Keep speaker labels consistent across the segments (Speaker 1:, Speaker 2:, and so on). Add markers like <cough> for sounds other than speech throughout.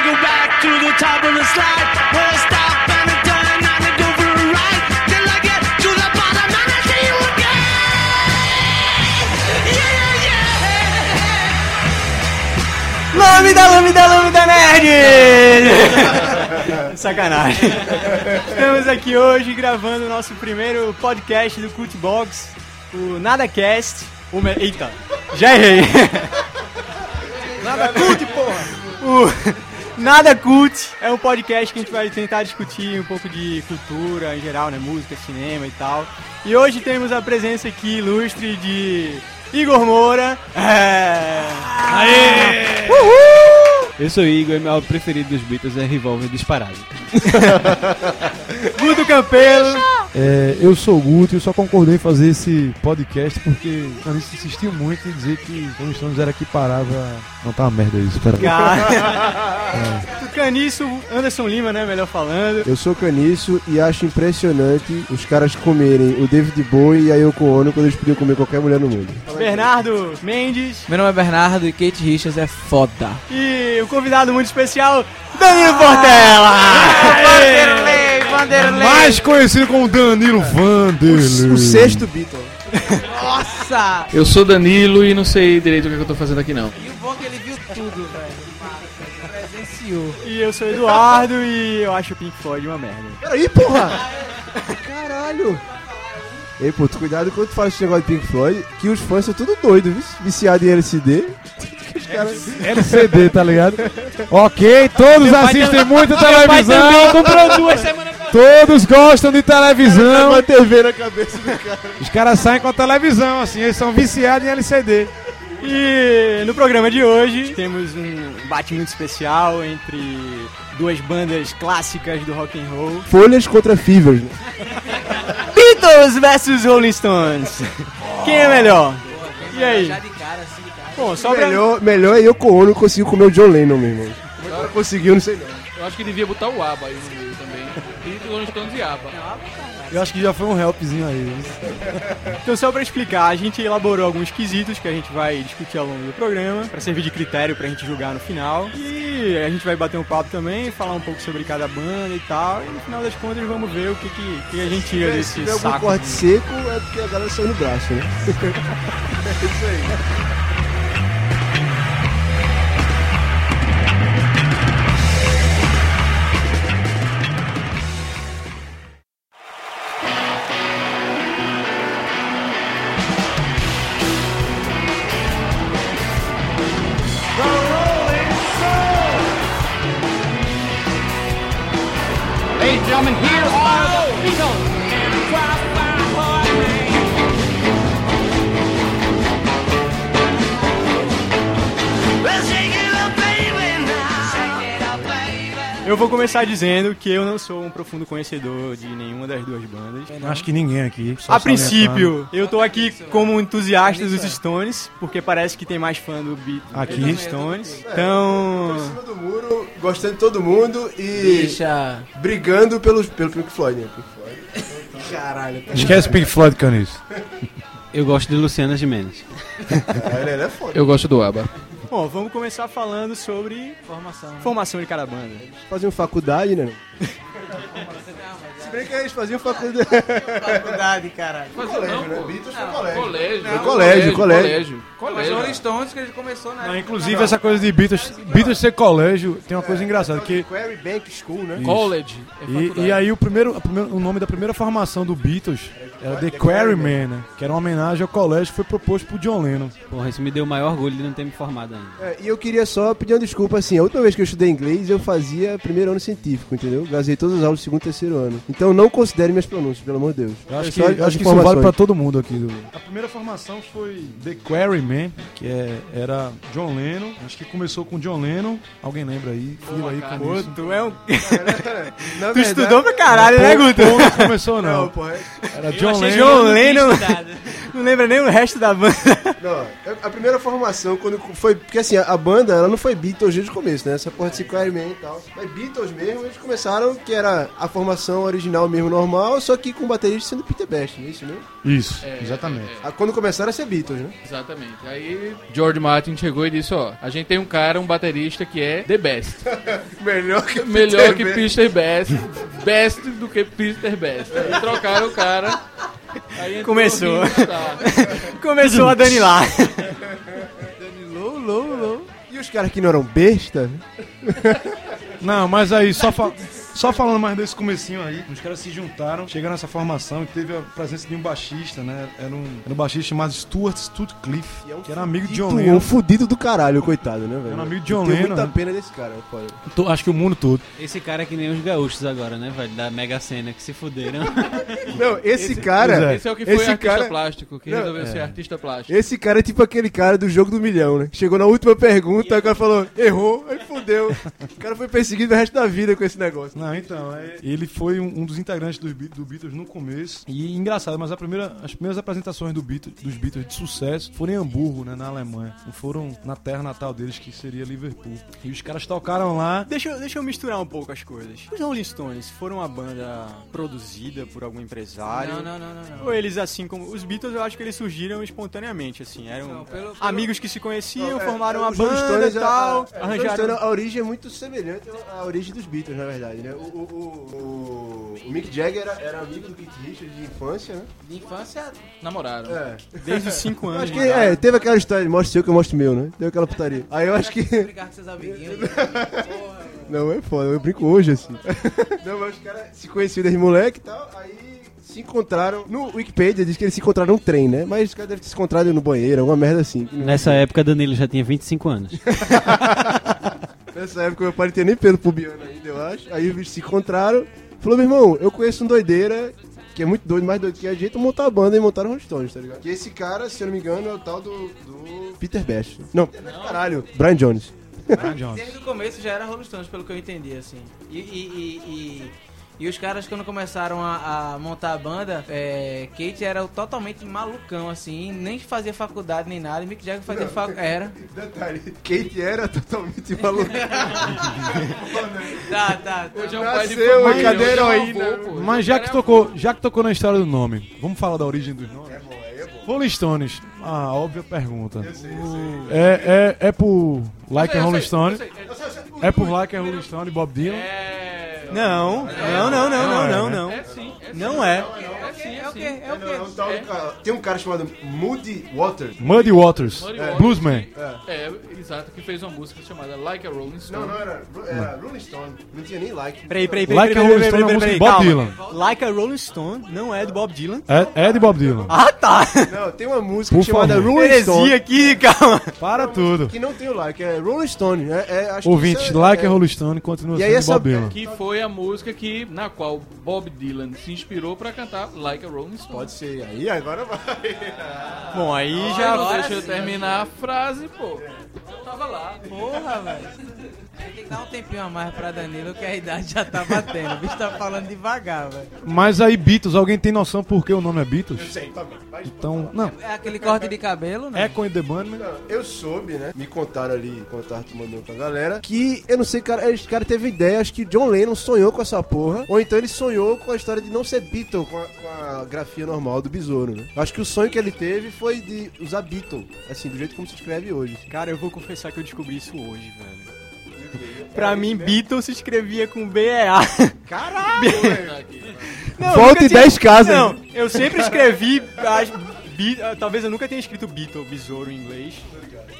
Speaker 1: to the top of the slide. Well, I stop and I turn and I go for a ride till I get to the bottom and I see you again. Yeah, yeah,
Speaker 2: Lambda, lambda, lambda
Speaker 1: <laughs>
Speaker 2: nerd! Sacanagem. Estamos aqui hoje gravando o nosso primeiro podcast do Cult Box, o NadaCast. O me... Eita, já errei. Nada Cult, porra! O Nada Cult é um podcast que a gente vai tentar discutir um pouco de cultura em geral, né? Música, cinema e tal. E hoje temos a presença aqui ilustre de Igor Moura. É...
Speaker 3: Eu sou é o Igor e meu álbum preferido dos Beatles é Revolver Disparado.
Speaker 2: <laughs> Guto Campelo.
Speaker 4: É, eu sou o Guto e eu só concordei em fazer esse podcast porque a gente insistiu muito em dizer que quando estamos era que parava. Não tá uma merda isso, espera.
Speaker 2: Cara. Do Caniço, Anderson Lima, né? Melhor falando.
Speaker 5: Eu sou caniço e acho impressionante os caras comerem o David Bowie e a Yoko Ono quando eles podiam comer qualquer mulher no mundo.
Speaker 2: Bernardo Mendes.
Speaker 6: Meu nome é Bernardo e Kate Richards é foda.
Speaker 2: E o convidado muito especial, Danilo Portela. Aê!
Speaker 4: Mais conhecido como Danilo Vanderlei.
Speaker 7: O sexto Beatle.
Speaker 6: Nossa!
Speaker 3: Eu sou Danilo e não sei direito o que, é que eu tô fazendo aqui não.
Speaker 6: E o bom é que ele viu tudo, velho. Presenciou.
Speaker 2: E eu sou o Eduardo e eu acho o Pink Floyd uma merda.
Speaker 7: Peraí, porra!
Speaker 5: Caralho! Ei, puto, cuidado quando tu fala esse negócio de Pink Floyd, que os fãs são tudo doidos, viu? Viciado em LCD. Os caras...
Speaker 4: CD, tá ligado? ok, todos assistem <laughs> muito televisão,
Speaker 6: Comprou duas semanas pra
Speaker 4: todos gostam de televisão.
Speaker 5: Uma TV na cabeça do cara.
Speaker 4: Os caras saem com a televisão, assim, eles são viciados em LCD.
Speaker 2: E no programa de hoje temos um bate muito especial entre duas bandas clássicas do rock and roll.
Speaker 5: Folhas contra Fevers, né?
Speaker 2: Beatles versus Rolling Stones. Quem é melhor? E aí?
Speaker 6: já de cara, assim, cara.
Speaker 2: Bom, só pra...
Speaker 5: Melhor, melhor é Yoko Ono conseguiu comer o John Lennon, meu irmão. Como é que ela conseguiu, não sei não.
Speaker 3: Eu acho que devia botar o Aba aí no meio também. E o Stones e Aba.
Speaker 4: Eu acho que já foi um helpzinho aí.
Speaker 2: Então, só pra explicar, a gente elaborou alguns quesitos que a gente vai discutir ao longo do programa, pra servir de critério pra gente julgar no final. E a gente vai bater um papo também, falar um pouco sobre cada banda e tal. E no final das contas, vamos ver o que, que, que a gente tira
Speaker 5: Se
Speaker 2: desse
Speaker 5: tiver algum
Speaker 2: saco.
Speaker 5: corte seco, é porque a galera saiu no braço, né?
Speaker 1: Let's shake it up, baby, now. Shake it up, baby.
Speaker 2: Eu vou começar dizendo que eu não sou um profundo conhecedor de nenhuma das duas bandas.
Speaker 4: Acho que ninguém aqui. só
Speaker 2: A
Speaker 4: salientando.
Speaker 2: princípio, eu tô aqui como entusiasta dos Stones, porque parece que tem mais fã do Beat
Speaker 4: Aqui.
Speaker 2: dos Stones. É, Então,
Speaker 5: cima do muro, gostando de todo mundo e
Speaker 6: Deixa.
Speaker 5: brigando pelos, pelo Pink Floyd, né? Pink Floyd. Caralho, tá
Speaker 4: Esquece Pink Floyd, Caniço.
Speaker 3: Eu gosto de Luciana Gimenez.
Speaker 5: Caralho, ele é foda.
Speaker 3: Eu gosto do Aba.
Speaker 2: bom, vamos começar falando sobre
Speaker 6: Informação.
Speaker 2: formação de cada banda.
Speaker 5: Faziam faculdade, né? Se bem que eles faziam faculdade.
Speaker 6: Faculdade, caralho.
Speaker 5: colégio, né? Beatles foi colégio.
Speaker 3: Colégio.
Speaker 5: Não, colégio, colégio.
Speaker 6: Mas Rolling Stones que a gente começou, né?
Speaker 4: Não, inclusive, essa coisa de Beatles, Beatles ser colégio tem uma coisa engraçada. que
Speaker 5: Quarry Bank School, né?
Speaker 3: College. É
Speaker 4: e, e aí, o, primeiro, a primeiro- o nome da primeira formação do Beatles era The Quarrymen, né? Que era uma homenagem ao colégio que foi proposto por John Lennon.
Speaker 3: Porra, isso me deu o maior orgulho de não ter me formado ainda.
Speaker 5: É, e eu queria só pedir uma desculpa, assim, a última vez que eu estudei inglês eu fazia primeiro ano científico, entendeu? Gazei todas as aulas do segundo e terceiro ano. Então não considere minhas pronúncias, pelo amor de Deus.
Speaker 4: Eu acho
Speaker 5: É
Speaker 4: que,
Speaker 5: só as
Speaker 4: eu acho que isso vale
Speaker 5: informações.
Speaker 4: pra todo mundo aqui. do- A primeira formação foi The Quarrymen, que é, era John Lennon. Acho que começou com John Lennon. Alguém lembra aí? Fila aí com
Speaker 2: Pô,
Speaker 4: isso.
Speaker 2: tu é um.
Speaker 5: Na
Speaker 2: Tu
Speaker 5: verdade-
Speaker 2: estudou pra caralho, né,
Speaker 4: Pouco-
Speaker 2: Guto?
Speaker 4: pouco começou, <laughs> não.
Speaker 5: Não, porra.
Speaker 4: Era John
Speaker 2: achei
Speaker 4: Lennon.
Speaker 2: John Lennon. Não lembra nem o resto da banda. <laughs>
Speaker 5: Não, é a- a primeira formação, quando foi. Porque assim, a a banda ela não foi Beatles desde o começo, né? Essa porra de Cinco Iron Man e tal. Mas Beatles mesmo, eles começaram que era a formação original mesmo, normal, só que com o baterista sendo Peter Best, não é isso, né?
Speaker 4: Isso,
Speaker 3: É,
Speaker 4: exatamente.
Speaker 5: Ah, Quando começaram a ser Beatles, né?
Speaker 3: Exatamente. Aí George Martin chegou e disse, ó, a gente tem um cara, um baterista que é the best.
Speaker 5: <laughs> Melhor que
Speaker 3: Melhor que Pister Best. Best do que Pister Best. Aí trocaram o cara. aí entrou
Speaker 2: Começou.
Speaker 3: o Ringo Starr.
Speaker 2: Começou a Danilar.
Speaker 5: Low, low, low. E os caras que não eram besta? né?
Speaker 4: Não, mas aí, só, fa- só falando mais desse comecinho aí, os caras se juntaram, chegaram nessa formação e teve a presença de um baixista, né? Era um, era um baixista chamado Stuart Sutcliffe,
Speaker 5: E é um
Speaker 4: que era amigo de John
Speaker 5: fudido, Um
Speaker 4: Lennon.
Speaker 5: fudido do caralho, coitado, né, velho?
Speaker 4: Era amigo de
Speaker 5: Eu
Speaker 4: John
Speaker 5: tenho
Speaker 4: Lennon,
Speaker 5: muita
Speaker 4: né?
Speaker 5: pena desse cara, é foda.
Speaker 7: To- Acho que o mundo todo.
Speaker 6: Esse cara é que nem os gaúchos agora, né, velho? Da Mega Sena, que se fuderam.
Speaker 5: Não, esse, cara.
Speaker 3: Esse é o que foi
Speaker 5: esse
Speaker 3: artista
Speaker 5: cara-
Speaker 3: plástico, que
Speaker 5: Não, É.
Speaker 3: resolveu ser artista plástico.
Speaker 5: Esse cara é tipo aquele cara do jogo do milhão, né? Chegou na última pergunta, o cara falou, errou, aí fudeu. O cara foi perseguido o resto da vida com esse negócio.
Speaker 4: Não, então, é- ele foi um, um dos integrantes dos Be- do Beatles no começo. E engraçado, mas a primeira- as primeiras apresentações do Beatles, dos Beatles de sucesso foram em Hamburgo, né, na Alemanha. Não foram na terra natal deles, que seria Liverpool. E os caras tocaram lá.
Speaker 2: <laughs> Deixa, eu- deixa eu misturar um pouco as coisas. Os Rolling Stones foram uma banda produzida por algum empresário?
Speaker 6: Não, não, não, não. não.
Speaker 2: Ou eles, assim como os Beatles, eu acho que eles surgiram espontaneamente, assim. Eram
Speaker 6: Não, pelo- pelo-
Speaker 2: amigos que se conheciam,
Speaker 5: É,
Speaker 2: formaram uma
Speaker 5: os Rolling
Speaker 2: banda e
Speaker 5: Stones,
Speaker 2: tal,
Speaker 5: a- a- os Rolling Stones,
Speaker 2: arranjaram...
Speaker 5: A origem é muito semelhante à origem dos Beatles, na verdade, né? O, o, o- o- o Mick Jagger era, era amigo do Keith Richards de infância, né?
Speaker 6: De infância,
Speaker 3: Namoraram.
Speaker 5: É.
Speaker 2: <laughs> Desde os 5
Speaker 5: Eu
Speaker 2: anos. né?
Speaker 5: acho que,
Speaker 2: de idade.
Speaker 5: é, teve aquela história de mostra seu que eu mostro meu, né? Deu aquela putaria. Aí eu acho que...
Speaker 6: brigar com seus amiguinhos.
Speaker 5: <laughs> Não, é foda, eu brinco hoje assim. <laughs> Não, mas os caras se conheciam desde moleque e tal, aí se encontraram. No Wikipedia diz que eles se encontraram num trem, né? Mas os caras devem ter se encontrado no banheiro, alguma merda assim.
Speaker 6: Nessa época, Danilo já tinha 25 anos.
Speaker 5: Nessa época meu pai não tinha nem pelo pubiano ainda, eu acho. Aí os bichos se encontraram. Falou, meu irmão, eu conheço um doideira que é muito doido, mais doido que a gente, montar a banda e montar os Rolling Stones, tá ligado? Que esse cara, se eu não me engano, é o tal do. do... Peter Best. Não, Peter Best, caralho. Brian Jones.
Speaker 4: Ah, John.
Speaker 6: Desde o começo já era Rolling Stones, pelo que eu entendi, assim. E, e- e- e- e os caras, quando começaram a, a montar a banda, é, Kate era o totalmente malucão, assim, nem fazia faculdade nem nada, e Mick Jagger fazia faculdade. Era.
Speaker 5: Detalhe, Kate era <laughs> totalmente
Speaker 2: <laughs>
Speaker 5: maluco.
Speaker 6: Tá, tá, tá.
Speaker 3: Hoje é
Speaker 5: Nasceu,
Speaker 3: família,
Speaker 5: cadê
Speaker 3: hoje é um
Speaker 5: heroína?
Speaker 3: avô, pô. é
Speaker 4: Mas já que, tocou, já que tocou na história do nome, vamos falar da origem dos
Speaker 5: É,
Speaker 4: nomes? Rolling Stones, a óbvia pergunta. É, é, é por Like a
Speaker 3: Eu
Speaker 4: Rolling
Speaker 3: sei,
Speaker 4: Stone?
Speaker 3: eu sei, eu sei.
Speaker 4: É por Like a Rolling Stone, Bob Dylan?
Speaker 3: É...
Speaker 2: Não, não, não, não,
Speaker 4: é,
Speaker 2: não,
Speaker 4: né?
Speaker 2: não.
Speaker 3: É sim, é sim.
Speaker 2: Não é.
Speaker 3: É sim,
Speaker 6: É
Speaker 3: é
Speaker 6: o quê?
Speaker 3: sim.
Speaker 6: É o quê?
Speaker 5: Tem um cara chamado Moody Waters.
Speaker 4: Muddy Waters,
Speaker 3: Muddy Waters.
Speaker 4: Bluesman.
Speaker 3: É, exato, que fez uma música chamada Like a Rolling Stone.
Speaker 5: Não, não, era, era Rolling Stone. Não tinha nem like.
Speaker 2: Peraí, peraí, peraí.
Speaker 4: Like a
Speaker 2: peraí,
Speaker 4: Rolling
Speaker 2: peraí,
Speaker 4: Stone é uma
Speaker 2: peraí,
Speaker 4: música
Speaker 2: peraí,
Speaker 4: de Bob
Speaker 2: calma.
Speaker 4: Dylan.
Speaker 2: Like a Rolling Stone não é do Bob Dylan.
Speaker 4: É, é de Bob Dylan.
Speaker 2: Ah, tá.
Speaker 5: Não, tem uma música
Speaker 4: Por
Speaker 5: chamada
Speaker 4: favor.
Speaker 5: Rolling Stone.
Speaker 2: Heresia aqui, calma.
Speaker 4: Para tudo.
Speaker 5: Que Ah, não tem o like, é Rolling Stone. É, é, acho que
Speaker 4: Ouvintes,
Speaker 5: isso é-
Speaker 4: Like
Speaker 5: é-
Speaker 4: a Rolling Stone continua
Speaker 5: E aí
Speaker 4: sendo
Speaker 5: essa-
Speaker 4: Bob Dylan.
Speaker 3: Que foi a música que, na qual Bob Dylan se inspirou pra cantar Like a Rolling Stone.
Speaker 5: Pode ser. Aí agora vai.
Speaker 2: Bom, aí
Speaker 3: Já
Speaker 2: já...
Speaker 3: deixa eu terminar a frase, pô. Eu tava lá.
Speaker 6: Porra, velho. Tem que dar um tempinho a mais pra Danilo, que a idade já tá batendo. O bicho tá falando devagar, velho.
Speaker 4: Mas aí, Beatles, alguém tem noção por que o nome é Beatles? Eu sei,
Speaker 5: tá
Speaker 4: Então, não.
Speaker 6: É aquele corte de cabelo, né?
Speaker 4: Echo and the Bunnymen.
Speaker 5: Eu soube, né? Me contaram ali, quando eu tava tomando uma com a galera, que eu não sei, cara, esse cara teve ideia, acho que John Lennon sonhou com essa porra, ou então ele sonhou com a história de não ser Beatle, com a, com a grafia normal do besouro, né? Acho que o sonho que ele teve foi de usar Beatle, assim, do jeito como se escreve hoje.
Speaker 2: Cara, eu vou confessar que eu descobri isso hoje, velho. Pra mim, Beatles se escrevia com B-E-A. Não, eu
Speaker 5: Volta
Speaker 2: nunca
Speaker 5: em 10 casas.
Speaker 2: Não, eu sempre escrevi. as bi- ah, Talvez eu nunca tenha escrito Beatle, besouro em inglês.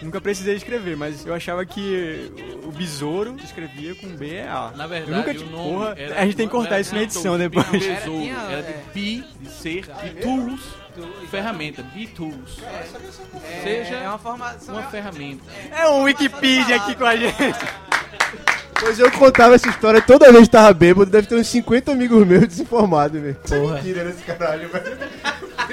Speaker 2: Nunca precisei escrever, mas eu achava que o besouro se escrevia com B-E-A.
Speaker 3: Na
Speaker 2: eu nunca
Speaker 3: verdade,
Speaker 2: te-
Speaker 3: o nome
Speaker 2: porra,
Speaker 3: era-
Speaker 2: a gente tem que
Speaker 3: não,
Speaker 2: cortar
Speaker 3: era-
Speaker 2: isso na
Speaker 3: não,
Speaker 2: edição
Speaker 3: então,
Speaker 2: depois.
Speaker 3: Era, besouro,
Speaker 6: Era- tinha-
Speaker 3: era de
Speaker 6: é.
Speaker 3: bi, de ser, de tools, ferramenta, bi tools.
Speaker 6: É,
Speaker 3: Seja
Speaker 6: é uma formação.
Speaker 3: Uma ferramenta.
Speaker 2: É um Wikipedia aqui com a gente.
Speaker 5: Pois eu contava essa história toda vez que tava bêbado, deve ter uns 50 amigos meus desinformados, velho. Isso é mentira nesse caralho, velho.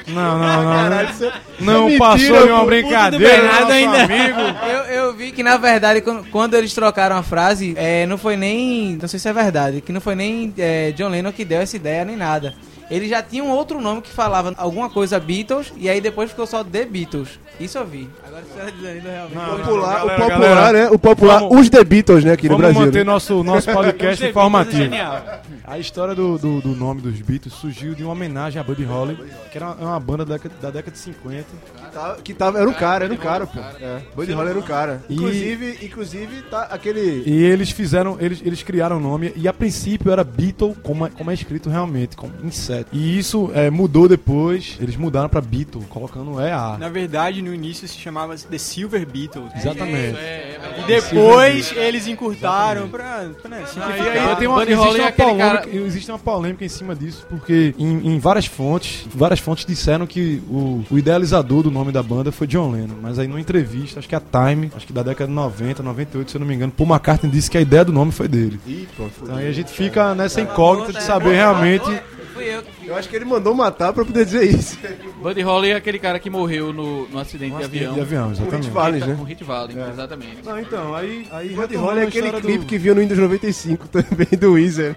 Speaker 4: Não, não, não.
Speaker 5: Caralho, isso é-
Speaker 4: Não
Speaker 5: mentira,
Speaker 4: passou de
Speaker 5: pô.
Speaker 4: uma brincadeira.
Speaker 6: Bernardo
Speaker 4: nosso
Speaker 6: ainda.
Speaker 4: Amigo.
Speaker 6: Eu, eu vi que, na verdade, quando, quando eles trocaram a frase, é, não foi nem. Não sei se é verdade, que não foi nem é, John Lennon que deu essa ideia nem nada. Ele já tinha um outro nome que falava alguma coisa Beatles e aí depois ficou só The Beatles. Isso eu vi. Agora você tá dizendo realmente.
Speaker 4: Não, não.
Speaker 5: Popular,
Speaker 4: Galera,
Speaker 5: o popular,
Speaker 4: galera,
Speaker 5: né? O popular,
Speaker 4: vamos-
Speaker 5: os The Beatles, né, aqui
Speaker 4: Vamos
Speaker 5: no Brasil.
Speaker 4: manter
Speaker 5: né?
Speaker 4: nosso, nosso podcast
Speaker 2: Os
Speaker 4: informativo.
Speaker 2: Beatles é genial.
Speaker 4: A história do, do, do nome dos Beatles surgiu de uma homenagem a Buddy Holly, que era uma, é uma banda da, década- da década de 50.
Speaker 5: Tava- Que tava, era um cara, era um cara, pô. É, Buddy Holly era um cara.
Speaker 4: E-
Speaker 5: Inclusive, inclusive, tá aquele...
Speaker 4: E eles fizeram, eles, eles criaram o nome, e a princípio era Beatle, como é, como é escrito realmente, como inseto. E isso é, mudou depois, eles mudaram pra Beatle, colocando um EA.
Speaker 2: Na verdade, no início se chamava The Silver Beatles.
Speaker 4: Exatamente.
Speaker 3: é,
Speaker 2: E depois eles encurtaram pra, pra né, simplificar.
Speaker 4: E aí tem uma,
Speaker 3: Buddy
Speaker 4: existe,
Speaker 3: Holly é
Speaker 4: uma
Speaker 3: aquele
Speaker 4: polêmica,
Speaker 3: cara-
Speaker 4: existe uma polêmica em cima disso, porque em, em várias fontes, várias fontes disseram que o, o idealizador do nome da banda foi John Lennon, mas aí numa entrevista, acho que a Time, acho que da década de 90, 98, se eu não me engano, Paul McCartney disse que a ideia do nome foi dele.
Speaker 5: Ih, pô, fudeu.
Speaker 4: Então aí a gente fica nessa incógnita de saber realmente...
Speaker 6: Fui eu que fiz.
Speaker 5: Eu acho que ele mandou matar pra poder dizer
Speaker 4: <laughs>
Speaker 5: isso.
Speaker 3: Buddy Holly é aquele cara que morreu no, no acidente de avião. tá
Speaker 4: De avião, exatamente.
Speaker 5: Muito Valens, né?
Speaker 3: Com Hit Valley, exatamente.
Speaker 4: Não, então, aí... aí
Speaker 5: Buddy
Speaker 4: retomando
Speaker 5: Holly é
Speaker 4: a
Speaker 5: aquele
Speaker 4: história
Speaker 5: clipe
Speaker 4: do-
Speaker 5: que viu no Windows 95 <laughs> também, do Weezer.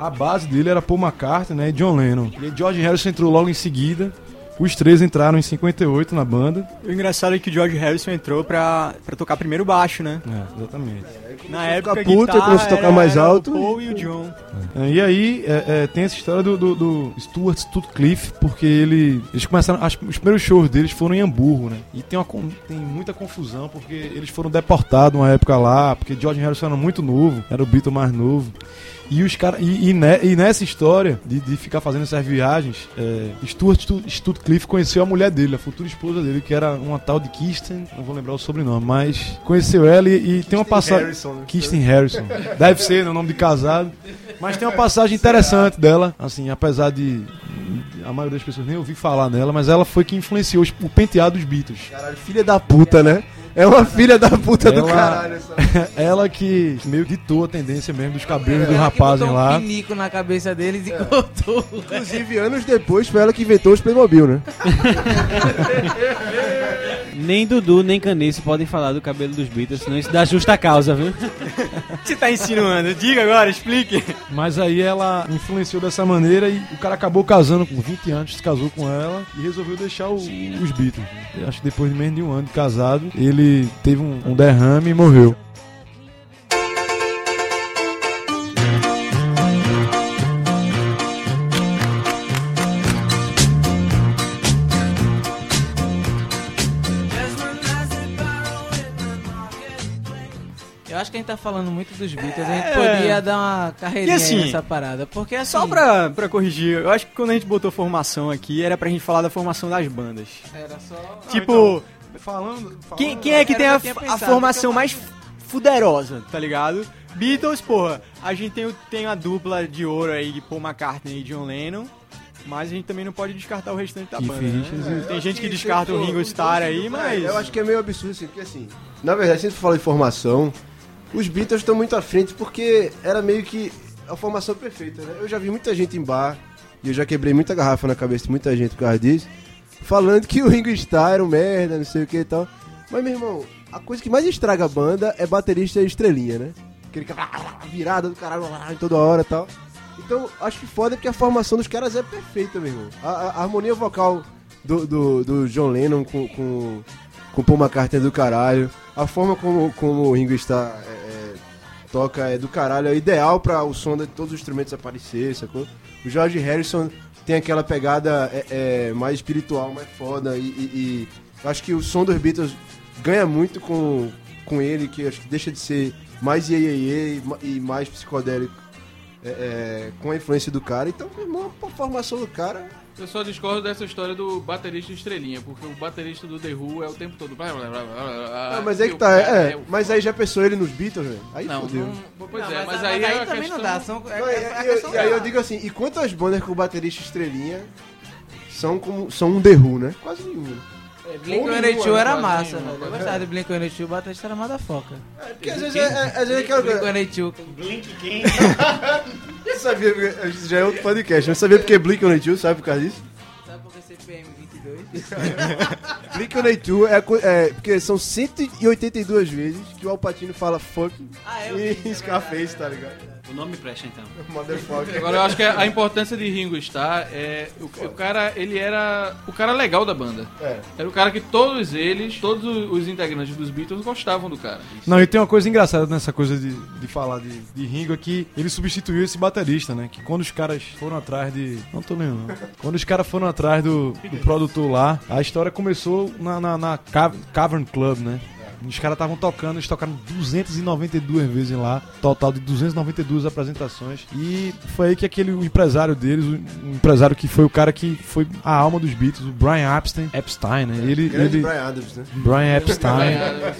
Speaker 4: A base dele era Paul McCartney né, e John Lennon. E aí George Harrison entrou logo em seguida. Os três entraram em 58 na banda.
Speaker 2: O engraçado é que o George Harrison entrou pra, pra tocar primeiro baixo, né?
Speaker 4: É, exatamente.
Speaker 2: Na
Speaker 5: ficar
Speaker 2: época, a
Speaker 5: puto,
Speaker 2: guitarra
Speaker 5: começou a tocar
Speaker 2: era-
Speaker 5: mais
Speaker 2: era
Speaker 5: alto.
Speaker 2: O Paul e o John.
Speaker 4: É, E aí é, é, tem essa história do, do, do Stuart Sutcliffe, porque ele, eles começaram. As, os primeiros shows deles foram em Hamburgo, né? E tem, uma, con- tem muita confusão, porque eles foram deportados uma época lá, porque George Harrison era muito novo, era o Beatle mais novo. E, os cara, e, e ne- e nessa história de, de ficar fazendo essas viagens, é, Stuart Stu- Sutcliffe conheceu a mulher dele, a futura esposa dele, que era uma tal de Kirsten, não vou lembrar o sobrenome, mas conheceu ela e, e tem uma passagem.
Speaker 5: Harrison, né?
Speaker 4: Kirsten Harrison. Deve ser, né? O nome de casado. Mas tem uma passagem interessante dela, assim, apesar de a maioria das pessoas nem ouvir falar nela, mas ela foi que influenciou os- o penteado dos Beatles.
Speaker 5: Caralho, filha da puta, né? É uma filha da puta do
Speaker 4: Ela-
Speaker 5: caralho. essa-
Speaker 4: ela que meio ditou a tendência mesmo dos cabelos
Speaker 6: Ela
Speaker 4: dos
Speaker 6: que
Speaker 4: rapazes
Speaker 6: botou
Speaker 4: lá.
Speaker 6: um pinico na cabeça deles e cortou.
Speaker 5: Inclusive, anos depois, foi ela que inventou os Playmobil, né?
Speaker 7: Nem Dudu, nem Canice podem falar do cabelo dos Beatles, senão isso dá justa causa, viu?
Speaker 2: Você tá insinuando? Diga agora, explique.
Speaker 4: Mas aí ela influenciou dessa maneira e o cara acabou casando com 20 anos, se casou com ela e resolveu deixar o- os Beatles. Eu acho que depois de menos de um ano de casado, ele teve um, um derrame e morreu.
Speaker 6: Eu acho que a gente tá falando muito dos Beatles, a gente podia dar uma carreirinha
Speaker 2: E assim,
Speaker 6: aí nessa parada. Porque é
Speaker 2: Só pra, pra corrigir, eu acho que quando a gente botou formação aqui, era pra gente falar da formação das bandas.
Speaker 6: Era só.
Speaker 2: tipo,
Speaker 4: Falando,
Speaker 2: quem, quem é que tem
Speaker 6: Era o que
Speaker 2: a,
Speaker 6: eu tinha
Speaker 2: f- a
Speaker 6: pensado,
Speaker 2: formação
Speaker 6: porque eu-
Speaker 2: mais f- fuderosa, tá ligado? Beatles, porra, a gente tem, o- tem a dupla de ouro aí de Paul McCartney e John Lennon. Mas a gente também não pode descartar o restante da
Speaker 4: Keith
Speaker 2: banda. né?
Speaker 4: Richards
Speaker 2: Tem gente que
Speaker 5: Sim,
Speaker 2: descarta o
Speaker 5: sempre
Speaker 2: Ringo
Speaker 5: os
Speaker 2: Starr
Speaker 5: dois
Speaker 2: aí,
Speaker 5: juntos,
Speaker 2: mas.
Speaker 5: né? Eu acho que é meio absurdo, assim, porque assim. Na verdade, se a gente fala de formação, os Beatles estão muito à frente porque era meio que a formação perfeita, né? Eu já vi muita gente em bar, e eu já quebrei muita garrafa na cabeça de muita gente por causa disso, falando que o Ringo Starr era um merda, não sei o que e tal. Mas, meu irmão, a coisa que mais estraga a banda é baterista estrelinha, né? Aquele cara virada do caralho em toda hora e tal. Então, acho que foda porque a formação dos caras é perfeita, meu irmão. A, a- a harmonia vocal do, do, do John Lennon com, com, com Paul McCartney é do caralho. A forma como, como o Ringo está é, é, toca é do caralho. É ideal pra o som de todos os instrumentos aparecer, sacou? O George Harrison tem aquela pegada é, é, mais espiritual, mais foda. E, e- e acho que o som dos Beatles ganha muito com, com ele, que acho que deixa de ser mais iê, iê, iê e ma- e mais psicodélico é, é, com a influência do cara. Então, meu irmão, a formação do cara.
Speaker 3: Eu só discordo dessa história do baterista estrelinha, porque o baterista do The Who é o tempo todo.
Speaker 5: Ah,
Speaker 3: Ah,
Speaker 5: mas aí que tá. É, mas aí já pensou ele nos Beatles, velho? Aí
Speaker 3: Não,
Speaker 5: fodeu.
Speaker 3: não- pois
Speaker 6: Não,
Speaker 3: é, mas,
Speaker 6: mas
Speaker 3: aí, é a
Speaker 6: também
Speaker 3: questão...
Speaker 6: não dá. São, é,
Speaker 5: Não,
Speaker 6: é,
Speaker 5: e-
Speaker 6: é a
Speaker 5: e eu-
Speaker 6: questão
Speaker 5: e aí eu
Speaker 6: dela.
Speaker 5: digo assim: e quantas bandas com baterista estrelinha são, como, são um The Who, né? Quase nenhuma. né?
Speaker 6: É, Blink-182 era massa,
Speaker 3: assim,
Speaker 6: né? velho.
Speaker 3: né?
Speaker 6: Eu gostava de Blink-182, o baterista era motherfucker.
Speaker 5: Porque às vezes é. é- às vezes é aquela-
Speaker 6: Blink-182,
Speaker 5: é Eu sabia, porque- já é outro podcast. Eu sabia porque Blink on the sabe por causa disso?
Speaker 6: sabe por que CPM
Speaker 8: <laughs>
Speaker 6: 22? 182.
Speaker 5: Lick Tour é, co- é. Porque são 182 vezes que o Alpatino fala fuck
Speaker 6: Ah, é, eu vi,
Speaker 5: e
Speaker 6: é
Speaker 5: Scarface, tá ligado?
Speaker 8: O nome presta então.
Speaker 5: Motherfucker.
Speaker 3: Agora eu acho que a importância de Ringo Starr é o, o cara, ele era o cara legal da banda.
Speaker 5: É.
Speaker 3: Era o cara que todos eles, todos os integrantes dos Beatles gostavam do cara.
Speaker 4: Não, e tem uma coisa engraçada nessa coisa de, de falar de, de Ringo, é que ele substituiu esse baterista, né? Que quando os caras foram atrás de... Não tô nem não. Quando os caras foram atrás do, do produtor lá, a história começou na, na, na Ca- Cavern Club, né? Os caras estavam tocando, eles tocaram 292 vezes lá, total de 292 apresentações. E foi aí que aquele o empresário deles, o, o empresário que foi o cara que foi a alma dos Beatles, o Brian Epstein, Epstein, né? Ele,
Speaker 5: Grande
Speaker 4: ele,
Speaker 5: Brian Adams, né?
Speaker 4: Brian Epstein,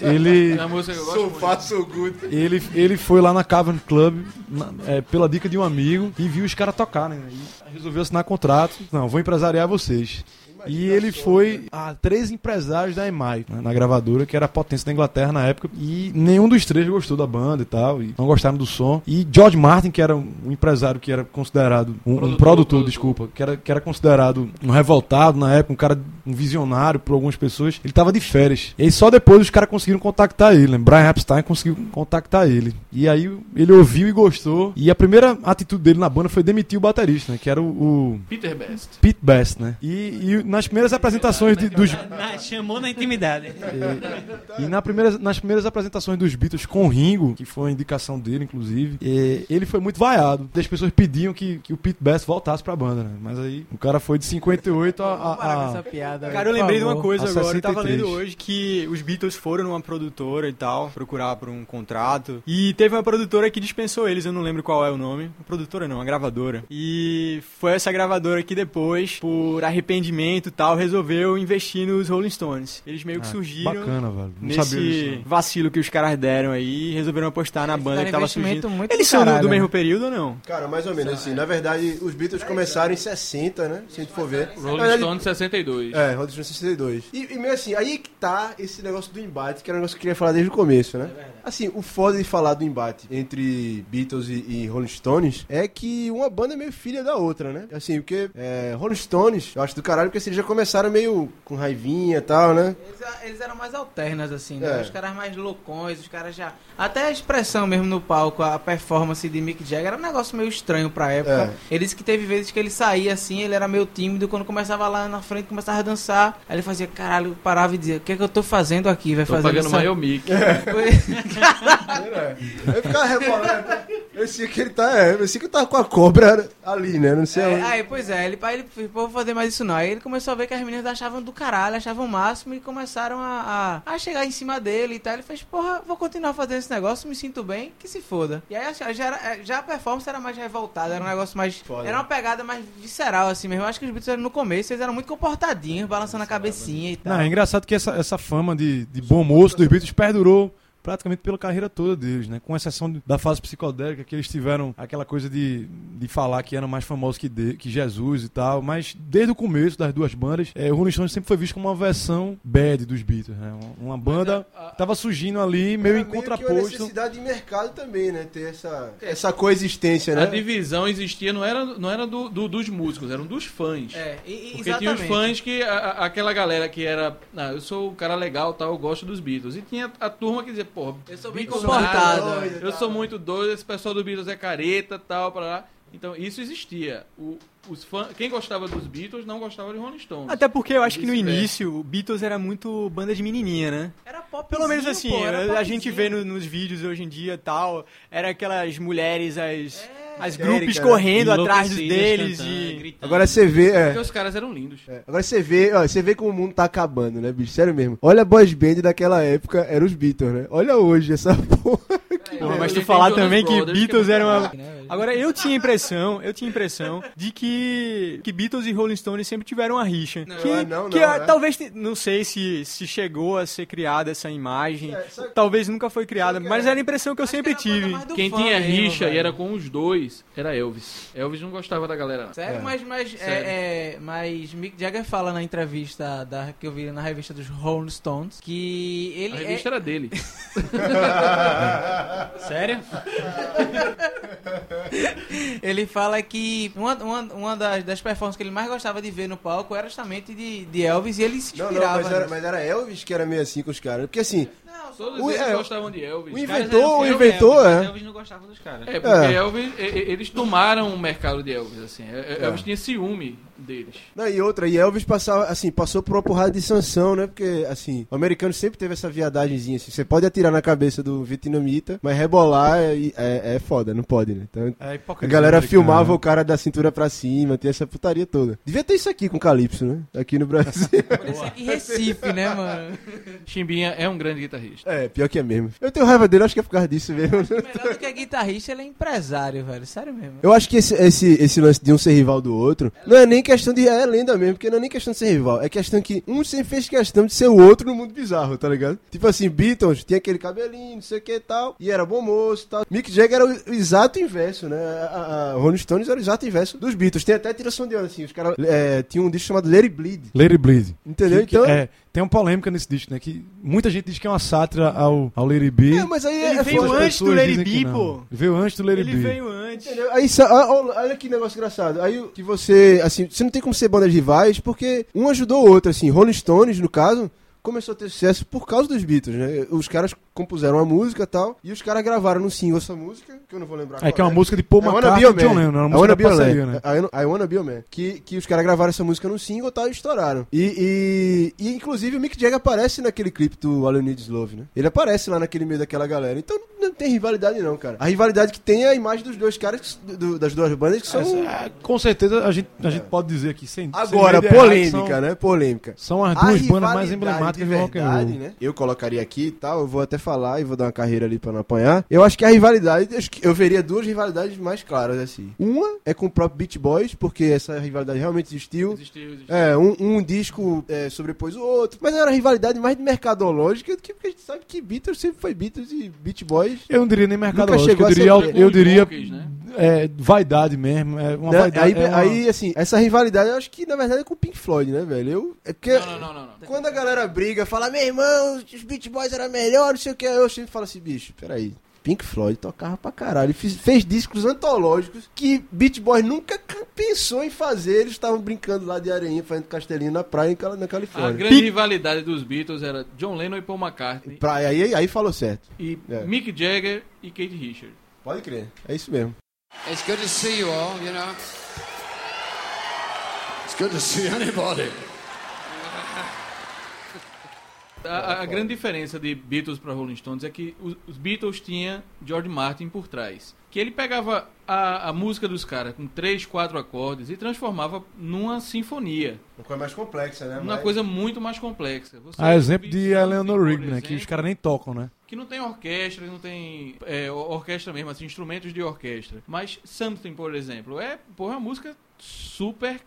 Speaker 4: ele
Speaker 3: É uma música que eu gosto muito.
Speaker 5: so good.
Speaker 4: ele, ele foi lá na Cavern Club na- é, pela dica de um amigo e viu os caras tocarem. Né? E resolveu assinar contrato. Não, vou empresariar vocês. E ele foi a três empresários da EMI, né, na gravadora, que era a potência da Inglaterra na época. E nenhum dos três gostou da banda e tal, e não gostaram do som. E George Martin, que era um empresário que era considerado, um um produtor,
Speaker 3: produtor.
Speaker 4: desculpa, que era, que era considerado um revoltado na época, um cara, um visionário por algumas pessoas, ele tava de férias. E aí só depois os caras conseguiram contactar ele, né? Brian Epstein conseguiu contactar ele. E aí ele ouviu e gostou. E a primeira atitude dele na banda foi demitir o baterista, né? Que era o, o
Speaker 3: Peter Best.
Speaker 4: Pete Best, né? E, e nas primeiras apresentações de- dos.
Speaker 8: Na- Ah, chamou na intimidade.
Speaker 4: E, e na primeira- nas primeiras apresentações dos Beatles com o Ringo, que foi a indicação dele, inclusive, é, ele foi muito vaiado. As pessoas pediam que, que o Pete Best voltasse pra banda, né? Mas aí o cara foi de 58 a. a-
Speaker 6: Parar com
Speaker 4: a-
Speaker 6: essa piada.
Speaker 2: Cara, eu lembrei de uma
Speaker 6: coisa.
Speaker 2: coisa
Speaker 4: A
Speaker 2: agora. Eu tava
Speaker 4: 63.
Speaker 2: lendo hoje que os Beatles foram numa produtora e tal, procurar por um contrato. E teve uma produtora que dispensou eles, eu não lembro qual é o nome. Uma produtora não, uma gravadora. E foi essa gravadora que depois, por arrependimento e tal, resolveu investir nos Rolling Stones. Eles meio que
Speaker 4: Ah,
Speaker 2: surgiram.
Speaker 4: Bacana, velho. Não sabia disso.
Speaker 2: Nesse
Speaker 4: não.
Speaker 2: vacilo que os caras deram aí, e resolveram apostar na banda
Speaker 6: deram
Speaker 2: que tava
Speaker 6: investimento
Speaker 2: surgindo.
Speaker 6: muito
Speaker 2: Eles
Speaker 6: do
Speaker 2: são do-
Speaker 6: caralho,
Speaker 2: do
Speaker 6: né?
Speaker 2: mesmo período ou não?
Speaker 5: Cara, mais ou menos assim. Na verdade, os Beatles começaram em 60, né? Se a gente for ver. Na
Speaker 3: Rolling
Speaker 5: verdade,
Speaker 3: Stone 62.
Speaker 5: É, Rolling Stone 62. E, e meio assim, aí que tá esse negócio do embate, que era um negócio que eu queria falar desde o começo, né? assim, o foda de falar do embate entre Beatles e, e Rolling Stones é que uma banda é meio filha da outra, né? Assim, porque é, Rolling Stones, eu acho do caralho, porque assim, eles já começaram meio com raivinha e tal, né?
Speaker 6: Eles, eles eram mais alternas, assim, né?
Speaker 5: É.
Speaker 6: Os caras mais loucões, os caras já. Até a expressão mesmo no palco, a performance de Mick Jagger era um negócio meio estranho pra época. Ele disse que teve vezes que ele saía assim, ele era meio tímido, quando começava lá na frente, começava a dançar. Aí ele fazia, caralho, parava e dizia, o que é que eu tô fazendo É, aqui? Vai
Speaker 3: Tô
Speaker 6: fazer
Speaker 3: pagando maior mic.
Speaker 6: <laughs>
Speaker 5: Aí ficava rebolando. Eu sei que ele tá, é, eu sei que tá com a cobra ali, né? Não sei
Speaker 6: É,
Speaker 5: aonde.
Speaker 6: aí, pois é, ele, aí ele fez, pô, vou fazer mais isso não. Aí ele começou a ver que as meninas achavam do caralho, achavam o máximo e começaram a, a, a chegar em cima dele e tal. Ele fez, porra, vou continuar fazendo esse negócio, me sinto bem, que se foda. E aí assim, já, era- já a performance era mais revoltada, era um negócio mais. Era uma pegada mais visceral, assim mesmo. Eu acho que os Beatles eram no começo, eles eram muito comportadinhos, balançando a cabecinha e
Speaker 2: né?
Speaker 6: tal.
Speaker 4: Não, é engraçado que essa, essa fama de, de bom moço dos Beatles perdurou praticamente pela carreira toda deles, né? Com exceção de- da fase psicodélica, que eles tiveram aquela coisa de, de falar que eram mais famosos que, de- que Jesus e tal, mas desde o começo das duas bandas, eh, o Rolling Stones sempre foi visto como uma versão bad dos Beatles, né? Uma, uma banda que tava surgindo ali, meio
Speaker 5: Era
Speaker 4: em
Speaker 5: que uma
Speaker 4: contraposto.
Speaker 5: necessidade de mercado também, né? Ter essa, essa coexistência, né?
Speaker 3: A divisão existia, não era, não era do, do- dos músicos, eram dos fãs.
Speaker 6: É, e, e,
Speaker 3: Porque tinha os
Speaker 6: exatamente.
Speaker 3: fãs que. a- a- aquela galera que era. Ah, eu sou o cara legal, tal, eu gosto dos Beatles. E tinha a turma que dizia, porra,
Speaker 6: Eu sou bem
Speaker 3: Beatles é
Speaker 6: comportado.
Speaker 3: nada, Eu sou muito doido, esse pessoal do Beatles é careta, tal, pra lá. Então isso existia. O, os fãs, quem gostava dos Beatles não gostava de Rolling Stones.
Speaker 2: Até porque eu acho que no
Speaker 6: é.
Speaker 3: Vice-versa.
Speaker 2: início, o Beatles era muito banda de menininha, né?
Speaker 6: Era pop.
Speaker 2: Pelo menos assim,
Speaker 6: pô, era
Speaker 2: a- a gente
Speaker 6: popzinho.
Speaker 2: vê no- nos vídeos hoje em dia e tal, era aquelas mulheres,
Speaker 6: É,
Speaker 2: as, as
Speaker 5: histérica,
Speaker 2: grupos
Speaker 5: né?
Speaker 2: correndo atrás dos
Speaker 8: Enlouquecidas,
Speaker 2: deles
Speaker 8: cantando,
Speaker 2: e...
Speaker 8: gritando.
Speaker 5: Agora você vê. é.
Speaker 3: Porque os caras eram lindos.
Speaker 5: É, Agora você vê, ó, você vê como o mundo tá acabando, né, bicho? Sério mesmo. Olha a boys band daquela época, eram os Beatles, né? Olha hoje essa <laughs> porra.
Speaker 2: Porra, mas tu
Speaker 3: Ele
Speaker 2: falar
Speaker 3: tem Jonas
Speaker 2: também que
Speaker 3: Brothers, que
Speaker 2: Beatles
Speaker 3: é
Speaker 2: era uma...
Speaker 3: muito
Speaker 2: Agora, eu tinha a impressão, eu tinha a impressão de que, que Beatles e Rolling Stones sempre tiveram uma rixa.
Speaker 6: Não,
Speaker 2: que
Speaker 5: ah, não,
Speaker 2: que
Speaker 5: não,
Speaker 2: ah,
Speaker 5: né?
Speaker 2: talvez, te- não sei se, se chegou a ser criada essa imagem,
Speaker 5: É, sabe-
Speaker 2: talvez nunca foi criada, mas era a impressão que eu
Speaker 6: Acho
Speaker 2: sempre
Speaker 6: que era a
Speaker 2: tive.
Speaker 6: banda mais do
Speaker 3: Quem
Speaker 6: fã
Speaker 3: tinha
Speaker 6: mesmo,
Speaker 3: rixa e
Speaker 6: velho.
Speaker 3: era com os dois era Elvis. Elvis não gostava da galera. não.
Speaker 6: Sério, mas, mas, É, é, mas Mick Jagger fala na entrevista da, que eu vi na revista dos Rolling Stones que ele
Speaker 3: A
Speaker 6: é-
Speaker 3: revista era dele.
Speaker 8: Sério?
Speaker 6: Ele fala que uma, uma, uma das, das performances que ele mais gostava de ver no palco era justamente de, de Elvis e ele se
Speaker 5: Não,
Speaker 6: inspirava.
Speaker 5: não, mas era,
Speaker 8: né?
Speaker 6: nisso.
Speaker 5: mas era Elvis que era meio assim com os caras. Porque assim,
Speaker 6: Não, só-
Speaker 3: Todos
Speaker 5: O-
Speaker 3: eles
Speaker 5: é,
Speaker 3: gostavam de Elvis.
Speaker 5: o
Speaker 3: Cara,
Speaker 5: inventor, o
Speaker 8: Elvis,
Speaker 5: inventor,
Speaker 8: Elvis,
Speaker 5: é.
Speaker 8: Elvis não gostava dos caras.
Speaker 3: É, porque
Speaker 5: É.
Speaker 3: Elvis, e- e- eles tomaram o mercado de Elvis, assim. É, é,
Speaker 5: É.
Speaker 3: Elvis tinha ciúme deles.
Speaker 5: Não, e outra, e Elvis passava, assim, passou por uma porrada de sanção, né? Porque, assim, o americano sempre teve essa viadagemzinha, assim. Você pode atirar na cabeça do vietnamita, mas rebolar é, é, é foda, não pode, né? Então,
Speaker 4: É
Speaker 5: a
Speaker 4: hipocrisia
Speaker 5: galera
Speaker 4: americana.
Speaker 5: filmava o cara da cintura pra cima, tem essa putaria toda. Devia ter isso aqui com Calypso, né? Aqui no Brasil.
Speaker 6: parecia que Recife, né, mano?
Speaker 3: <laughs> Chimbinha é um grande guitarrista.
Speaker 5: <laughs> é, pior que é mesmo. Eu tenho raiva dele, acho que é por causa disso mesmo. <laughs>
Speaker 6: Melhor do que guitarrista, ele é empresário, velho. Sério mesmo.
Speaker 5: Eu acho que esse, esse, esse lance de um ser rival do outro não é nem questão de. É lenda mesmo, porque não é nem questão de ser rival. É questão que um sempre fez questão de ser o outro no mundo bizarro, tá ligado? Tipo assim, Beatles tinha aquele cabelinho, não sei o que e tal, e era bom moço e tal. Mick Jagger era o, o exato inverso, né? A, a- a Rolling Stones era o exato inverso dos Beatles. Tem até tiração de onda, assim. Os caras é, tinham um disco chamado Let It Bleed.
Speaker 4: Lady Bleed.
Speaker 5: Entendeu?
Speaker 4: Que- que-
Speaker 5: então.
Speaker 4: é, tem uma polêmica nesse disco, né? Que muita gente diz que é uma sátira ao, ao Lady B.
Speaker 5: É, mas aí
Speaker 2: Ele
Speaker 5: é
Speaker 2: veio
Speaker 5: foda.
Speaker 2: antes do Lady B, pô.
Speaker 4: Ele veio antes do Lady
Speaker 2: Ele
Speaker 4: B.
Speaker 2: veio antes.
Speaker 5: Entendeu? Aí, sa- ah, ó- ó- olha que negócio engraçado. Aí o- que você, assim, você não tem como ser bandas rivais, porque um ajudou o outro, assim. Rolling Stones, no caso, começou a ter sucesso por causa dos Beatles, né? Os caras compuseram a música e tal, e os caras gravaram no single essa múca, que eu não vou lembrar
Speaker 4: É que é uma
Speaker 5: qual
Speaker 4: música de Paul
Speaker 5: I Wanna
Speaker 4: McCartney
Speaker 5: Be
Speaker 4: e
Speaker 5: Your
Speaker 4: John
Speaker 5: Man.
Speaker 4: Lennon, é
Speaker 5: I
Speaker 4: uma
Speaker 5: Wanna
Speaker 4: música
Speaker 5: Be
Speaker 4: da
Speaker 5: Your
Speaker 4: parceria, né?
Speaker 5: Man. I Wanna- I Wanna Be Your Man. Que, que os caras gravaram essa música no single tá, e tal, e estouraram. E, e, e, inclusive, o Mick Jagger aparece naquele clipe do All You Need Is Love, né? Ele aparece lá naquele meio daquela galera. Então, não tem rivalidade não, cara. A rivalidade que tem é a imagem dos dois caras, que s- do- do- das duas bandas, que são...
Speaker 4: É, com certeza a gente, a gente pode dizer aqui, sem
Speaker 5: É. Agora,
Speaker 4: sem medo de errar, que
Speaker 5: polêmica,
Speaker 4: são,
Speaker 5: né? Polêmica.
Speaker 4: São as
Speaker 5: A
Speaker 4: duas bandas mais
Speaker 5: rivalidade
Speaker 4: emblemáticas
Speaker 5: de
Speaker 4: do rock and roll.
Speaker 5: verdade, né? Eu colocaria aqui e tal, eu vou até falar e vou dar uma carreira ali pra não apanhar. Eu acho que a rivalidade, acho que eu veria duas rivalidades mais claras assim. Uma é com o próprio Beat Boys, porque essa rivalidade realmente existiu.
Speaker 3: Existiu, existiu.
Speaker 5: É, um, um disco é, sobrepôs o outro, mas era uma rivalidade mais mercadológica do que porque a gente sabe que Beatles sempre foi Beatles e Beat Boys.
Speaker 4: Eu não diria nem mercado lógico,
Speaker 5: chegou
Speaker 4: eu
Speaker 5: a ser
Speaker 4: diria,
Speaker 3: preconceito,
Speaker 4: eu diria
Speaker 3: né?
Speaker 4: é, vaidade mesmo, é uma
Speaker 5: né?
Speaker 4: vaidade.
Speaker 5: aí,
Speaker 4: é uma-
Speaker 5: aí, assim, essa rivalidade eu acho que na verdade é com o Pink Floyd, né, velho? Eu, é porque
Speaker 3: Não, não, não, não. não.
Speaker 5: Quando a galera briga, fala, meu irmão, os Beat Boys era melhor, não sei o que, eu sempre falo assim, bicho, peraí. Pink Floyd tocava pra caralho. Fiz- fez discos antológicos que Beat Boys nunca c- pensou em fazer. Eles estavam brincando lá de areinha, fazendo castelinho na praia em Cali- na
Speaker 3: A
Speaker 5: Califórnia.
Speaker 3: Ah, grande rivalidade dos Beatles era John Lennon e Paul McCartney
Speaker 5: Praia, aí, aí falou certo.
Speaker 3: e
Speaker 5: É.
Speaker 3: Mick Jagger e Kate Richards.
Speaker 5: Pode crer. É isso mesmo.
Speaker 9: It's good to see you all, you know. It's good to see anybody.
Speaker 3: A-
Speaker 5: É.
Speaker 3: A, a grande diferença de Beatles para Rolling Stones é que os, os Beatles tinha George Martin por trás. Que ele pegava a, a música dos caras com três, quatro acordes e transformava numa sinfonia.
Speaker 5: Uma coisa mais complexa, né?
Speaker 3: Uma coisa muito mais complexa. Você
Speaker 4: A exemplo de
Speaker 3: Beatles,
Speaker 4: Eleanor
Speaker 3: por
Speaker 4: Rigby, né? Que os
Speaker 3: exemplo,
Speaker 4: caras nem tocam, né?
Speaker 3: que não tem orquestra, não tem é, or- orquestra mesmo, assim, instrumentos de orquestra. Mas Something, por exemplo, é porra, uma música super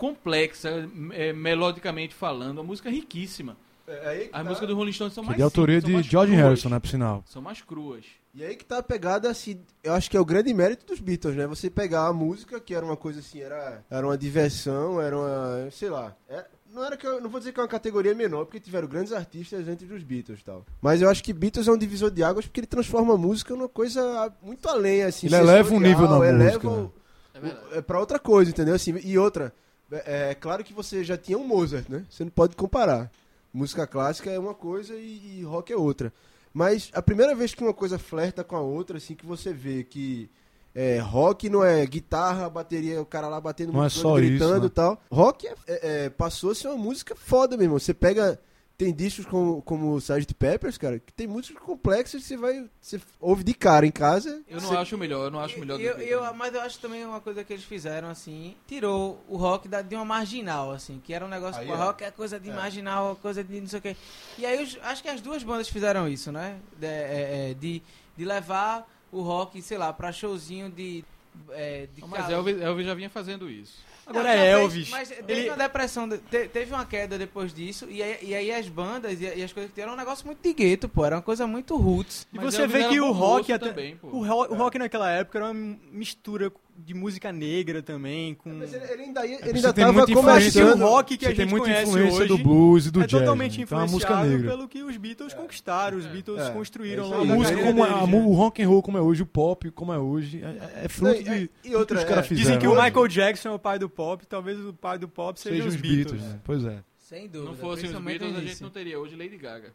Speaker 3: complexa, é, melodicamente falando, uma música riquíssima.
Speaker 5: é,
Speaker 2: Tá.
Speaker 5: tá.
Speaker 3: As músicas do Rolling Stones são
Speaker 4: Que
Speaker 3: mais
Speaker 4: de autoria
Speaker 3: simples, são
Speaker 4: de
Speaker 3: mais
Speaker 4: George
Speaker 3: cruas.
Speaker 4: Harrison, né? Por sinal.
Speaker 3: São mais cruas.
Speaker 5: E aí que tá a pegada, assim, eu acho que é o grande mérito dos Beatles, né? Você pegar a música, que era uma coisa assim, era, era uma diversão, era uma. sei lá. é- não era que eu, não vou dizer que é uma categoria menor, porque tiveram grandes artistas antes dos Beatles e tal. Mas eu acho que Beatles é um divisor de águas porque ele transforma a música numa coisa muito além, assim.
Speaker 4: Ele eleva o nível
Speaker 5: sensorial,
Speaker 4: da
Speaker 5: eleva
Speaker 4: música,
Speaker 5: o-
Speaker 4: né?
Speaker 3: É verdade.
Speaker 5: o- É pra outra coisa, entendeu? Assim, e outra, é, é claro que você já tinha um Mozart, né? Você não pode comparar. Música clássica é uma coisa e, e rock é outra. Mas a primeira vez que uma coisa flerta com a outra, assim, que você vê que é, rock não é guitarra, bateria, o cara lá batendo
Speaker 4: Não é
Speaker 5: muito,
Speaker 4: só
Speaker 5: gritando
Speaker 4: isso, né?
Speaker 5: e tal. Rock é- é- é, passou a ser uma música foda, meu irmão. Você pega tem discos como, como o Sgt. Peppers, cara, que tem músicas complexas que você vai. Você ouve de cara em casa.
Speaker 3: Eu não
Speaker 5: você-
Speaker 3: acho melhor, eu não acho melhor do
Speaker 6: eu,
Speaker 3: que
Speaker 6: eu, mas eu acho também uma coisa que eles fizeram assim, tirou o rock da- de uma marginal, assim, que era um negócio
Speaker 5: Aí
Speaker 6: que o
Speaker 5: é.
Speaker 6: rock é coisa de marginal, coisa de não sei o quê. E aí os- acho que as duas bandas fizeram isso, né? De, é, é, de, de levar o rock, sei lá, pra showzinho de. É, de
Speaker 3: Mas
Speaker 6: cal-
Speaker 3: Elvis, Elvis já vinha fazendo isso.
Speaker 2: Agora
Speaker 6: Não, já
Speaker 2: é
Speaker 6: fez,
Speaker 2: Elvis.
Speaker 6: Mas teve
Speaker 2: Ele-
Speaker 6: uma depressão, de- te- teve uma queda depois disso, e aí, e aí as bandas e, e as coisas que tinham eram um negócio muito de gueto, pô, era uma coisa muito roots.
Speaker 2: E
Speaker 3: Mas
Speaker 2: você
Speaker 3: Elvis
Speaker 2: vê
Speaker 3: era
Speaker 2: que
Speaker 3: bom
Speaker 2: o
Speaker 3: moço
Speaker 2: rock até.
Speaker 3: também, pô.
Speaker 2: o, ro- o rock naquela época era uma mistura de música negra também, com
Speaker 5: É, Mas ele, ele ainda, ia- ele
Speaker 4: É, Você
Speaker 5: ainda
Speaker 4: tem
Speaker 5: tava
Speaker 4: muita influência- né?
Speaker 2: começando.
Speaker 5: começando.
Speaker 2: O rock que
Speaker 4: você
Speaker 2: a
Speaker 4: tem
Speaker 2: gente
Speaker 4: muita
Speaker 2: conhece
Speaker 4: influência
Speaker 2: hoje
Speaker 4: do blues e do
Speaker 2: é
Speaker 4: jazz.
Speaker 2: totalmente
Speaker 4: né? então a música
Speaker 2: influenciado
Speaker 4: negra.
Speaker 2: pelo que os Beatles conquistaram, os Beatles
Speaker 5: É.
Speaker 2: construíram
Speaker 5: É isso
Speaker 2: lá
Speaker 5: aí.
Speaker 4: A
Speaker 2: na
Speaker 4: música
Speaker 2: carreira
Speaker 4: como é- a
Speaker 2: deles,
Speaker 4: mu-
Speaker 2: né?
Speaker 4: o rock and roll como é hoje, o pop como é hoje, é, é fruto
Speaker 5: Não, e-
Speaker 4: de
Speaker 5: e
Speaker 4: do
Speaker 5: outra,
Speaker 4: que os caras
Speaker 5: é,
Speaker 4: fizeram.
Speaker 2: Dizem que o
Speaker 4: Hoje
Speaker 2: Michael Jackson é o pai do pop, talvez o pai do pop seja,
Speaker 4: seja os Beatles, né? pois é.
Speaker 6: Sem
Speaker 3: Se
Speaker 6: dúvida.
Speaker 3: não fossem os
Speaker 6: principalmente
Speaker 2: é
Speaker 3: Beatles, a
Speaker 6: no
Speaker 3: gente
Speaker 6: início.
Speaker 3: não teria hoje Lady Gaga.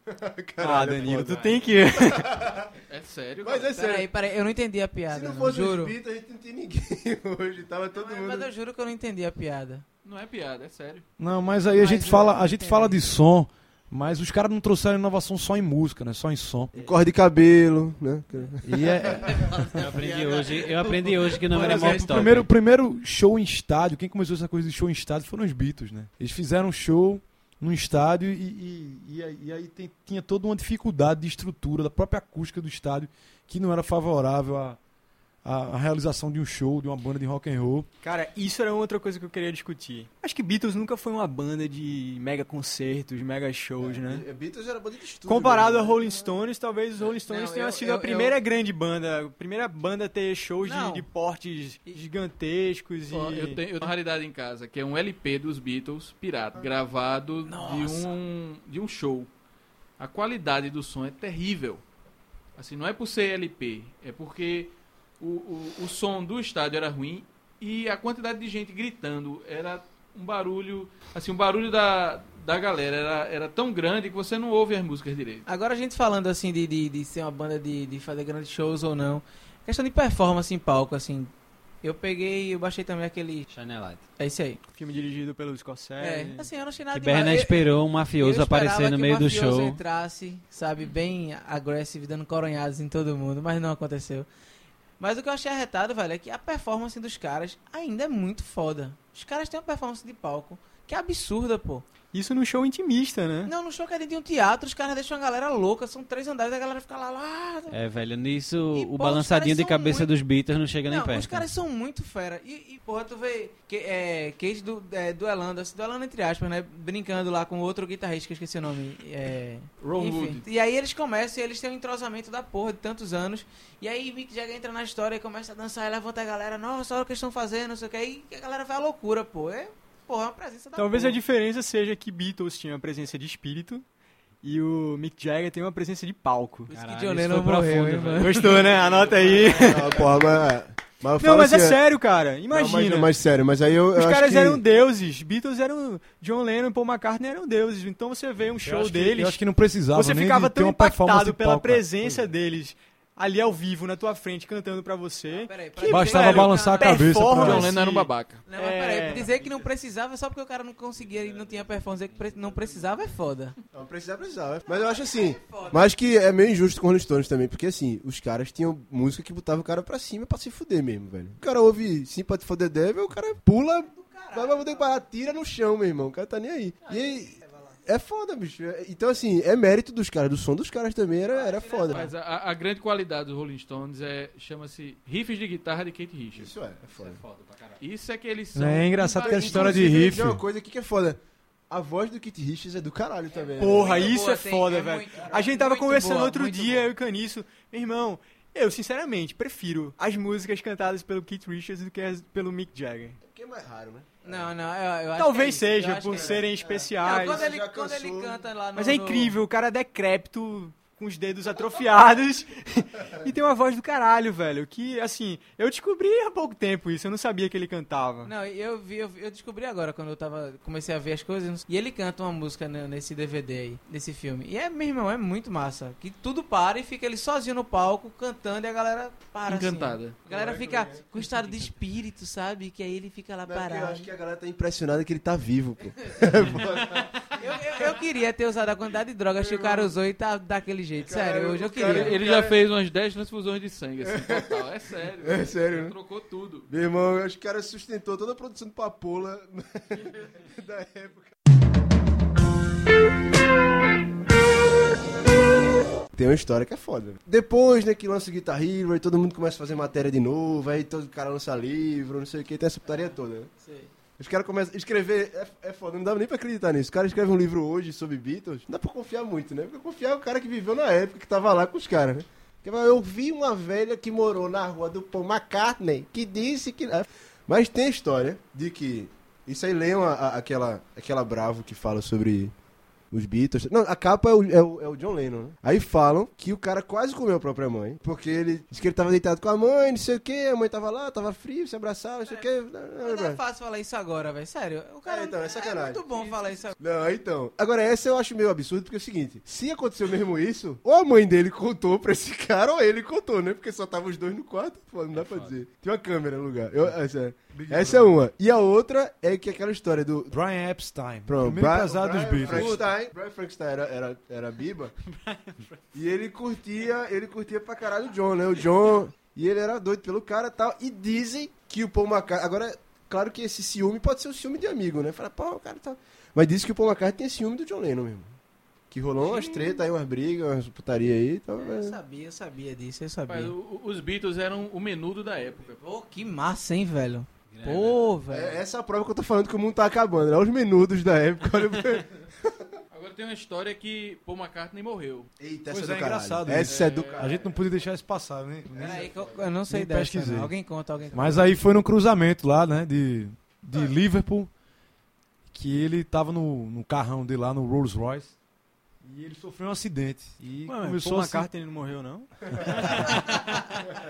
Speaker 2: ah, Danilo, tu tem que. <laughs>
Speaker 3: É sério,
Speaker 5: Mas
Speaker 3: cara.
Speaker 5: é sério.
Speaker 6: Peraí, peraí, eu não entendi a
Speaker 5: Se
Speaker 6: piada.
Speaker 5: não
Speaker 6: não,
Speaker 5: fosse
Speaker 6: juro.
Speaker 5: os Beatles, a gente não tinha ninguém <laughs> hoje. Tava todo
Speaker 6: Mas, é mas
Speaker 5: mundo.
Speaker 6: eu juro que eu não entendi a piada.
Speaker 3: Não é piada, é sério.
Speaker 4: Não, mas é um aí
Speaker 6: Mas
Speaker 4: a gente
Speaker 6: eu
Speaker 4: fala, a gente
Speaker 6: entendo.
Speaker 4: fala de som, mas os caras não trouxeram inovação só em música, né? Só em som.
Speaker 5: Corre de cabelo, né?
Speaker 4: E é,
Speaker 7: Eu aprendi hoje, eu aprendi hoje que não
Speaker 4: por
Speaker 7: era
Speaker 4: exemplo,
Speaker 7: mais
Speaker 4: o primeiro, primeiro show em estádio, quem começou essa coisa de show em estádio foram os Beatles, né? Eles fizeram um show num estádio e, e- e aí, e aí tem- tinha toda uma dificuldade de estrutura, da própria acústica do estádio, que não era favorável à, à, à realização de um show, de uma banda de rock and roll.
Speaker 2: Cara, isso era outra coisa que eu queria discutir. Acho que Beatles nunca foi uma banda de mega concertos, mega shows,
Speaker 5: É,
Speaker 2: né?
Speaker 5: Beatles era banda de estúdio.
Speaker 2: Comparado a
Speaker 5: né?
Speaker 2: Rolling Stones, talvez os Rolling Stones
Speaker 6: Não,
Speaker 2: tenham
Speaker 6: eu-
Speaker 2: sido
Speaker 6: eu-
Speaker 2: a primeira grande banda, a primeira banda a ter shows de,
Speaker 6: Não.
Speaker 2: de portes gigantescos e...
Speaker 3: Ó, eu, tenho, eu tenho uma raridade em casa, que é um LP dos Beatles pirata, gravado de um, de um show. A qualidade do som é terrível. Assim, não é por ser LP, é porque o, o, o som do estádio era ruim e a quantidade de gente gritando era um barulho, assim, um barulho da, da galera era, era tão grande que você não ouve as músicas direito.
Speaker 6: Agora a gente falando assim de, de, de ser uma banda de, de fazer grandes shows ou não. Questão de performance em palco, assim. Eu peguei, eu baixei também aquele.
Speaker 7: Chanelado.
Speaker 6: É isso aí.
Speaker 2: Filme dirigido pelo
Speaker 6: É,
Speaker 2: Scorsese.
Speaker 6: assim, eu não achei nada
Speaker 7: Que
Speaker 6: demais.
Speaker 7: Berna
Speaker 6: Eu-
Speaker 7: esperou um mafioso
Speaker 6: eu esperava
Speaker 7: aparecer no
Speaker 6: que
Speaker 7: meio
Speaker 6: o
Speaker 7: do
Speaker 6: mafioso
Speaker 7: show.
Speaker 6: entrasse, sabe, bem agressivo, dando coronhadas em todo mundo, mas não aconteceu. Mas o que eu achei arretado, velho, é que a performance dos caras ainda é muito foda. Os caras têm uma performance de palco que é absurda, pô.
Speaker 2: Isso num show intimista, né?
Speaker 6: Não, no show que é dentro de um teatro, os caras deixam a galera louca, são três andares, a galera fica lá, lá...
Speaker 7: É, velho, nisso
Speaker 6: E, pô,
Speaker 7: o
Speaker 6: os
Speaker 7: balançadinho
Speaker 6: caras
Speaker 7: de
Speaker 6: são
Speaker 7: cabeça
Speaker 6: muito-
Speaker 7: dos Beatles não chega nem
Speaker 6: Não,
Speaker 7: perto.
Speaker 6: os caras são muito fera. E, e, porra, tu vê que, é, Case do, é, duelando, assim, duelando entre aspas, né? Brincando lá com outro guitarrista, que eu esqueci o nome. É...
Speaker 3: Ron
Speaker 6: Enfim.
Speaker 3: Wood.
Speaker 6: E aí eles começam, e eles têm um entrosamento da porra de tantos anos. E aí Mick Jagger entra na história e começa a dançar e levanta a galera. Nossa, olha o que eles estão fazendo, não sei o que. Aí a galera vai à loucura, pô. É, porra, é uma presença da
Speaker 2: Talvez a
Speaker 6: porra.
Speaker 2: diferença seja que Beatles tinha uma presença de espírito e o Mick Jagger tem uma presença de palco.
Speaker 6: Por isso que
Speaker 7: Caralho,
Speaker 6: John
Speaker 7: isso
Speaker 6: Lennon
Speaker 7: foi
Speaker 6: né? morreu,
Speaker 7: profundo,
Speaker 6: hein,
Speaker 7: velho.
Speaker 6: mano?
Speaker 2: Gostou, né? Anota aí.
Speaker 5: Ah, porra, mas. Mas,
Speaker 2: <laughs>
Speaker 5: eu <laughs>
Speaker 2: Não,
Speaker 5: falo
Speaker 2: mas é
Speaker 5: assim,
Speaker 2: sério, cara.
Speaker 5: Não, mas-
Speaker 2: Imagina.
Speaker 5: Mas, sério, mas aí eu. eu
Speaker 2: Os
Speaker 5: acho
Speaker 2: caras
Speaker 5: que-
Speaker 2: eram deuses. Beatles eram. John Lennon e Paul McCartney eram deuses. Então você vê um
Speaker 4: eu
Speaker 2: show
Speaker 4: acho que-
Speaker 2: deles.
Speaker 4: eu acho que não precisava
Speaker 2: você
Speaker 4: nem
Speaker 2: ficava
Speaker 4: de ter
Speaker 2: tão
Speaker 4: uma performance
Speaker 2: impactado
Speaker 4: de
Speaker 2: pela
Speaker 4: palco, né? é. cara.
Speaker 2: presença deles ali ao vivo, na tua frente, cantando pra você.
Speaker 6: Ah, Peraí,
Speaker 2: Que
Speaker 6: peraí.
Speaker 4: Bastava
Speaker 2: velho,
Speaker 4: balançar a cabeça.
Speaker 2: performance.
Speaker 4: pra-
Speaker 3: John Lennon era um babaca.
Speaker 6: Não, mas
Speaker 2: É.
Speaker 6: peraí, dizer que não precisava só porque o cara não conseguia e não tinha performance, dizer que pre- não precisava é foda.
Speaker 5: Não, precisava, precisava. Mas eu acho assim. Mas que é meio injusto com os Rolling Stones também, porque assim, os caras tinham música que botava o cara pra cima pra se fuder mesmo, velho. O cara ouve Sympathy for the Devil, o cara pula, vai pra poder parar, tira no chão, meu irmão. O cara tá nem aí.
Speaker 2: Ah,
Speaker 5: E aí. É foda, bicho. É- Então, assim, é mérito dos caras, do som dos caras também
Speaker 2: Ah,
Speaker 5: era,
Speaker 2: é
Speaker 5: era foda.
Speaker 3: Mas a, a- a grande qualidade dos Rolling Stones é chama-se riffs de guitarra de Kate Richards.
Speaker 5: Isso é, é foda.
Speaker 3: Isso é que eles são.
Speaker 4: É engraçado que a
Speaker 3: imbatíveis.
Speaker 4: história de
Speaker 5: Inclusive,
Speaker 4: riff.
Speaker 5: Tem uma coisa aqui que é foda. A voz do Kit Richards é do caralho também. né?
Speaker 2: Porra,
Speaker 6: Muito
Speaker 2: isso
Speaker 6: boa,
Speaker 2: é
Speaker 6: tem-
Speaker 2: foda,
Speaker 6: é
Speaker 2: velho.
Speaker 6: muito-
Speaker 2: a gente tava
Speaker 6: muito
Speaker 2: conversando
Speaker 6: boa,
Speaker 2: outro
Speaker 6: muito
Speaker 2: dia,
Speaker 6: boa.
Speaker 2: eu e o Caniço, meu irmão, eu sinceramente prefiro as músicas cantadas pelo Keith Richards do que as pelo Mick Jagger.
Speaker 5: Porque é mais raro, né?
Speaker 6: Não, não, eu, eu acho que é
Speaker 2: Talvez
Speaker 6: isso, eu
Speaker 2: seja
Speaker 6: acho
Speaker 2: por
Speaker 6: que é
Speaker 2: serem
Speaker 6: Não,
Speaker 2: especiais.
Speaker 6: quando, ele,
Speaker 5: já
Speaker 6: quando ele
Speaker 5: cansou.
Speaker 6: canta lá no.
Speaker 2: Mas é
Speaker 6: no-
Speaker 2: incrível, o cara é decrépito, com os dedos atrofiados, <laughs> e tem uma voz do caralho, velho. Que, assim, eu descobri há pouco tempo isso, eu não sabia que ele cantava.
Speaker 6: Não, eu vi, eu, vi- eu descobri agora quando eu tava. Comecei a ver as coisas. E ele canta uma música ne- nesse DVD aí, desse filme. E é, meu irmão, é muito massa. Que tudo para e fica ele sozinho no palco cantando e a galera para. assim.
Speaker 3: Encantada.
Speaker 6: A galera fica com estado de espírito, sabe? Que aí ele fica lá
Speaker 5: Não, é porque eu
Speaker 6: parado.
Speaker 5: acho que a galera tá impressionada que ele tá vivo, pô.
Speaker 6: Eu, eu- eu queria ter usado a quantidade de drogas que o cara usou e tá daquele jeito. Sério, hoje eu queria.
Speaker 3: Ele já fez umas 10 transfusões de sangue, assim, total. É sério.
Speaker 5: É sério, né?
Speaker 3: Trocou tudo.
Speaker 5: Meu irmão, eu acho que o cara sustentou toda a produção do Papola <laughs> da época. Tem uma história que é foda. Depois, né, que lança o Guitar Hero, aí todo mundo começa a fazer matéria de novo, aí todo cara lança livro, não sei o que, tem essa putaria toda, né? Os caras começam a escrever, é, é foda, não dá nem pra acreditar nisso. O cara escreve um livro hoje sobre Beatles, não dá pra confiar muito, né? Porque confiar é o cara que viveu na época, que tava lá com os caras, né? Que Eu vi uma velha que morou na rua do Paul McCartney que disse que. Mas tem a história de que. Isso aí leiam a- a- aquela, aquela Bravo que fala sobre os Beatles. Não, a capa é o, é o- é o John Lennon, né? Aí falam que o cara quase comeu a própria mãe, porque ele disse que ele tava deitado com a mãe, não sei o que, a mãe tava lá, tava frio, se abraçava, não sei o que.
Speaker 6: Mas não é fácil falar isso agora, velho. Sério. O cara
Speaker 5: É, então, é sacanagem.
Speaker 6: muito bom falar isso agora.
Speaker 5: Não, então. Agora, essa eu acho meio absurdo, porque é o seguinte: se aconteceu mesmo isso, ou a mãe dele contou pra esse cara, ou ele contou, né? Porque só tava os dois no quarto, pô, não dá pra dizer. Tem uma câmera no lugar. Eu- essa essa é uma. E a outra é que aquela história do.
Speaker 4: Brian Epstein.
Speaker 5: Pronto,
Speaker 4: primeiro
Speaker 5: Brian-
Speaker 4: casado dos
Speaker 5: Brian
Speaker 4: Beatles.
Speaker 5: Frankenstein, Brian Frankenstein era, era,
Speaker 4: <laughs>
Speaker 5: era biba. e ele curtia, ele curtia pra caralho o John, né? O John. E ele era doido pelo cara e tal. E dizem que o Paul McCartney. Agora, claro que esse ciúme pode ser um ciúme de amigo, né? Fala, pô, o cara tá. Mas dizem que o Paul McCartney tem ciúme do John Lennon mesmo. Que rolou umas treta aí, umas brigas, umas putaria aí. Então,
Speaker 6: Eu
Speaker 5: é.
Speaker 6: sabia, eu sabia disso, eu sabia.
Speaker 3: Rapaz, o- o- os Beatles eram o menudo da época.
Speaker 6: Pô, que massa, hein, velho? Pô, velho.
Speaker 5: É, essa é a prova que eu tô falando que o mundo tá acabando, né? Os menudos da época. Olha...
Speaker 4: <laughs>
Speaker 3: Agora tem uma história que Paul McCartney morreu.
Speaker 5: Eita,
Speaker 4: Pois é, engraçado
Speaker 5: <laughs> Essa é do
Speaker 4: A gente não podia deixar isso passar, né? Nem-
Speaker 6: Peraí, que eu, eu não sei
Speaker 4: Nem
Speaker 6: dessa.
Speaker 4: pesquisei.
Speaker 6: não. Alguém conta, alguém conta.
Speaker 4: Mas aí foi num cruzamento lá, né? De, de Liverpool. Que ele tava no, no carrão dele lá, no Rolls Royce. E ele sofreu um acidente. E
Speaker 2: Mano,
Speaker 4: começou,
Speaker 2: Paul
Speaker 4: a se,
Speaker 2: McCartney não morreu, não?
Speaker 4: <laughs>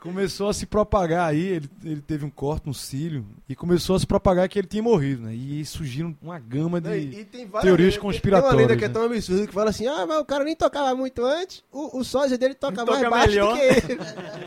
Speaker 4: começou a se propagar aí. Ele, ele teve um corte no cílio. E começou a se propagar que ele tinha morrido, né? E surgiram uma gama de.
Speaker 5: Não, e- e tem várias
Speaker 4: teorias
Speaker 5: lendas.
Speaker 4: conspiratórias,
Speaker 5: Tem uma lenda que é
Speaker 4: né?
Speaker 5: tão absurda que fala assim: ah, mas o cara nem tocava muito antes, o, o sósia dele toca
Speaker 2: Não
Speaker 5: mais
Speaker 2: toca
Speaker 5: baixo
Speaker 2: melhor."
Speaker 5: do que ele. <laughs>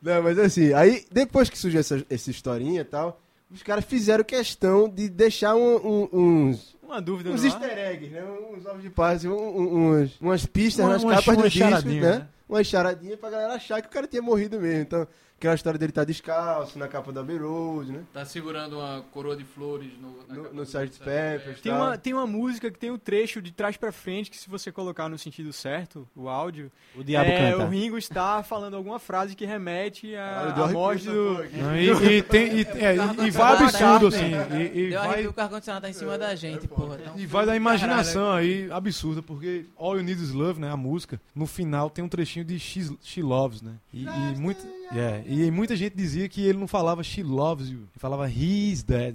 Speaker 5: Não, mas assim, aí depois que surgiu essa, essa historinha e tal, os caras fizeram questão de deixar um- um- uns.
Speaker 2: Uma dúvida
Speaker 5: Uns
Speaker 2: no ar.
Speaker 5: easter eggs, né? Uns ovos de passe, um- um- uns- umas pistas
Speaker 4: Uma-
Speaker 5: nas
Speaker 4: umas-
Speaker 5: capas do
Speaker 4: umas
Speaker 5: disco,
Speaker 4: charadinhas,
Speaker 5: né?
Speaker 4: né?
Speaker 5: Umas charadinhas pra galera achar que o cara tinha morrido mesmo. Então, aquela história dele estar descalço na capa da Abbey Road, né?
Speaker 3: Tá segurando uma coroa de flores no... na
Speaker 5: No,
Speaker 3: capa do
Speaker 5: no Sgt.
Speaker 3: Sgt.
Speaker 5: Peppers
Speaker 2: Tem
Speaker 5: tal.
Speaker 2: uma, tem uma música que tem um trecho de trás pra frente que se você colocar no sentido certo, o áudio,
Speaker 7: O diabo
Speaker 2: é, o
Speaker 7: canta.
Speaker 2: Ringo está falando alguma frase que remete
Speaker 5: Caralho,
Speaker 4: Ah,
Speaker 2: à
Speaker 5: deu
Speaker 2: a
Speaker 5: arrepio
Speaker 2: morte
Speaker 5: essa
Speaker 2: do...
Speaker 5: porra aqui.
Speaker 4: Não, e, e tem, e, é, e- e vai absurdo, assim. E, e
Speaker 6: Deu
Speaker 4: vai,
Speaker 6: arrepio que o ar-condicionado tá em cima da gente, porra. Então,
Speaker 4: E vai da imaginação aí, absurda, porque All You Need Is Love, né, a música, no final tem um trechinho de She, She Loves, né? E, e, muito, yeah, e muita gente dizia que ele não falava She Loves You, ele falava He Is Dead.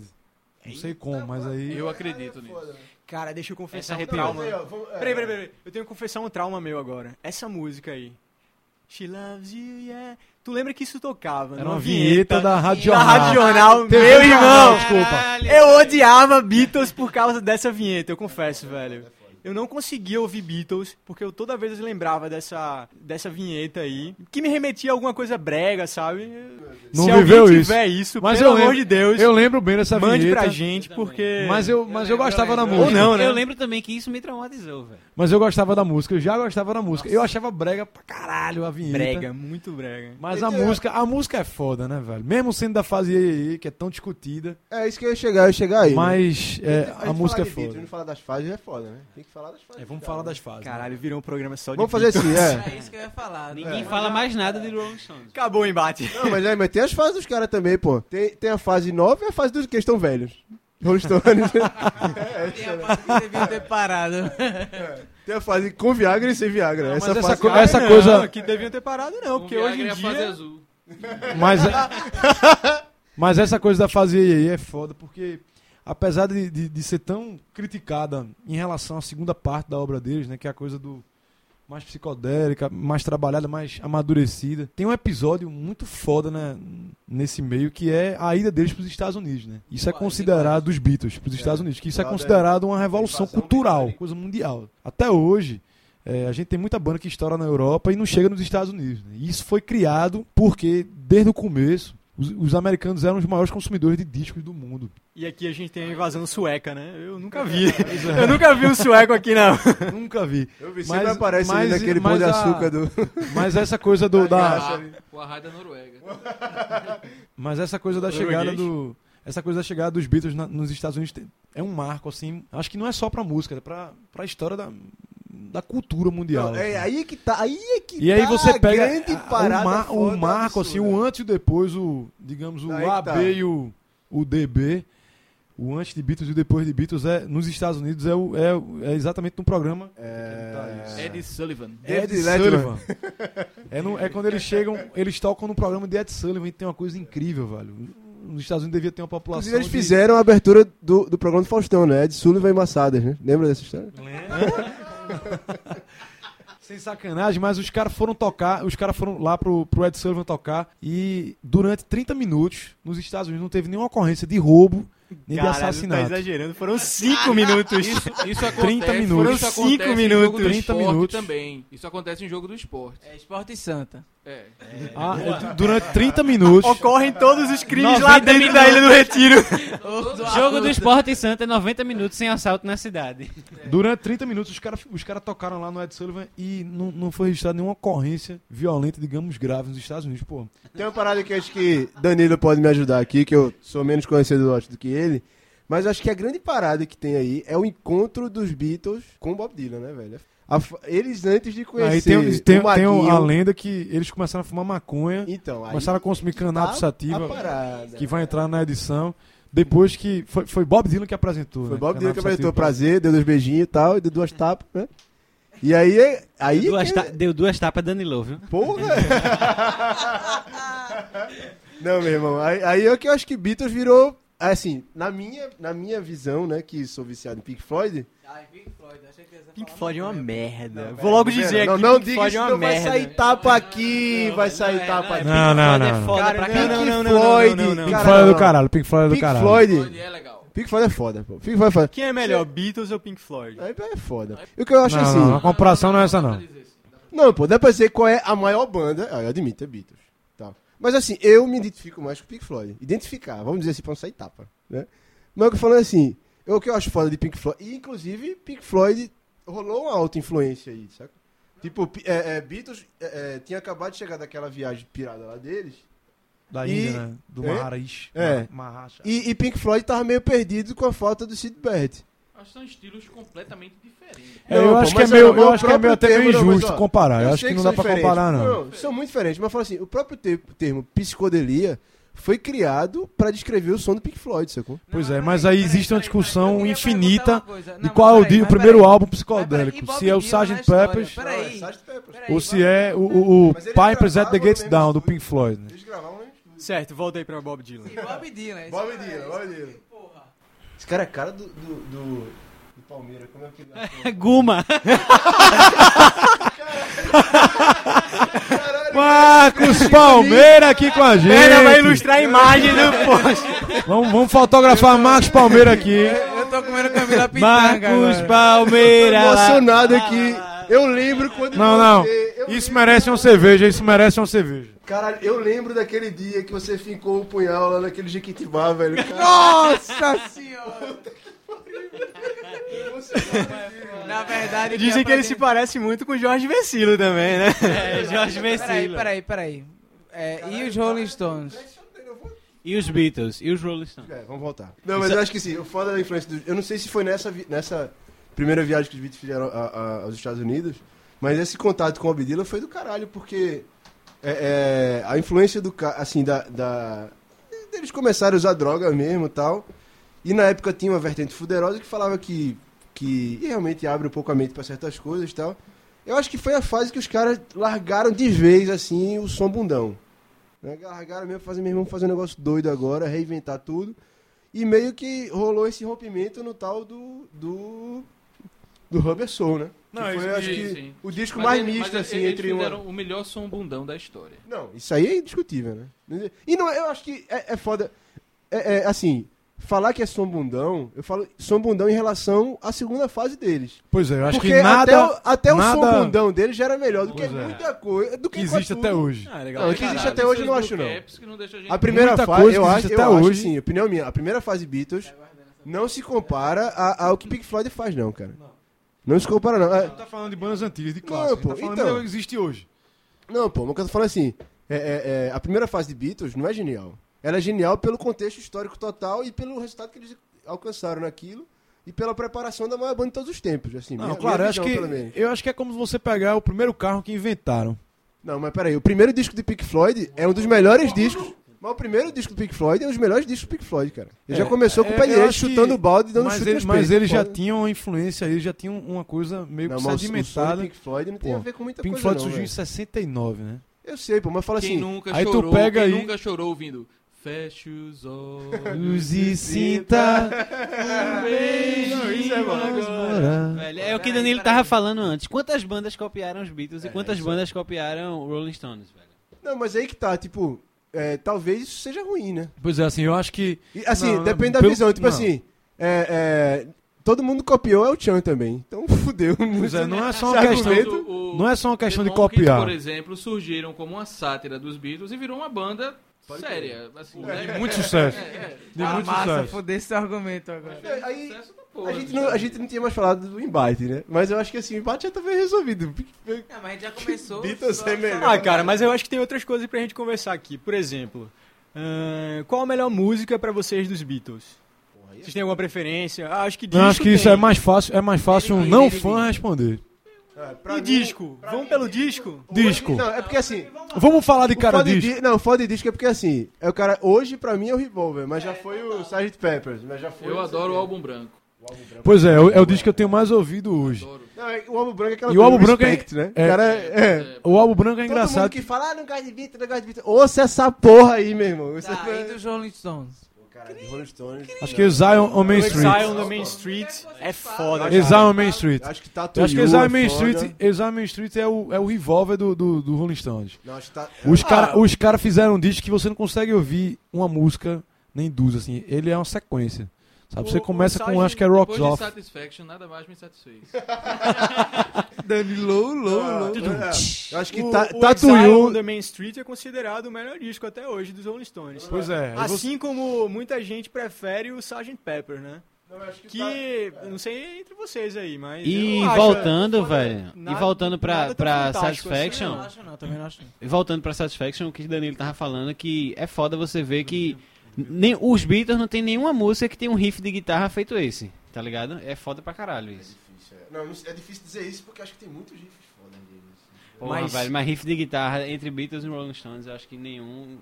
Speaker 4: Não sei como, mas aí...
Speaker 3: Eu acredito nisso.
Speaker 2: Cara, deixa eu confessar
Speaker 7: Essa
Speaker 2: um
Speaker 7: arrepiou.
Speaker 2: trauma. Peraí, peraí, peraí. Eu tenho que confessar um trauma meu agora. Essa música aí. She loves you, yeah. Tu lembra que isso tocava?
Speaker 4: Era
Speaker 2: numa
Speaker 4: uma vinheta da Rádio
Speaker 2: da
Speaker 4: Jornal.
Speaker 2: Rádio Jornal.
Speaker 4: TV
Speaker 2: Meu
Speaker 4: Jornal,
Speaker 2: irmão!
Speaker 4: Desculpa.
Speaker 2: Eu odiava Beatles por causa dessa vinheta, eu confesso, velho. Eu não conseguia ouvir Beatles, porque eu toda vez eu lembrava dessa, dessa vinheta aí, que me remetia a alguma coisa brega, sabe?
Speaker 4: Não
Speaker 2: Se
Speaker 4: viveu
Speaker 2: alguém
Speaker 4: isso.
Speaker 2: tiver isso,
Speaker 4: Mas
Speaker 2: pelo
Speaker 4: eu
Speaker 2: amor
Speaker 4: lembro-
Speaker 2: de Deus,
Speaker 4: Eu lembro bem dessa
Speaker 2: mande
Speaker 4: vinheta,
Speaker 2: pra gente, porque...
Speaker 4: mas eu, mas eu, gostava da
Speaker 2: Ou
Speaker 4: música.
Speaker 2: não, né?
Speaker 8: Eu lembro também que isso me traumatizou, velho.
Speaker 4: Mas eu gostava da música, eu já gostava da música. Eu achava brega pra caralho a vinheta.
Speaker 2: Brega, muito brega.
Speaker 4: Mas a música, a música é foda, né, velho? Mesmo sendo da fase EEE, que é tão discutida,
Speaker 5: É isso que eu ia chegar, eu ia chegar aí.
Speaker 4: mas é,
Speaker 5: Tem-
Speaker 4: a
Speaker 5: gente
Speaker 4: música é
Speaker 5: falar de Beatles,
Speaker 4: foda.
Speaker 5: não falar das fases é foda, né? Tem que falar das fases.
Speaker 4: É, vamos
Speaker 5: cara.
Speaker 4: falar das fases.
Speaker 2: Caralho, virou um programa só de
Speaker 5: Vamos fazer assim, é. <laughs>
Speaker 6: É isso que eu ia falar.
Speaker 8: Ninguém fala mais nada de Rolling Stones.
Speaker 2: Acabou o embate.
Speaker 5: Não, mas, é, mas tem as fases dos caras também, pô. Tem, tem a fase nova e a fase dos que estão velhos. Rolling Stones. né?
Speaker 6: Tem a parte que devia ter parado.
Speaker 5: <laughs> tem a fase com Viagra e sem Viagra.
Speaker 4: Mas
Speaker 5: essa
Speaker 4: essa,
Speaker 5: fase.
Speaker 4: co- essa
Speaker 2: não,
Speaker 4: coisa.
Speaker 2: que deviam ter parado não, porque
Speaker 3: Com
Speaker 2: hoje
Speaker 3: Viagra é
Speaker 2: em
Speaker 3: a fase
Speaker 2: dia...
Speaker 3: azul.
Speaker 4: Mas, é,
Speaker 5: <laughs>
Speaker 4: mas essa coisa da fase EEE é foda, porque apesar de, de, de ser tão criticada em relação à segunda parte da obra deles, né? Que é a coisa do mais psicodélica, mais trabalhada, mais amadurecida. Tem um episódio muito foda né, nesse meio que é a ida deles para os Estados Unidos, né? Isso é
Speaker 6: Quase,
Speaker 4: considerado dos Beatles para os Estados Unidos, que isso é considerado uma revolução
Speaker 5: Invasão
Speaker 4: cultural,
Speaker 5: britânica.
Speaker 4: coisa mundial. Até hoje é, a gente tem muita banda que estoura na Europa e não chega nos Estados Unidos. né? E isso foi criado porque desde o começo os, os americanos eram os maiores consumidores de discos do mundo.
Speaker 2: E aqui a gente tem a invasão sueca, né?
Speaker 8: <laughs>
Speaker 2: Eu nunca vi. Eu nunca vi um sueco aqui, não.
Speaker 4: Nunca vi.
Speaker 5: Eu vi, sempre
Speaker 4: Mas-
Speaker 5: aparece ali
Speaker 4: mas-
Speaker 5: naquele pão
Speaker 4: mas
Speaker 5: de
Speaker 4: a-
Speaker 5: açúcar do.
Speaker 4: Mas essa coisa do da,
Speaker 3: O Arraio da Noruega.
Speaker 4: Mas essa coisa da
Speaker 2: Norueguês.
Speaker 4: chegada do. Essa coisa da chegada dos Beatles na- nos Estados Unidos te- é um marco, assim. Acho que não é só pra música, é pra, pra história da, da cultura mundial.
Speaker 5: <laughs> Não,
Speaker 4: assim.
Speaker 5: é aí que tá. Aí é que
Speaker 4: E aí
Speaker 5: tá
Speaker 4: você
Speaker 5: a
Speaker 4: pega
Speaker 5: grande
Speaker 4: a-
Speaker 5: parada
Speaker 4: o, mar-
Speaker 5: foda,
Speaker 4: o marco,
Speaker 5: absurda. tá.
Speaker 4: assim, o antes e o depois, o, digamos, o
Speaker 5: Aí
Speaker 4: AB
Speaker 5: tá.
Speaker 4: e o, o DB. O antes de Beatles e o depois de Beatles é, nos Estados Unidos é, o- é o- é exatamente no programa.
Speaker 5: É...
Speaker 3: Eddie Sullivan.
Speaker 5: Ed
Speaker 4: Ed, Sullivan.
Speaker 5: Sullivan.
Speaker 4: é, no- é quando eles chegam, eles tocam no programa de Ed Sullivan e tem uma coisa incrível, velho. Nos Estados Unidos devia ter uma população.
Speaker 5: Inclusive, eles
Speaker 4: de-
Speaker 5: fizeram a abertura do, do programa do Faustão, né? Ed Sullivan e Massadas, né? Lembra dessa história?
Speaker 4: Sem sacanagem, mas os caras foram tocar, os caras foram lá pro, pro Ed Sullivan tocar e durante 30 minutos nos Estados Unidos não teve nenhuma ocorrência de roubo nem de
Speaker 2: Caralho, tá
Speaker 4: assassinato.
Speaker 2: exagerando. Foram 5 minutos.
Speaker 3: Isso, isso acontece,
Speaker 4: 30 minutos.
Speaker 3: Isso
Speaker 2: Foram cinco
Speaker 3: acontece em jogo
Speaker 2: minutos.
Speaker 3: do
Speaker 4: 30
Speaker 3: esporte
Speaker 4: minutos.
Speaker 3: também. Isso acontece em jogo do esporte.
Speaker 6: É Esporte Santa.
Speaker 3: É.
Speaker 4: Ah, é, durante
Speaker 2: <laughs>
Speaker 4: 30 minutos.
Speaker 2: Ocorrem todos os crimes lá dentro da Ilha do Retiro.
Speaker 6: É.
Speaker 7: Jogo do Esporte Santa é 90 minutos sem assalto na cidade.
Speaker 4: Durante 30 minutos, os caras os cara tocaram lá no Ed Sullivan e não, não foi registrada nenhuma ocorrência violenta, digamos, grave nos Estados Unidos. Pô,
Speaker 5: Tem uma parada que eu acho que Danilo pode me ajudar aqui, que eu sou menos conhecedor acho, do que ele. Mas eu acho que a grande parada que tem aí é o encontro dos Beatles com o Bob Dylan, né, velho? A f- eles antes de conhecer
Speaker 4: aí tem, tem, um
Speaker 5: o
Speaker 4: tem
Speaker 5: Maguinho...
Speaker 4: a lenda que eles começaram a fumar maconha,
Speaker 5: Então, aí
Speaker 4: começaram a consumir cannabis
Speaker 5: tá a
Speaker 4: sativa,
Speaker 5: parada.
Speaker 4: que vai entrar na edição. Depois que. Foi, foi Bob Dylan que apresentou.
Speaker 5: Foi
Speaker 4: né,
Speaker 5: Bob Dylan que
Speaker 4: cannabis
Speaker 5: apresentou
Speaker 4: sativa.
Speaker 5: o prazer, deu dois beijinhos e tal, e deu duas tapas, né? E aí... é- aí
Speaker 7: Deu duas
Speaker 5: que-
Speaker 7: ta- Deu duas tapas Danilo, viu? <laughs>
Speaker 5: Porra! Não, meu irmão, aí, aí é que eu acho que Beatles virou. Assim, na minha, na minha visão, né, que sou viciado em Pink Floyd.
Speaker 6: Ai, Pink Floyd, achei que ia
Speaker 2: Pink Floyd é uma merda. Vou logo dizer
Speaker 5: não,
Speaker 2: aqui,
Speaker 5: não
Speaker 2: Pink
Speaker 5: diga
Speaker 2: Floyd
Speaker 5: isso,
Speaker 2: é uma
Speaker 5: não vai
Speaker 2: merda.
Speaker 5: sair tapa aqui, vai sair tapa aqui.
Speaker 4: Não, não, não.
Speaker 7: É
Speaker 4: não.
Speaker 7: foda
Speaker 2: Cara, não,
Speaker 7: pra cá.
Speaker 2: não, não, não,
Speaker 5: Pink
Speaker 2: não,
Speaker 5: Floyd,
Speaker 2: não, não, não.
Speaker 5: cara.
Speaker 4: Pink Floyd é do caralho, Pink Floyd é do
Speaker 5: Pink
Speaker 4: caralho.
Speaker 5: Floyd.
Speaker 3: É legal.
Speaker 5: Pink Floyd é foda, pô. Pink Floyd é foda.
Speaker 2: Quem é melhor, Beatles ou Pink Floyd?
Speaker 5: Aí é foda. E o que eu acho
Speaker 4: Não,
Speaker 5: assim.
Speaker 4: não, a comparação não é essa, não.
Speaker 3: assim.
Speaker 5: Não, pô, dá pra dizer qual é a maior banda. Ah, eu admito, é Beatles. Tá. Mas assim, eu me identifico mais com o Pink Floyd. Identificar, vamos dizer assim, pra não sair tapa, né? Mas o que eu falando assim, eu- o que eu acho foda de Pink Floyd, e inclusive Pink Floyd rolou uma alta influência aí, saca? Tipo, Pi- é, é, Beatles é, é, tinha acabado de chegar daquela viagem pirada lá deles,
Speaker 4: Da
Speaker 5: E-
Speaker 4: Índia, né? Do
Speaker 5: É?
Speaker 4: Maharish.
Speaker 5: É.
Speaker 4: Ma- Maharaja.
Speaker 5: e, e Pink Floyd tava meio perdido com a falta do Sid Barrett.
Speaker 3: Acho que são estilos completamente diferentes.
Speaker 4: É, Eu,
Speaker 5: Não, pô,
Speaker 4: acho que é
Speaker 5: mas
Speaker 4: meio,
Speaker 5: não,
Speaker 4: eu
Speaker 5: o
Speaker 4: acho que é meio
Speaker 5: próprio
Speaker 4: até meio
Speaker 5: termo, não, mas,
Speaker 4: injusto
Speaker 5: ó,
Speaker 4: comparar. Ah, Eu acho
Speaker 5: sei
Speaker 4: que não dá
Speaker 5: são
Speaker 4: pra
Speaker 5: diferentes.
Speaker 4: comparar, não.
Speaker 5: São muito diferentes, mas fala assim, o próprio te- termo psicodelia foi criado pra descrever o som do Pink Floyd, sacou?
Speaker 4: Pois é, mas aí existe uma discussão infinita de
Speaker 6: de
Speaker 4: qual é o di- o primeiro álbum psicodélico. Se é o Sgt. Peppers
Speaker 6: Peraí,
Speaker 5: Não, é Sgt. Pepper.
Speaker 6: peraí.
Speaker 4: ou se é o, o, o
Speaker 5: Mas ele
Speaker 4: Pipers at the
Speaker 5: gravava
Speaker 4: Gates
Speaker 5: mesmo
Speaker 4: Down, do
Speaker 5: estúdio.
Speaker 4: Pink Floyd. né?
Speaker 5: Eles gravavam, né?
Speaker 2: Certo, volta aí pra Bob Dylan.
Speaker 6: E Bob Dylan. é esse
Speaker 5: Bob
Speaker 6: cara-
Speaker 5: Dylan, Bob Dylan.
Speaker 6: Porra.
Speaker 5: Esse cara é cara do, do, do, do Palmeiras, como é que...
Speaker 7: É Guma.
Speaker 5: <laughs>
Speaker 4: Marcos Palmeira aqui com a
Speaker 2: Ela vai
Speaker 4: gente.
Speaker 2: ilustrar a imagem do post.
Speaker 4: Vamos, vamos fotografar Marcos Palmeira
Speaker 5: <laughs>
Speaker 4: aqui.
Speaker 6: Eu tô comendo
Speaker 4: <laughs>
Speaker 6: Camila Pitanga
Speaker 4: Marcos
Speaker 6: agora.
Speaker 5: Tô
Speaker 4: Palmeira. lá.
Speaker 5: emocionado aqui. Eu lembro quando
Speaker 4: Não, não.
Speaker 5: você- eu
Speaker 4: Isso
Speaker 5: lembro-
Speaker 4: merece uma cerveja, isso merece uma cerveja.
Speaker 5: Caralho, eu lembro daquele dia que você fincou o punhal lá naquele
Speaker 4: <laughs>
Speaker 5: Jequitibá, velho.
Speaker 6: Nossa senhora. Na verdade...
Speaker 2: Dizem que ele
Speaker 6: é
Speaker 2: se
Speaker 6: pra
Speaker 2: parece muito com o Jorge Vecilo também, né?
Speaker 7: É Jorge
Speaker 6: quem- Peraí,
Speaker 7: Vecilo.
Speaker 6: peraí, peraí. É, e os Rolling Stones?
Speaker 7: E os Beatles. E os Rolling Stones.
Speaker 5: É, vamos voltar. Não, mas eu acho que sim, o foda da influência do. Eu não sei se foi nessa, vi- nessa primeira viagem que os Beatles fizeram a- a- aos Estados Unidos, mas esse contato com o Abdila foi do caralho, porque é, é, a influência do ca- assim, da, da. Eles começaram a usar droga mesmo e tal. E na época tinha uma vertente fuderosa que falava que. que e realmente abre um pouco a mente pra certas coisas e tal. Eu acho que foi a fase que os caras largaram de vez, assim, o som bundão. Né? Largaram mesmo, fazer, meu irmão, fazer um negócio doido agora, reinventar tudo. E meio que rolou esse rompimento no tal do. do. do Rubber Soul, né?
Speaker 4: Não,
Speaker 5: que foi,
Speaker 4: isso-
Speaker 5: acho que,
Speaker 3: sim, sim.
Speaker 5: o disco
Speaker 3: Mas
Speaker 5: mais
Speaker 3: ele-
Speaker 5: misto,
Speaker 3: mas
Speaker 5: assim,
Speaker 3: eles
Speaker 5: entre uma...
Speaker 3: fizeram o melhor som bundão da história.
Speaker 5: Não, isso aí é indiscutível, né? E não, eu acho que é, é foda. É, é, assim, falar que é som bundão, eu falo som bundão em relação à segunda fase deles.
Speaker 4: Pois é, eu acho
Speaker 5: Porque
Speaker 4: que nada.
Speaker 5: até o, até o
Speaker 4: nada-
Speaker 5: som bundão deles já era melhor do que
Speaker 4: Pois é.
Speaker 5: muita coisa. Do que
Speaker 4: que existe
Speaker 5: quase
Speaker 4: até
Speaker 5: tudo.
Speaker 4: hoje.
Speaker 2: Ah, legal.
Speaker 5: É Não, o que existe
Speaker 3: Caralho, é
Speaker 5: até hoje eu não
Speaker 3: esses
Speaker 5: acho, não.
Speaker 3: bluecaps que não deixam a gente-
Speaker 5: A primeira
Speaker 4: Muita
Speaker 5: fase,
Speaker 4: coisa
Speaker 5: eu
Speaker 4: que
Speaker 5: acho,
Speaker 4: existe
Speaker 5: eu
Speaker 4: até
Speaker 5: acho
Speaker 4: hoje.
Speaker 5: sim, opinião minha, a primeira fase Beatles não se compara a- ao que Pink Floyd faz, não, cara. Não se compara, não. É,
Speaker 4: tá falando de bandas antigas, de
Speaker 5: Não,
Speaker 4: clássicos.
Speaker 5: pô,
Speaker 4: tá falando
Speaker 5: então.
Speaker 4: do que existe hoje.
Speaker 5: Não, pô, mas o que eu tô falando assim, é, é, é, a primeira fase de Beatles não é genial. Ela é genial pelo contexto histórico total e pelo resultado que eles alcançaram naquilo e pela preparação da maior banda de todos os tempos, assim.
Speaker 4: Não,
Speaker 5: minha-
Speaker 4: claro,
Speaker 5: minha
Speaker 4: eu acho,
Speaker 5: visão,
Speaker 4: que,
Speaker 5: pelo menos.
Speaker 4: eu acho que é como você pegar o primeiro carro que inventaram.
Speaker 5: Não, mas peraí, o primeiro disco de Pink Floyd é um dos melhores discos... Mas Mas o primeiro disco do Pink Floyd é um dos melhores discos do Pink Floyd, cara. Ele
Speaker 4: É,
Speaker 5: já começou com o
Speaker 4: é,
Speaker 5: pé
Speaker 4: eu
Speaker 5: direito,
Speaker 4: acho que-
Speaker 5: chutando o balde e dando
Speaker 4: mas
Speaker 5: chute
Speaker 4: ele,
Speaker 5: nos
Speaker 4: mas
Speaker 5: peitos.
Speaker 4: eles já
Speaker 5: Foda.
Speaker 4: tinham uma influência, eles já tinham uma coisa meio
Speaker 5: Não,
Speaker 4: que
Speaker 5: mas o som do
Speaker 4: sedimentada.
Speaker 5: Pink Floyd não tem
Speaker 4: Pô,
Speaker 5: a ver com muita
Speaker 4: Pink
Speaker 5: coisa,
Speaker 4: Floyd
Speaker 5: não,
Speaker 4: surgiu em
Speaker 5: velho.
Speaker 4: 69, né?
Speaker 5: Eu sei, pô, mas fala
Speaker 3: Quem
Speaker 5: assim...
Speaker 3: nunca
Speaker 4: aí tu
Speaker 3: chorou,
Speaker 4: pega
Speaker 3: quem
Speaker 4: aí-
Speaker 3: nunca chorou ouvindo Feche os olhos
Speaker 7: Luz e cinta.
Speaker 2: Não, isso é bom.
Speaker 8: Velho, é o que
Speaker 4: tá
Speaker 8: Danilo tava falando antes. Quantas bandas copiaram os Beatles e quantas bandas copiaram o Rolling Stones, velho?
Speaker 5: Não, mas aí que tá, tipo... é, talvez isso seja ruim, né?
Speaker 4: Pois é, assim, eu acho que.
Speaker 5: E, assim,
Speaker 4: Não, não,
Speaker 5: depende da
Speaker 4: pelo-
Speaker 5: visão. Tipo
Speaker 4: não.
Speaker 5: assim, é, é, todo mundo copiou El Chan também. Então <laughs> fudeu.
Speaker 4: Pois é, <laughs> não é só uma
Speaker 5: Sabe o
Speaker 4: questão.
Speaker 5: medo?
Speaker 3: O- o-
Speaker 4: Não é só uma questão
Speaker 3: The
Speaker 4: de
Speaker 3: Monkeys,
Speaker 4: copiar.
Speaker 3: por exemplo, surgiram como uma sátira dos Beatles e virou uma banda séria.
Speaker 5: É.
Speaker 3: Assim, né?
Speaker 4: Muito sucesso.
Speaker 3: É,
Speaker 4: De
Speaker 6: ah,
Speaker 4: muito
Speaker 6: massa,
Speaker 4: sucesso.
Speaker 6: fudeu esse argumento agora.
Speaker 5: É, Aí,
Speaker 3: sucesso da
Speaker 5: a
Speaker 3: porra. né?
Speaker 5: gente, não, a gente não tinha mais falado do embate, né? Mas eu acho que assim, o embate já tá bem resolvido.
Speaker 6: Não, mas a gente já começou.
Speaker 5: Beatles é melhor.
Speaker 2: <laughs> Ah,
Speaker 6: Tá,
Speaker 2: cara, mas eu acho que tem outras coisas pra gente conversar aqui. Por exemplo, ahn, qual a melhor música pra vocês dos Beatles? Vocês têm alguma preferência? Ah, acho que disco
Speaker 4: Eu acho que isso
Speaker 2: tem.
Speaker 4: é mais fácil, é mais fácil um não fã responder.
Speaker 2: E disco? Vamos pelo disco?
Speaker 4: Disco.
Speaker 5: Não, é porque assim.
Speaker 4: Vamos falar de
Speaker 5: o
Speaker 4: cara
Speaker 5: foda
Speaker 4: disco.
Speaker 5: di- Não, foda de disco é porque assim. É o cara, hoje pra mim é o Revolver, mas já foi o Sgt. Peppers. Mas já foi
Speaker 3: Eu
Speaker 5: o-
Speaker 3: adoro o álbum branco.
Speaker 4: Pois é, é o, é o disco que eu tenho mais ouvido hoje.
Speaker 3: Adoro.
Speaker 5: Não, é- o álbum branco é aquela
Speaker 4: E o álbum branco é-
Speaker 5: Respect, né?
Speaker 4: é-
Speaker 5: O cara é. é.
Speaker 4: O álbum branco é
Speaker 5: Todo mundo
Speaker 4: engraçado.
Speaker 5: que fala, ah, não gosta de Beatles, não gosta de Beatles. Ouça essa porra aí, meu irmão. Você
Speaker 6: Tá,
Speaker 5: vai-
Speaker 6: e dos Rolling Stones?
Speaker 5: Cara, de Rolling Stones.
Speaker 4: Acho que é Zion on Main
Speaker 2: O Exile
Speaker 4: Street.
Speaker 2: on the Main Street é foda.
Speaker 4: Exile on Main Street.
Speaker 5: Acho que tá
Speaker 4: Eu acho que Exile Main Street, Exile Main Street é o, é o revólver do, do, do Rolling Stones.
Speaker 5: Não, acho que tá.
Speaker 4: Os caras os cara fizeram um disco que você não consegue ouvir uma música nem duas, assim. Ele é uma sequência. Sabe? Você
Speaker 3: O- o
Speaker 4: começa com,
Speaker 3: Sargent,
Speaker 4: acho que é Rocks
Speaker 3: Depois de
Speaker 4: Off.
Speaker 3: Satisfaction, nada mais me satisfez.
Speaker 5: É, eu acho que
Speaker 2: Tipo, o,
Speaker 5: tá,
Speaker 2: o
Speaker 5: Tatu
Speaker 2: Exile
Speaker 5: You-
Speaker 2: on the Main Street é considerado o melhor disco até hoje dos Rolling Stones.
Speaker 4: Pois é. aí você-
Speaker 2: Assim como muita gente prefere o Sgt. Pepper, né? Que,
Speaker 5: tá-
Speaker 2: eu não sei entre vocês aí, mas.
Speaker 7: E
Speaker 2: eu não acho-
Speaker 7: voltando, velho. E
Speaker 2: nada-
Speaker 7: voltando pra,
Speaker 2: nada tão
Speaker 7: pra
Speaker 2: fantástico assim,
Speaker 6: Eu
Speaker 7: Satisfaction.
Speaker 6: não acho, não, também não acho. não.
Speaker 7: E Voltando pra Satisfaction, o que o Danilo tava falando, que é foda você ver que
Speaker 2: Uhum.
Speaker 7: nem, os Beatles não tem nenhuma música que tem um riff de guitarra feito esse, tá ligado? É foda pra caralho isso.
Speaker 5: Não, não- é difícil dizer isso porque acho que tem muitos riffs foda né, deles.
Speaker 7: Porra,
Speaker 6: Mas-
Speaker 7: velho, mas riff de guitarra entre Beatles e Rolling Stones, eu acho que nenhum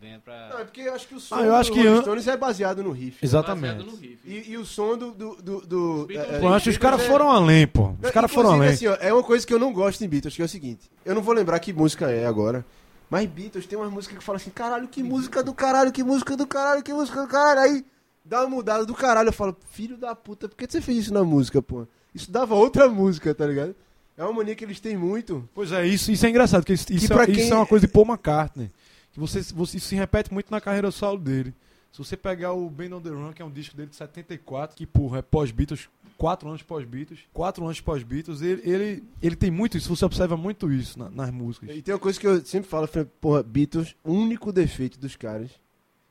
Speaker 7: vem
Speaker 5: Não,
Speaker 7: pra...
Speaker 5: é porque eu acho que o som
Speaker 4: Ah, eu acho
Speaker 5: do
Speaker 4: que
Speaker 5: Rolling
Speaker 4: an-
Speaker 5: Stones é baseado no riff.
Speaker 3: Baseado no
Speaker 4: <laughs> Exatamente.
Speaker 3: riff.
Speaker 5: E, e o som do. do, do, do-
Speaker 3: Beatles
Speaker 5: é- é-
Speaker 4: Pô, eu acho que os caras foram além, pô. Os caras foram
Speaker 5: Inclusive,
Speaker 4: além.
Speaker 5: assim, ó, é uma coisa que eu não gosto em Beatles, que é o seguinte. Eu não vou lembrar que música é agora. Mas Beatles tem umas músicas que fala assim, caralho, que música do caralho, que música do caralho, que música do caralho. Aí dá uma mudada do caralho. Eu falo, filho da puta, por que você fez isso na música, pô? Isso dava outra música, tá ligado? É uma mania que eles têm muito.
Speaker 4: Pois é, isso, isso é engraçado, porque isso, isso
Speaker 5: pra
Speaker 4: é, isso
Speaker 5: quem-
Speaker 4: é uma coisa de Paul McCartney. Que você, você isso se repete muito na carreira solo dele. Se você pegar o Band on the Run, que é um disco dele de 74, que porra, é pós-Beatles, quatro anos pós-Beatles, quatro anos pós-Beatles, ele, ele, ele tem muito isso, você observa muito isso na- nas músicas.
Speaker 5: E tem uma coisa que eu sempre falo, Fran, porra, Beatles, o único defeito dos caras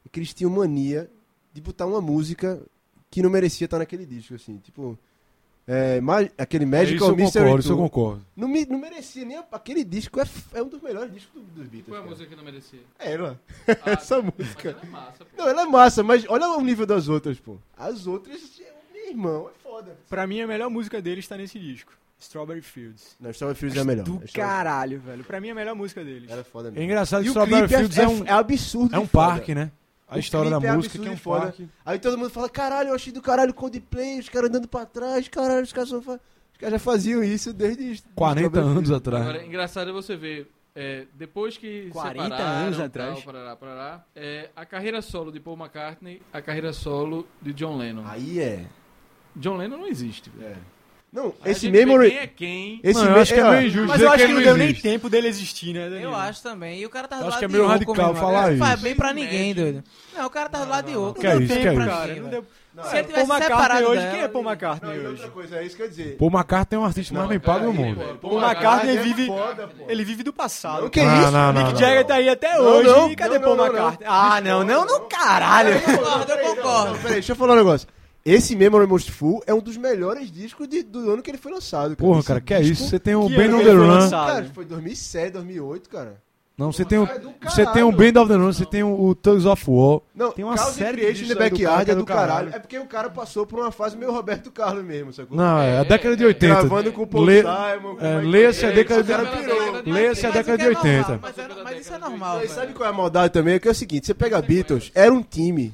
Speaker 5: é que eles tinham mania de botar uma música que não merecia estar naquele disco, assim, tipo. É, ma- aquele
Speaker 4: isso
Speaker 5: Magical
Speaker 4: eu
Speaker 5: Mystery
Speaker 4: concordo, isso eu
Speaker 5: Tour.
Speaker 4: concordo.
Speaker 5: Não, me- não merecia nem. a- Aquele disco é, f- é um dos melhores discos do- dos Beatles.
Speaker 3: Qual é a
Speaker 5: cara.
Speaker 3: música que não merecia?
Speaker 5: É ela.
Speaker 3: Ah,
Speaker 5: <laughs> Essa
Speaker 3: mas
Speaker 5: música.
Speaker 3: ela é massa, pô.
Speaker 5: Não, ela é massa, mas olha o nível das outras, pô. As outras, é- meu irmão, é foda.
Speaker 2: Pra mim, a melhor música deles tá nesse disco: Strawberry Fields.
Speaker 5: Não, Strawberry Fields é a melhor.
Speaker 2: Do caralho, velho. Pra mim, a melhor música deles.
Speaker 5: Ela é foda
Speaker 4: É
Speaker 5: mesmo.
Speaker 4: engraçado que
Speaker 5: E o
Speaker 4: Strawberry
Speaker 5: clipe é-
Speaker 4: Fields
Speaker 5: é,
Speaker 4: é, um,
Speaker 5: f- é absurdo.
Speaker 4: é
Speaker 5: de
Speaker 4: um
Speaker 5: foda.
Speaker 4: parque, né? A
Speaker 5: O
Speaker 4: história da
Speaker 5: clipe é
Speaker 4: música que é um
Speaker 5: absurdo e foda.
Speaker 4: parque.
Speaker 5: Aí todo mundo fala, caralho, eu achei do caralho Coldplay, os caras andando pra trás, caralho, os caras só fa- os caras já faziam isso desde...
Speaker 4: 40 anos
Speaker 3: Agora,
Speaker 4: atrás.
Speaker 3: engraçado é você ver, é, depois que
Speaker 2: 40
Speaker 3: separaram,
Speaker 2: anos
Speaker 3: tal,
Speaker 2: atrás.
Speaker 3: parará, parará, é, a carreira solo de Paul McCartney, a carreira solo de John Lennon.
Speaker 5: Aí é...
Speaker 3: John Lennon não existe. velho.
Speaker 5: é. Não,
Speaker 3: Aí a
Speaker 5: esse
Speaker 3: gente vê
Speaker 5: memory...
Speaker 3: Quem é quem?
Speaker 5: Esse
Speaker 4: Não, eu
Speaker 5: me-
Speaker 4: acho que é
Speaker 5: ó,
Speaker 4: meio injusto
Speaker 2: Mas
Speaker 4: dizer
Speaker 2: eu acho que,
Speaker 4: ele
Speaker 2: não deu nem
Speaker 4: existe.
Speaker 2: tempo dele existir, né, Danilo?
Speaker 6: Eu acho também. E o cara tá do
Speaker 4: Eu acho
Speaker 6: lado
Speaker 4: que é
Speaker 6: de
Speaker 4: meio
Speaker 6: Yoko,
Speaker 4: radical
Speaker 6: meu irmão.
Speaker 4: falar
Speaker 6: Não faz
Speaker 4: isso.
Speaker 6: bem pra ninguém, doido. Não, o cara tá do lado de outro.
Speaker 4: Que é
Speaker 2: Não
Speaker 4: isso,
Speaker 2: deu
Speaker 4: que é
Speaker 2: tempo,
Speaker 4: isso.
Speaker 2: cara.
Speaker 6: isso.
Speaker 2: Não deu...
Speaker 5: Não,
Speaker 6: né? Se ele
Speaker 5: é-
Speaker 2: Paul
Speaker 6: tivesse
Speaker 2: McCartney
Speaker 6: separado
Speaker 2: hoje,
Speaker 6: dela,
Speaker 2: quem é Paul
Speaker 5: não,
Speaker 2: McCartney
Speaker 5: e outra
Speaker 2: hoje?
Speaker 5: coisa, é isso que eu ia dizer.
Speaker 4: Paul McCartney é um artista mais bem pago do
Speaker 3: aí,
Speaker 4: mundo.
Speaker 3: velho.
Speaker 2: Paul McCartney
Speaker 5: é
Speaker 2: vive...
Speaker 5: foda, pô.
Speaker 2: Ele vive do passado.
Speaker 5: Não, que
Speaker 4: Ah,
Speaker 5: é
Speaker 4: Não,
Speaker 5: isso?
Speaker 4: não, não,
Speaker 2: Mick
Speaker 4: não.
Speaker 2: Jagger tá aí até
Speaker 5: Não,
Speaker 2: hoje.
Speaker 5: não,
Speaker 2: e cadê
Speaker 5: não,
Speaker 2: Paul
Speaker 5: não, não.
Speaker 2: McCartney? Ah, não, não, não, caralho.
Speaker 5: Peraí, pô,
Speaker 6: concordo, eu
Speaker 5: peraí, não,
Speaker 6: concordo.
Speaker 5: não, Peraí, deixa eu falar um negócio. Esse Memory Most Full é um dos melhores discos de- do ano que ele foi lançado.
Speaker 4: Porra,
Speaker 5: Esse
Speaker 4: cara, que é
Speaker 5: disco-
Speaker 4: isso? Você tem o
Speaker 2: Que
Speaker 4: Ben
Speaker 2: ano
Speaker 4: on
Speaker 2: que
Speaker 4: the
Speaker 2: ele foi
Speaker 4: Run.
Speaker 2: lançado?
Speaker 5: Cara, foi 2007, 2008, cara.
Speaker 4: Não, você tem o.
Speaker 5: É do
Speaker 4: Você tem
Speaker 5: caralho.
Speaker 4: o Band of the Run, você tem o, o Tugs of War.
Speaker 5: Não,
Speaker 4: Tem uma
Speaker 5: Carlos
Speaker 4: série de
Speaker 5: Creation
Speaker 4: bichos
Speaker 5: The
Speaker 4: aí do cara
Speaker 5: Backyard
Speaker 4: que
Speaker 5: é do caralho. É porque o cara passou por uma fase meio Roberto Carlos mesmo, sacou?
Speaker 4: Não, é, a década de 80.
Speaker 5: Gravando com o Paul
Speaker 4: Lê-
Speaker 5: Simon. com o
Speaker 4: é,
Speaker 5: Michael
Speaker 4: Leia-se a
Speaker 5: Jackson,
Speaker 4: década
Speaker 5: o cara
Speaker 4: de-
Speaker 5: pirou.
Speaker 4: Leia-se a década de 80.
Speaker 6: Mas, é- mas isso é
Speaker 5: E
Speaker 6: normal.
Speaker 5: aí,
Speaker 6: velho.
Speaker 5: sabe qual é a maldade também? É que é o seguinte, você pega Beatles, era um time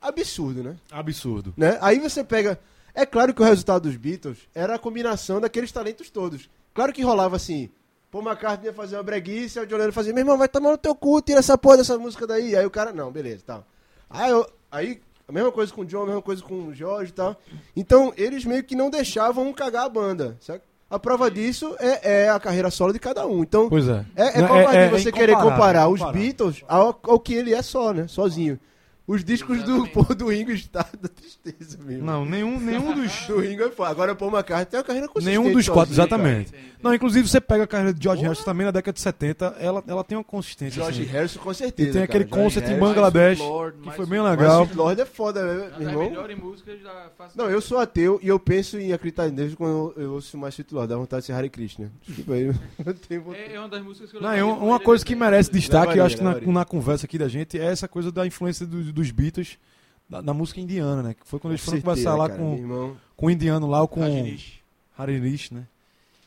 Speaker 5: absurdo, né?
Speaker 4: Absurdo.
Speaker 5: né? Aí você pega. É claro que o resultado dos Beatles era a combinação daqueles talentos todos. Claro que rolava assim. Pô, McCartney ia fazer uma breguice, aí o John Lennon fazia, meu irmão, vai tomar no teu cu, tira essa porra dessa música daí. Aí o cara, não, beleza, tal. Aí, eu- aí a mesma coisa com o John, a mesma coisa com o George e tal. Então, eles meio que não deixavam um cagar a banda, saca? A prova disso é, é a carreira solo de cada um. Então,
Speaker 4: Pois é.
Speaker 5: é, é
Speaker 4: Não,
Speaker 5: covardia
Speaker 4: é- é
Speaker 5: você querer comparar os
Speaker 4: incomparável.
Speaker 5: Beatles ao, ao que ele é só, né? Sozinho. Os discos do, pô, do Ringo está da tristeza mesmo.
Speaker 4: Não, nenhum, <laughs> nenhum dos.
Speaker 5: Do Ringo é foda. Agora o Paul McCartney tem uma carreira consistente.
Speaker 4: Nenhum dos quatro,
Speaker 5: sozinho,
Speaker 4: exatamente. Não, inclusive você pega a carreira de George Harrison também na década de 70, ela, ela tem uma
Speaker 5: cara.
Speaker 4: consistência.
Speaker 5: George
Speaker 4: assim.
Speaker 5: Harrison, com certeza.
Speaker 4: E tem aquele
Speaker 5: cara. George
Speaker 4: conceito em
Speaker 5: Harrison.
Speaker 3: é
Speaker 4: Bangladesh,
Speaker 3: Lord,
Speaker 4: que
Speaker 3: mais
Speaker 4: foi
Speaker 3: um
Speaker 4: bem
Speaker 3: Lord.
Speaker 4: legal.
Speaker 5: Mas o Lord é foda, né,
Speaker 3: Uma
Speaker 5: meu
Speaker 3: das
Speaker 5: irmão.
Speaker 3: melhores músicas da face
Speaker 5: Não, eu sou ateu e eu penso em acreditar em Deus quando eu, eu ouço mais titular. Dá vontade de ser Hare Krishna. Desculpa aí, <laughs> eu não tenho vontade.
Speaker 3: É, é uma das músicas que eu
Speaker 4: Não,
Speaker 3: lembro
Speaker 4: é
Speaker 3: de
Speaker 4: um- uma
Speaker 3: maneira
Speaker 4: coisa que
Speaker 3: diferente.
Speaker 4: merece destaque, eu acho que na,
Speaker 5: Maria, né,
Speaker 4: na conversa aqui da gente, é essa coisa da influência do- dos Beatles da- na música indiana, né? Que foi quando eles foram conversar lá
Speaker 5: cara, meu
Speaker 4: com,
Speaker 5: irmão.
Speaker 4: com o indiano lá, ou com
Speaker 3: Rajneesh.
Speaker 4: Harirish, né?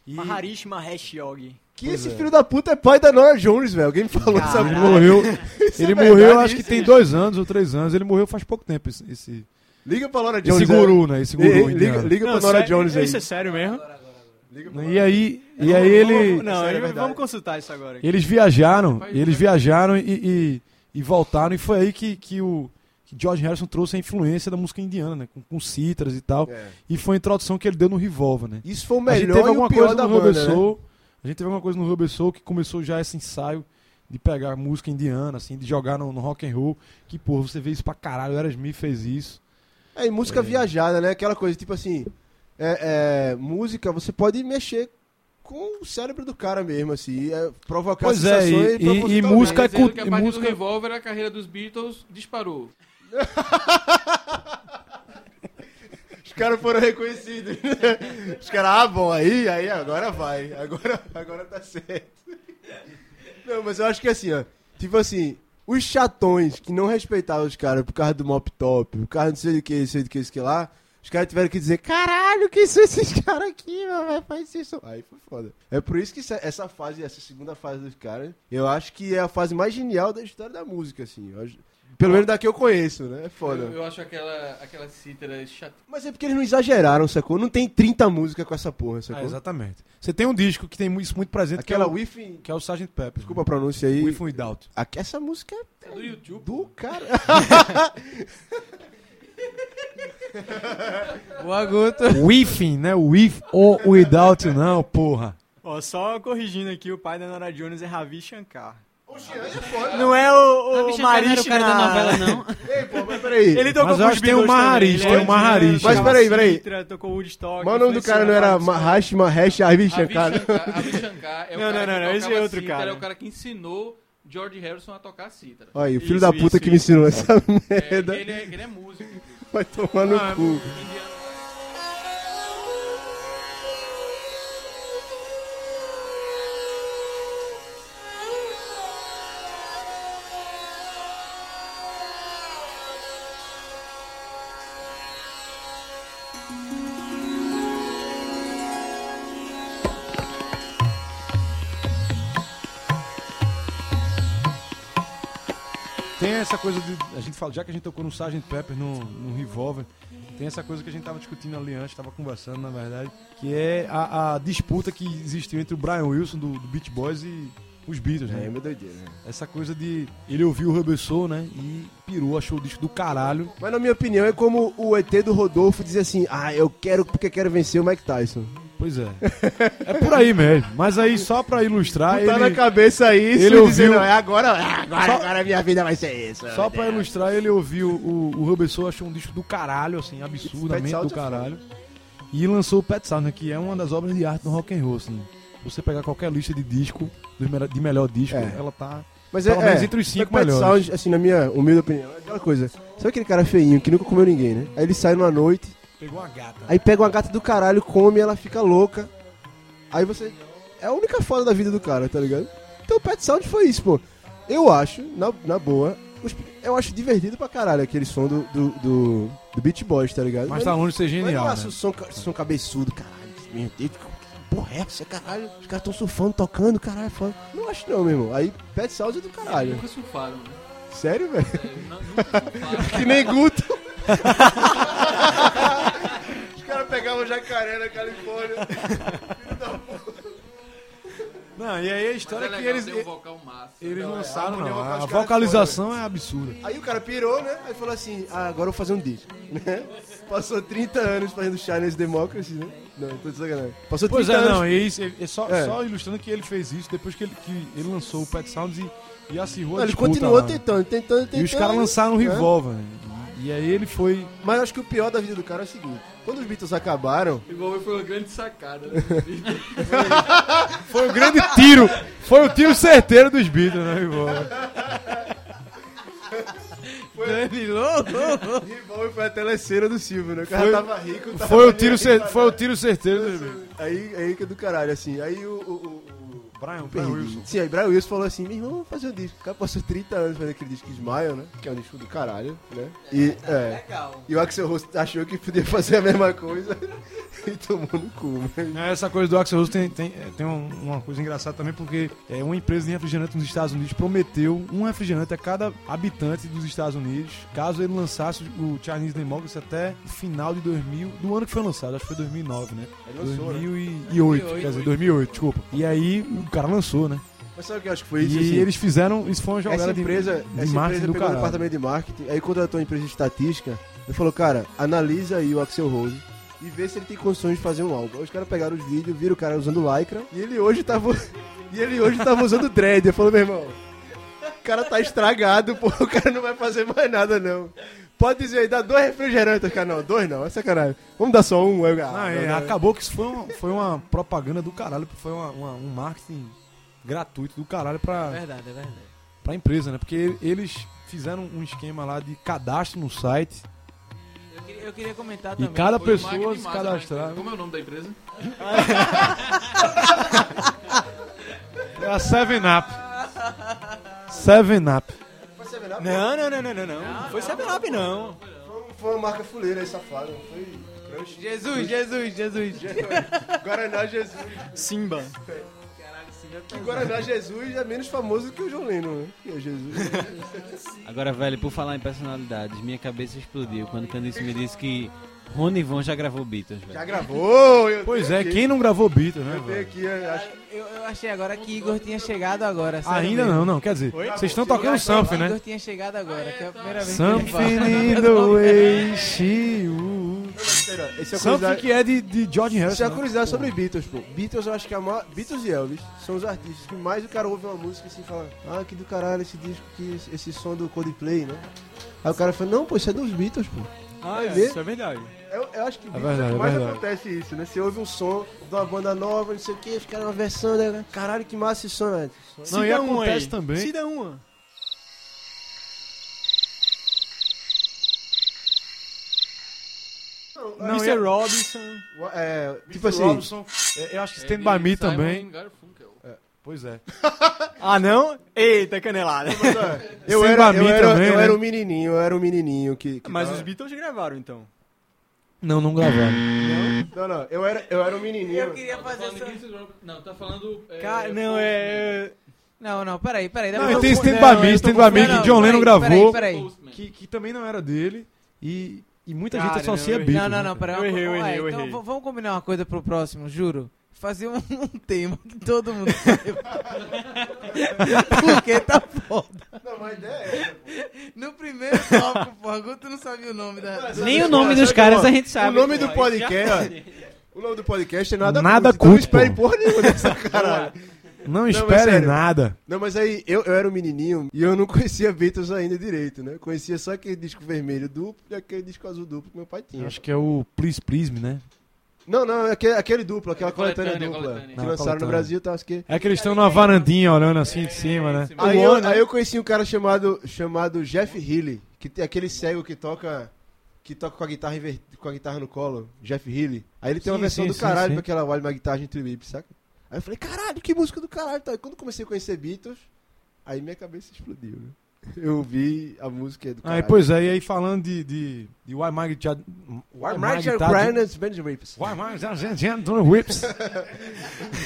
Speaker 4: E
Speaker 2: Maharishi Mahesh Yogi.
Speaker 5: Que esse filho da puta é pai da Nora Jones, velho. Alguém me falou essa
Speaker 4: ele
Speaker 2: Caralho.
Speaker 4: morreu,
Speaker 5: Isso é
Speaker 4: ele
Speaker 5: verdade,
Speaker 4: morreu acho que
Speaker 5: isso,
Speaker 4: tem dois anos ou três anos, ele morreu faz pouco tempo, esse, esse,
Speaker 5: Liga pra Laura Jones.
Speaker 4: esse guru, né? Esse
Speaker 5: é. Ei,
Speaker 4: guru
Speaker 5: ei,
Speaker 4: indiano.
Speaker 5: liga, liga pra Nora Jones aí.
Speaker 2: Isso é sério mesmo?
Speaker 5: Liga pra
Speaker 4: E aí, e aí ele...
Speaker 2: Não,
Speaker 5: Isso é verdade.
Speaker 2: vamos consultar isso agora.
Speaker 4: Eles viajaram, eles viajaram e, e- e voltaram, e foi aí que, que o que George Harrison trouxe a influência da música indiana, né? Com, com cítras e tal.
Speaker 5: É.
Speaker 4: E foi a introdução que ele deu no Revolver, né?
Speaker 5: Isso foi o
Speaker 4: a gente
Speaker 5: melhor
Speaker 4: teve
Speaker 5: e o
Speaker 4: alguma
Speaker 5: pior
Speaker 4: coisa
Speaker 5: da
Speaker 4: no
Speaker 5: banda,
Speaker 4: Rubber
Speaker 5: né?
Speaker 4: Soul. A gente teve alguma coisa no Rubber Soul que começou já esse ensaio de pegar música indiana, assim, de jogar no, no rock and roll. Que, porra, você vê isso pra caralho, o Aerosmith fez isso.
Speaker 5: É, e música viajada, né? Aquela coisa, tipo assim... É, é, música, você pode mexer com o cérebro do cara mesmo, assim. É, provocar
Speaker 4: Pois é,
Speaker 5: sensações
Speaker 4: e- e- e
Speaker 5: propositalmente.
Speaker 4: música
Speaker 3: Tá
Speaker 4: é
Speaker 3: dizendo
Speaker 4: cult-
Speaker 3: que a partir
Speaker 4: música-
Speaker 3: do Revolver a carreira dos Beatles disparou.
Speaker 5: Os caras foram reconhecidos. <laughs> né? Os caras, ah, bom, aí, aí, agora vai. Agora, agora tá certo. Não, mas eu acho que assim, ó. Tipo assim, os chatões que não respeitavam os caras por causa do mop top, por causa não sei do que, não sei do que, isso que lá. Os caras tiveram que dizer, caralho, quem são esses caras aqui, meu velho? Faz isso. Aí foi foda. É por isso que essa- essa fase, essa segunda fase dos caras, eu acho que é a fase mais genial da história da música, assim. Eu acho- Pelo menos da que eu conheço, né? É foda.
Speaker 3: Eu, eu acho aquela, aquela cítara chata.
Speaker 5: Mas é porque eles não exageraram, sacou? Não tem 30 músicas com essa porra, sacou?
Speaker 4: exatamente. Você tem um disco que tem mu- isso muito presente,
Speaker 5: é Aquela
Speaker 4: que, é o,
Speaker 5: Whiffing.
Speaker 4: que é o Sgt. Pepper.
Speaker 5: Desculpa a pronúncia aí.
Speaker 4: With and Without.
Speaker 5: Aqui, essa música é
Speaker 3: É do YouTube.
Speaker 5: do cara.
Speaker 6: O Aguto.
Speaker 4: Whiffing, né? With ou without, não, porra.
Speaker 2: Ó, só corrigindo aqui, o pai da Nora Jones é Ravi Shankar. Não é o, o
Speaker 8: Marido
Speaker 2: Marish
Speaker 8: o cara
Speaker 2: na...
Speaker 8: da novela, não.
Speaker 5: Ei, pô, <laughs> mas
Speaker 2: <laughs>
Speaker 5: peraí.
Speaker 2: Ele tocou
Speaker 4: Mas
Speaker 2: com os
Speaker 4: eu acho que tem o
Speaker 2: Beatles também,
Speaker 4: Maharishi,
Speaker 2: ele
Speaker 4: tem um
Speaker 2: é
Speaker 4: o Maharishi.
Speaker 2: indiano,
Speaker 5: Mas peraí,
Speaker 2: tocou
Speaker 5: peraí.
Speaker 2: Sintra, Tocou Woodstock.
Speaker 5: Mas o nome do cara não era Mahash, Mahesh, Arvind Shankar? não?
Speaker 3: Ravi Shankar é o
Speaker 2: Não, não, não,
Speaker 3: cara que
Speaker 2: não,
Speaker 3: tocava
Speaker 2: esse é outro
Speaker 3: cítara,
Speaker 2: cara.
Speaker 3: é o cara que ensinou George Harrison a tocar cítara.
Speaker 5: Olha aí, o filho
Speaker 2: Isso,
Speaker 5: da puta
Speaker 2: isso,
Speaker 5: que me
Speaker 2: isso.
Speaker 5: ensinou essa
Speaker 3: É,
Speaker 5: merda.
Speaker 3: ele, é, ele é músico. inclusive. é
Speaker 5: Vai tomar no cu. É,
Speaker 3: Indiano.
Speaker 4: Tem essa coisa de. A gente fala, já que a gente tocou no Sgt. Pepper, no, no Revolver, tem essa coisa que a gente tava discutindo ali antes, tava conversando, na verdade, que é a, a disputa que existiu entre o Brian Wilson do, do Beach Boys e os Beatles,
Speaker 5: É,
Speaker 4: né?
Speaker 5: meu doideira. né?
Speaker 4: Essa coisa de. Ele ouviu o Rubber Soul, né? E pirou, achou o disco do caralho.
Speaker 5: Mas na minha opinião é como o ET do Rodolfo dizer assim, ah, eu quero porque quero vencer o Mike Tyson.
Speaker 4: Pois é. É por aí mesmo. Mas aí, só pra ilustrar. ele-
Speaker 5: Botar Tá na cabeça isso
Speaker 4: ele
Speaker 5: e dizer,
Speaker 4: ouviu-
Speaker 5: não, é agora, é agora,
Speaker 4: Só-
Speaker 5: agora a minha vida vai ser isso.
Speaker 4: Só pra ilustrar, ele ouviu o, o Rubber Soul, achou um disco do caralho, assim,
Speaker 5: Pet
Speaker 4: absurdamente
Speaker 5: Sound
Speaker 4: do
Speaker 5: é foda.
Speaker 4: caralho. E lançou o Pet Sound, né, que é uma das obras de arte do rock and roll, assim. Você pegar qualquer lista de disco, dos mele- de melhor disco,
Speaker 5: É.
Speaker 4: ela tá...
Speaker 5: Mas
Speaker 4: Pelo menos entre os cinco
Speaker 5: Pet
Speaker 4: melhores.
Speaker 5: Sound, assim, na minha humilde opinião, é aquela coisa. Sabe aquele cara feinho que nunca comeu ninguém, né? Aí ele sai numa noite,
Speaker 4: Pegou uma gata.
Speaker 5: aí pega uma gata do caralho, come, ela fica louca. Aí você. É a única foda da vida do cara, tá ligado? Então o Pet Sound foi isso, pô. Eu acho, na, na boa, os- eu acho divertido pra caralho aquele som do, do, do, do Beach Boys, tá ligado?
Speaker 4: Mas tá longe de ser
Speaker 5: mas
Speaker 4: genial.
Speaker 5: não
Speaker 4: né?
Speaker 5: acho o som, ca- som cabeçudo, caralho. Meu Deus, que porra é essa, caralho? Os caras tão surfando, tocando, caralho, foda. Não acho não, meu irmão. Aí Pet Sound é do caralho.
Speaker 3: Nunca surfaram, né?
Speaker 5: Sério, <laughs> velho?
Speaker 3: Não- nunca surfaram.
Speaker 5: Que nem Guto. <laughs> Os caras pegavam jacaré na Califórnia.
Speaker 4: Não, e aí a história
Speaker 3: Mas
Speaker 4: é
Speaker 3: é
Speaker 4: que
Speaker 3: legal
Speaker 4: eles,
Speaker 3: ter um vocal massa.
Speaker 4: eles
Speaker 5: Não, é,
Speaker 4: lançaram,
Speaker 5: a
Speaker 4: não.
Speaker 5: harmonia vocal
Speaker 4: A
Speaker 5: dos caras é
Speaker 4: vocalização é absurda.
Speaker 5: Aí o cara pirou, né? Aí falou assim: ah, agora eu vou fazer um disco. né? Passou 30 anos fazendo Chinese Democracy, né? Não, tô de sacanagem. Passou 30
Speaker 4: Pois é,
Speaker 5: anos.
Speaker 4: não, e isso, é só,
Speaker 5: É.
Speaker 4: só ilustrando que ele fez isso depois que ele, que ele lançou o Pet Sounds e, e acirrou
Speaker 5: Não,
Speaker 4: a
Speaker 5: ele
Speaker 4: disputa
Speaker 5: continuou
Speaker 4: lá.
Speaker 5: tentando, tentando, tentando.
Speaker 4: E os caras lançaram o
Speaker 5: né?
Speaker 4: Revolver. né? E aí ele foi.
Speaker 5: Mas acho que o pior da vida do cara é o seguinte: quando os Beatles acabaram,
Speaker 3: Revolver foi uma grande sacada. né?
Speaker 4: Foi o grande tiro! Foi o tiro certeiro dos Beatles, né, Revolver?
Speaker 5: Revolver foi a teleceira do Silvio, né? O cara
Speaker 4: Foi-
Speaker 5: tava rico, tava
Speaker 4: Foi o tiro, cer-
Speaker 5: rico,
Speaker 4: foi o tiro certeiro dos Beatles.
Speaker 5: Aí, aí que é do caralho, assim. Aí o. o- o- o-
Speaker 4: Brian,
Speaker 5: Perdi. Sim, aí Brian Wilson falou assim: meu irmão, vamos fazer um disco. O cara passou 30 anos fazendo aquele disco Smile, né? Que é um disco do caralho, né? E, é.
Speaker 6: Legal.
Speaker 5: E o Axel Rose achou que podia <laughs> fazer a mesma coisa <laughs> e tomou no cu, velho.
Speaker 4: É, Essa coisa do Axel Rose tem, tem, é, tem um- uma coisa engraçada também, porque é, uma empresa de refrigerante nos Estados Unidos prometeu um refrigerante a cada habitante dos Estados Unidos, caso ele lançasse o Chinese Democracy até o final de 2000, do ano que foi lançado, acho que foi 2009, né? 2008, quer dizer, 2008, desculpa. E aí o cara lançou, né?
Speaker 5: Mas sabe o que eu acho que foi isso?
Speaker 4: e
Speaker 5: assim?
Speaker 4: eles fizeram, isso foi uma jogada
Speaker 5: essa empresa,
Speaker 4: de, de
Speaker 5: essa
Speaker 4: marketing
Speaker 5: empresa
Speaker 4: do
Speaker 5: pegou o
Speaker 4: cara.
Speaker 5: departamento de marketing, aí contratou uma empresa de estatística e falou, cara, analisa aí o Axel Rose e vê se ele tem condições de fazer um álbum. Aí os caras pegaram os vídeos, viram o cara usando lycra e ele hoje tava, e ele hoje tava usando dread. Eu falei, meu irmão, o cara tá estragado, pô, o cara não vai fazer mais nada não. Pode dizer aí, dá dois refrigerantes, cara. Não, dois não, é sacanagem. Vamos dar só um. Aí eu, ah,
Speaker 4: Ah, é, acabou que isso foi uma, foi uma propaganda do caralho, foi uma- uma- um marketing gratuito do caralho pra,
Speaker 6: Verdade, é verdade.
Speaker 4: pra empresa, né? Porque eles fizeram um esquema lá de cadastro no site
Speaker 6: Eu queria, eu queria comentar
Speaker 4: e
Speaker 6: também.
Speaker 4: cada
Speaker 3: Foi um
Speaker 4: pessoa
Speaker 3: marketing
Speaker 4: se
Speaker 5: né?
Speaker 3: massa, mas-
Speaker 4: cadastrava.
Speaker 3: Como é o nome da empresa?
Speaker 4: É a 7-Up. 7-Up.
Speaker 2: Não, não, não, não, não, não. Não foi 7-Up, não.
Speaker 5: Foi uma marca fuleira aí, safado. não Foi crush.
Speaker 6: Jesus, Jesus, Jesus.
Speaker 5: Guaraná Jesus.
Speaker 2: Simba.
Speaker 5: Que Guaraná Jesus é menos famoso que o João Leno, né? Que é Jesus.
Speaker 7: Agora, velho, por falar em personalidades, minha cabeça explodiu quando Candice me disse que Rony Von já gravou Beatles, velho.
Speaker 5: Já gravou! Eu
Speaker 4: Pois
Speaker 5: tenho
Speaker 4: é,
Speaker 5: aqui.
Speaker 4: quem não gravou Beatles, né?
Speaker 5: Eu tenho
Speaker 4: velho?
Speaker 5: aqui, eu acho.
Speaker 6: Eu, eu achei agora que Igor tinha chegado agora. sério
Speaker 4: Ainda
Speaker 6: mesmo.
Speaker 4: não, não, quer dizer, vocês estão tocando something, né?
Speaker 6: Igor tinha chegado agora, que é a primeira vez que
Speaker 4: Something
Speaker 6: ele
Speaker 5: <laughs>
Speaker 6: <laughs>
Speaker 4: in the way she would.
Speaker 5: Pera, Esse é a
Speaker 4: Something
Speaker 5: curiosidade.
Speaker 4: que é de, de George
Speaker 5: Isso é a
Speaker 4: Harrison. né?
Speaker 5: curiosidade sobre Beatles, pô. Beatles, eu acho que é a maior... Beatles e Elvis são os artistas que mais o cara ouve uma música e se fala, ah, que do caralho esse disco, que esse, esse som do Coldplay, né? Aí o cara fala, não, pô, isso é dos Beatles, pô.
Speaker 2: Ah,
Speaker 5: Vai
Speaker 2: é,
Speaker 5: ver?
Speaker 2: isso é verdade.
Speaker 5: Eu, eu acho que Beatles
Speaker 4: verdade,
Speaker 5: é
Speaker 4: é
Speaker 5: que mais
Speaker 4: verdade.
Speaker 5: acontece isso, né? Você ouve um som de uma banda nova, não sei o que, os caras uma versão, né? Caralho, que massa esse som, né?
Speaker 4: Não, e
Speaker 2: um,
Speaker 4: acontece também.
Speaker 2: Se dá uma.
Speaker 4: Não,
Speaker 2: Mr.
Speaker 4: e a-
Speaker 2: Robinson.
Speaker 5: É, tipo
Speaker 4: Tipo assim,
Speaker 5: assim,
Speaker 4: Robson, é, eu acho que
Speaker 3: É
Speaker 4: Stand
Speaker 3: de
Speaker 4: By Me
Speaker 3: Simon
Speaker 4: também.
Speaker 3: Garfunkel.
Speaker 4: Pois é.
Speaker 2: Ah, não? Eita, canelada.
Speaker 5: eu
Speaker 4: Stand
Speaker 5: era,
Speaker 4: By
Speaker 5: eu,
Speaker 4: Me
Speaker 5: era,
Speaker 4: também,
Speaker 5: eu
Speaker 4: né?
Speaker 5: era um menininho, eu era um menininho que... que
Speaker 2: Mas
Speaker 5: tava-
Speaker 2: os Beatles gravaram, então.
Speaker 4: Não, não gravaram.
Speaker 5: Não, não, eu era, eu era um menininho.
Speaker 6: Eu queria
Speaker 3: Tá
Speaker 6: fazer
Speaker 3: falando
Speaker 6: essa...
Speaker 3: Guinness World- Não, tá falando. é,
Speaker 2: Cara, não, é...
Speaker 6: Não, não, peraí, peraí. dá
Speaker 4: Não,
Speaker 6: pra- um-
Speaker 4: e tem
Speaker 2: Não,
Speaker 4: Stand
Speaker 2: eu
Speaker 4: By Me,
Speaker 2: tô
Speaker 4: Stand By Me
Speaker 6: Não,
Speaker 4: que
Speaker 6: não,
Speaker 4: John Lennon
Speaker 6: peraí,
Speaker 4: gravou,
Speaker 6: Peraí, peraí.
Speaker 3: Postman.
Speaker 4: que, que também não era dele, e, e muita
Speaker 2: Cara,
Speaker 4: gente associa
Speaker 2: não, eu-
Speaker 4: Beatles.
Speaker 6: Não, não, não,
Speaker 4: né?
Speaker 6: peraí.
Speaker 2: Eu
Speaker 6: uma
Speaker 2: errei, eu
Speaker 6: co- Ué,
Speaker 2: errei, eu
Speaker 6: então
Speaker 2: errei.
Speaker 6: v- vamos combinar uma coisa pro próximo, juro. Fazer um, <laughs> um tema que todo mundo
Speaker 2: <laughs>
Speaker 6: saiba. Porque tá foda.
Speaker 5: Não, mas a ideia é essa.
Speaker 6: No primeiro tópico, porra, Guto não sabia o nome da...
Speaker 7: Nem o nome dos caras a gente sabe. é.
Speaker 5: O nome do podcast. <laughs> O nome do podcast é nada,
Speaker 4: Nada
Speaker 5: Então não
Speaker 4: Cult,
Speaker 5: espere
Speaker 4: pô.
Speaker 5: porra nenhuma
Speaker 7: <laughs>
Speaker 5: dessa caralho.
Speaker 4: Não é
Speaker 5: mas
Speaker 4: esperem
Speaker 5: sério.
Speaker 4: nada.
Speaker 5: Não, mas aí eu, eu era um menininho e eu não conhecia Beatles ainda direito, né? Conhecia só aquele disco vermelho duplo e aquele disco azul duplo que meu pai tinha.
Speaker 4: Acho que é o Please Please Me, né?
Speaker 5: Não, não, aquele, aquele duplo, aquela
Speaker 3: É,
Speaker 5: coletânea,
Speaker 3: coletânea,
Speaker 5: dupla
Speaker 3: coletânea.
Speaker 5: que
Speaker 4: Não,
Speaker 5: lançaram
Speaker 4: coletânea.
Speaker 5: no Brasil, tá? acho que-
Speaker 4: É que eles estão numa varandinha olhando assim de cima, né?
Speaker 3: Esse mesmo.
Speaker 5: Aí eu,
Speaker 2: One, né?
Speaker 5: aí eu conheci um cara chamado, chamado Jeff Healy, que tem aquele cego que toca que toca com a guitarra inver- com a guitarra no colo, Jeff Healy. Aí ele tem uma
Speaker 4: Sim,
Speaker 5: versão
Speaker 4: sim,
Speaker 5: do
Speaker 4: sim,
Speaker 5: caralho
Speaker 4: sim.
Speaker 5: pra aquela Wild My Guitar Gently Whip, saca? Aí Aí eu falei, caralho, que música do caralho. Tá? E quando comecei a conhecer Beatles, aí minha cabeça explodiu, né? <laughs> Eu ouvi a música do caralho.
Speaker 4: Aí, pois é, e aí falando de, de, de Why Margaret Chad-
Speaker 5: Why
Speaker 4: Why
Speaker 5: Margaret
Speaker 4: Tad-
Speaker 5: Griner's Band Rips.
Speaker 4: Why Margaret Whips.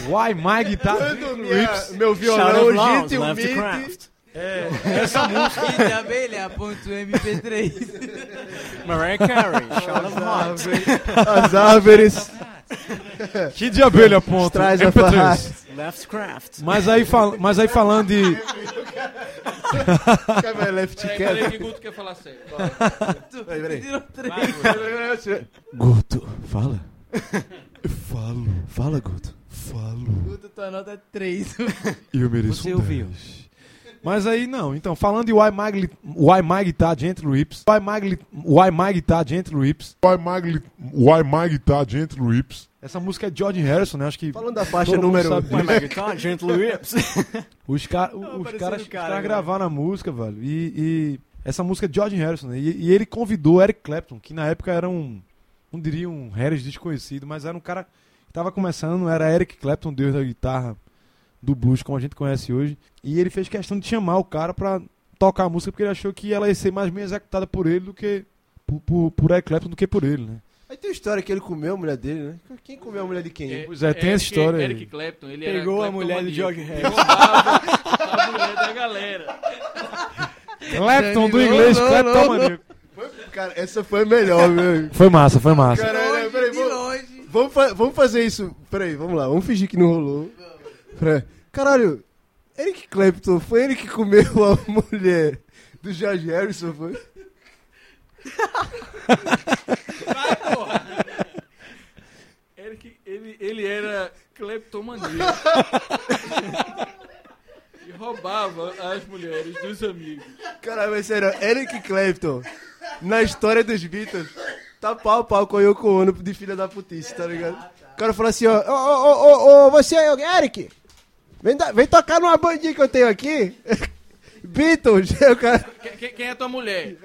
Speaker 4: Why Tá- My Guitar
Speaker 5: Quando minha, meu
Speaker 2: Shout
Speaker 5: violão um
Speaker 2: out loud, love to
Speaker 5: gentilmente...
Speaker 2: craft.
Speaker 6: E também ele aponta o MP3. <laughs>
Speaker 2: Mariah Carey, Shout
Speaker 5: As
Speaker 2: Out Loud.
Speaker 5: árvores, as árvores <laughs>
Speaker 4: Que de abelha, ponto.
Speaker 5: traz a
Speaker 4: MP3.
Speaker 5: farraça.
Speaker 2: Left Craft.
Speaker 4: Mas aí, fal- mas aí falando de...
Speaker 5: Quer ver Left
Speaker 3: Peraí,
Speaker 5: Cat?
Speaker 3: peraí, que Guto quer falar sério.
Speaker 5: Peraí, peraí.
Speaker 6: Tirou três.
Speaker 5: Guto, fala. Eu falo. Fala, Guto. Falo.
Speaker 6: Guto, tua nota é 3.
Speaker 4: E eu mereço
Speaker 7: Você
Speaker 4: um
Speaker 7: ouviu.
Speaker 4: 10. Mas aí, não. Então, falando de Why Magli... Why Magritar Gentle Rips. Why Magli... Why Magritar Gentle Rips. Why Magli... Why Magritar Gentle Rips. Essa música é de George Harrison, né? Acho que...
Speaker 5: Falando da faixa
Speaker 4: Todo mundo
Speaker 5: número
Speaker 4: sabe.
Speaker 5: 1.
Speaker 2: Why my guitar, gentle whips.
Speaker 4: Os, ca- os
Speaker 2: apareceu
Speaker 4: caras
Speaker 2: o
Speaker 4: os
Speaker 2: cara
Speaker 4: caras
Speaker 2: agora.
Speaker 4: gravaram a música, velho. E, e essa música é de George Harrison. né? E, e ele convidou Eric Clapton, que na época era um. Não diria um Harris desconhecido, mas era um cara que tava começando. Era Eric Clapton, deus da guitarra do blues, como a gente conhece hoje. E ele fez questão de chamar o cara pra tocar a música, porque ele achou que ela ia ser mais bem executada por ele do que. Por, por, por Eric Clapton do que por ele,
Speaker 5: <laughs>
Speaker 4: né?
Speaker 5: Aí tem a história que ele comeu a mulher dele, né? Quem comeu a mulher de quem?
Speaker 4: Pois é, tem essa história aí.
Speaker 3: Eric Clapton, ele
Speaker 2: Pegou
Speaker 3: era
Speaker 2: a mulher do
Speaker 3: cleptomaníaco.
Speaker 2: George
Speaker 3: Ele
Speaker 2: Harrison.
Speaker 3: roubava a mulher da galera.
Speaker 4: Clapton do inglês,
Speaker 5: não,
Speaker 4: Clapton
Speaker 5: não,
Speaker 4: maníaco.
Speaker 5: Cara, essa foi a melhor, meu.
Speaker 4: Foi massa, foi massa.
Speaker 5: Cara,
Speaker 6: Longe,
Speaker 5: era- peraí,
Speaker 6: de
Speaker 5: vamos,
Speaker 6: longe.
Speaker 5: vamos, fa- vamos fazer isso. Peraí, vamos lá. Vamos fingir que não rolou. Pra- Caralho, Eric Clapton, foi ele que comeu a mulher do George Harrison, foi?
Speaker 3: Eric, ele, ele era cleptomaníaco. e roubava as mulheres dos amigos.
Speaker 5: Caralho, mas sério, Eric Clapton, na história dos Beatles, tá pau a pau com a Yoko Ono de filha da putice, tá ligado? O cara fala assim, ó, ô, ô, ô, ô, ô, você aí, Eric, vem, da- vem tocar numa bandinha que eu tenho aqui. <laughs> Beatles, <laughs> aí o cara...
Speaker 3: Que- que- quem é tua mulher?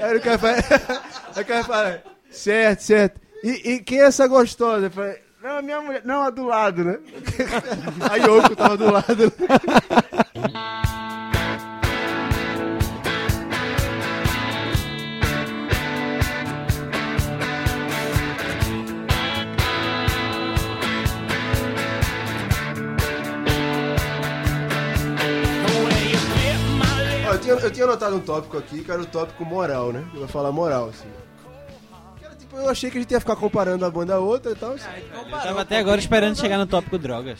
Speaker 5: Aí o cara fala, <laughs> aí o cara fala certo, certo. E, e quem é essa gostosa? Eu falei, não, a minha mulher, não, a do lado, né? <laughs> A Yoko tava do lado. né? Ó, eu, tinha, eu tinha anotado um tópico aqui, que era o tópico moral, né? Eu ia falar moral, assim. Que era, tipo, eu achei que a gente ia ficar comparando a banda a outra e tal. Assim.
Speaker 7: Tava até agora esperando chegar no tópico drogas.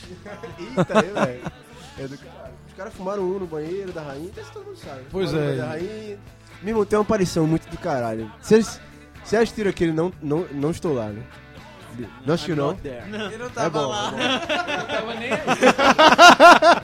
Speaker 5: Eita, aí, velho. <laughs> É do caralho. Os caras fumaram um no banheiro da rainha, então todo mundo sabe.
Speaker 4: Pois
Speaker 5: Fumaram
Speaker 4: é.
Speaker 5: um no banheiro Da rainha. Meu irmão, tem uma aparição muito do caralho. Vocês vocês assistiram aquele não, não, não Estou Lá, né? Não assistiu, não?
Speaker 6: Ele não
Speaker 5: É
Speaker 6: tava
Speaker 5: bom,
Speaker 6: lá.
Speaker 5: é
Speaker 3: Não tava nem aí.
Speaker 5: bom.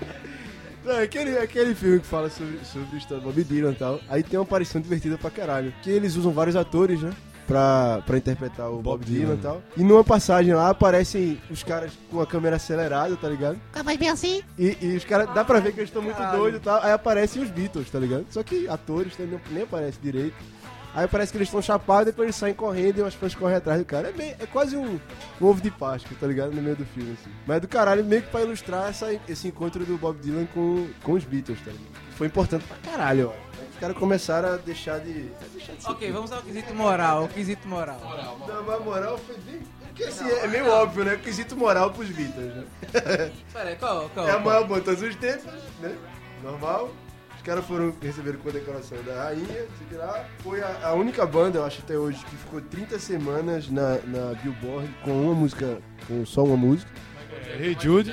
Speaker 5: Não, é aquele, aquele filme que fala sobre, sobre o história do Bob Dylan e tal. Aí tem uma aparição divertida pra caralho. Que eles usam vários atores, né? Pra, pra interpretar o Bob, Dylan e tal. E numa passagem lá aparecem os caras com a câmera acelerada, tá ligado?
Speaker 1: Vai bem assim?
Speaker 5: E, e os caras, dá pra ver que eles estão muito doidos e tal. Aí aparecem os Beatles, tá ligado? Só que atores também nem aparecem direito. Aí parece que eles estão chapados, depois eles saem correndo e umas fãs correm atrás do cara. É, meio- é quase um, um ovo de Páscoa, tá ligado? No meio do filme, assim. Mas é do caralho, meio que pra ilustrar essa- esse encontro do Bob Dylan com, com os Beatles, tá ligado? Foi importante pra caralho, ó. Os caras começaram a deixar de. a deixar de ser-
Speaker 6: Ok, vamos ao quesito moral. O quesito moral.
Speaker 5: Não, mas a moral foi bem. Porque assim, é meio óbvio, né? Quesito moral pros Beatles, né?
Speaker 6: Peraí, qual? qual
Speaker 5: É a maior boa de todos os tempos, né? Normal. Os caras foram receberam condecoração da rainha, não sei o que lá. Foi a, a única banda, eu acho até hoje, que ficou 30 semanas na, na Billboard com uma música, com só uma música.
Speaker 4: É Hey Jude.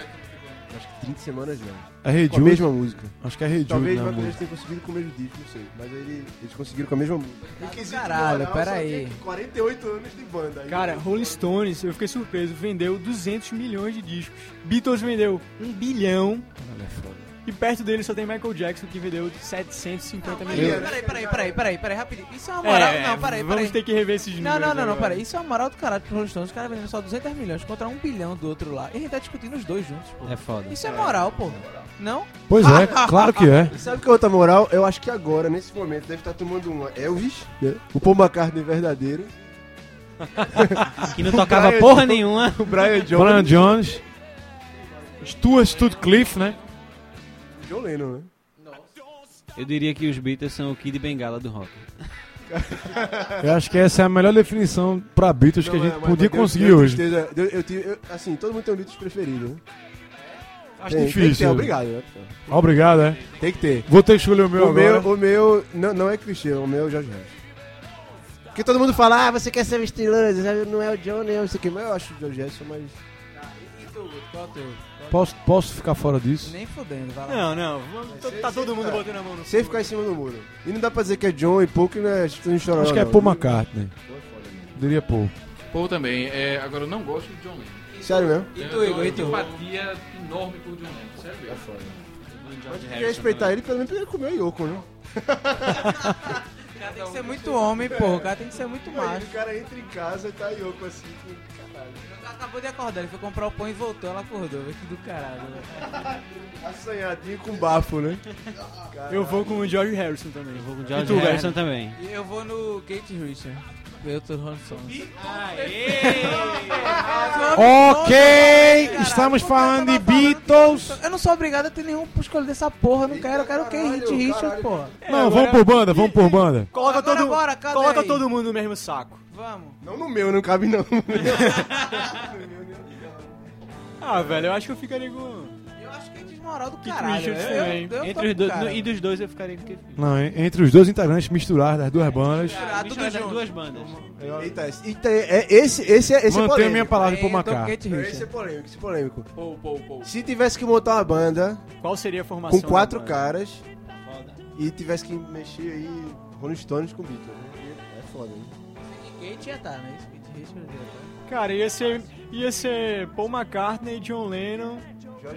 Speaker 5: Acho que 30 semanas não.
Speaker 4: É Hey
Speaker 5: Com a
Speaker 4: Jude.
Speaker 5: mesma música.
Speaker 4: Acho que é Hey Jude.
Speaker 5: Talvez
Speaker 4: né,
Speaker 5: o
Speaker 4: amor?
Speaker 5: Matheus tenha conseguido com o mesmo disco, não sei. Mas ele- eles conseguiram com a mesma música. E quesito
Speaker 6: caralho,
Speaker 5: moral,
Speaker 6: pera
Speaker 5: só
Speaker 6: aí.
Speaker 5: tem 48 anos de banda. Aí
Speaker 2: Cara, Rolling Stones, eu fiquei surpreso, vendeu 200 milhões de discos. Beatles vendeu 1 bilhão. E perto dele só tem Michael Jackson, que vendeu 750
Speaker 6: Não, mas
Speaker 2: milhões.
Speaker 6: Peraí, peraí, peraí, peraí, peraí, rapidinho. Isso é uma moral. não, peraí,
Speaker 2: vamos
Speaker 6: peraí.
Speaker 2: ter que rever esses
Speaker 6: Não,
Speaker 2: números.
Speaker 6: não, não, não,
Speaker 2: agora.
Speaker 6: peraí. Isso é uma moral do caralho pros Rolling Stones. Os caras vendendo só 200 milhões contra 1 bilhão do outro lá. E a gente tá discutindo os dois juntos, pô.
Speaker 7: É foda.
Speaker 6: Isso é moral, pô. Não?
Speaker 4: Pois é, claro que é.
Speaker 5: Sabe que é outra moral? Eu acho que agora, nesse momento, deve estar tomando uma Elvis,
Speaker 4: É.
Speaker 5: né? o Paul McCartney verdadeiro,
Speaker 7: Que não tocava
Speaker 5: Brian-
Speaker 7: porra nenhuma.
Speaker 5: o Brian
Speaker 4: Brian
Speaker 5: Jones,
Speaker 4: Jones.
Speaker 10: Stuart Studcliffe, né?
Speaker 5: John Lennon, né?
Speaker 7: Eu diria que os Beatles são o Kid Bengala do rock.
Speaker 4: Eu acho que essa é a melhor definição pra Beatles que a
Speaker 5: Não, é,
Speaker 4: gente
Speaker 5: mas-
Speaker 4: podia
Speaker 5: mas deu-
Speaker 4: conseguir
Speaker 5: deu
Speaker 4: hoje.
Speaker 5: tristeza. Deu- eu tive- eu- assim, todo mundo tem um Beatles preferido, né?
Speaker 4: Acho
Speaker 5: Tem- Tem que ter,
Speaker 4: difícil.
Speaker 5: obrigado. né?
Speaker 4: Obrigado, é.
Speaker 5: Tem que ter.
Speaker 4: Vou ter que escolher o meu
Speaker 5: o
Speaker 4: agora.
Speaker 5: meu, o meu não, não é clichê, o meu é o George Harrison. Porque todo mundo fala, ah, você quer ser o estiloso, sabe? não é o John, não sei o que. Mas eu acho o George Harrison, mas...
Speaker 4: Posso, posso ficar fora disso?
Speaker 6: Nem fudendo, vai lá.
Speaker 2: Não, não. Tá, tá todo mundo botando a mão no
Speaker 5: Sem ficar em cima do muro. E não dá pra dizer que é John e pouco, né? Acho que não chorou,
Speaker 4: Acho que é
Speaker 5: não.
Speaker 4: Paul McCartney. Diria Paul.
Speaker 3: Paul também. É, agora, eu não gosto de John Lennon.
Speaker 5: Sério mesmo?
Speaker 6: E
Speaker 3: eu
Speaker 6: tu, Igor, e
Speaker 3: tenho
Speaker 6: tu? Tá
Speaker 3: uma empatia enorme por John Lennon, é sério mesmo.
Speaker 5: Queria respeitar ele, pelo menos ele comeu a Yoko, né?
Speaker 6: cara tem que ser muito homem, porra. O cara tem que ser muito macho.
Speaker 5: o cara entra em casa e tá a Yoko assim, caralho.
Speaker 6: O cara acabou de acordar, ele foi comprar o pão e voltou, ela acordou. velho, Que do caralho, velho.
Speaker 5: Assanhadinho com bafo, né?
Speaker 2: Eu vou com o George Harrison também. vou com o
Speaker 7: George Harrison também.
Speaker 6: E eu vou no Kate Richard. Eu tô Hanson.
Speaker 10: Ok, estamos falando de Beatles.
Speaker 6: Eu não sou obrigado a ter nenhum pra escolher dessa porra, eu não quero, eu quero o Kate
Speaker 5: caralho,
Speaker 6: Richard,
Speaker 5: caralho.
Speaker 6: porra.
Speaker 4: Não, vamos por banda, vamos
Speaker 5: é-
Speaker 4: por banda.
Speaker 2: Coloca,
Speaker 6: Agora,
Speaker 2: todo,
Speaker 6: agora, cadê
Speaker 2: coloca
Speaker 6: aí?
Speaker 2: todo mundo no mesmo saco.
Speaker 6: Vamos.
Speaker 5: Não no meu, não cabe
Speaker 4: <laughs>
Speaker 5: não.
Speaker 2: Ah, velho, eu acho que eu ficaria com.
Speaker 6: Eu acho que é desmoral do
Speaker 2: Kate
Speaker 6: caralho. né?
Speaker 2: Richards
Speaker 6: eu- eu-
Speaker 2: também.
Speaker 6: eu tô
Speaker 7: Entre
Speaker 6: com
Speaker 7: os dois,
Speaker 6: cara.
Speaker 7: no- e dos dois eu ficaria com o Kid.
Speaker 4: Não, en- entre os dois integrantes misturados das duas bandas.
Speaker 6: Ah, tudo
Speaker 7: Misturar das
Speaker 6: junto.
Speaker 7: duas bandas.
Speaker 5: Eita, esse- eita, é, é- esse, esse, é- esse é
Speaker 4: Mantenho
Speaker 5: polêmico.
Speaker 4: minha palavra
Speaker 6: Aí
Speaker 4: por
Speaker 6: eu tô com
Speaker 4: Macar.
Speaker 6: então Kate
Speaker 5: Esse é
Speaker 6: Richard.
Speaker 5: polêmico, esse é polêmico.
Speaker 3: Paul, Paul, Paul.
Speaker 5: Se tivesse que montar uma banda
Speaker 2: Qual seria a formação?
Speaker 5: com quatro
Speaker 2: da banda?
Speaker 5: caras
Speaker 4: Tá
Speaker 5: e tivesse que mexer aí Rolling Stones com Beatles, né? É foda, né?
Speaker 6: Kate ia tá, né? Isso, Kate Richard ia tá.
Speaker 2: Cara, ia ser, ia ser Paul McCartney, John Lennon,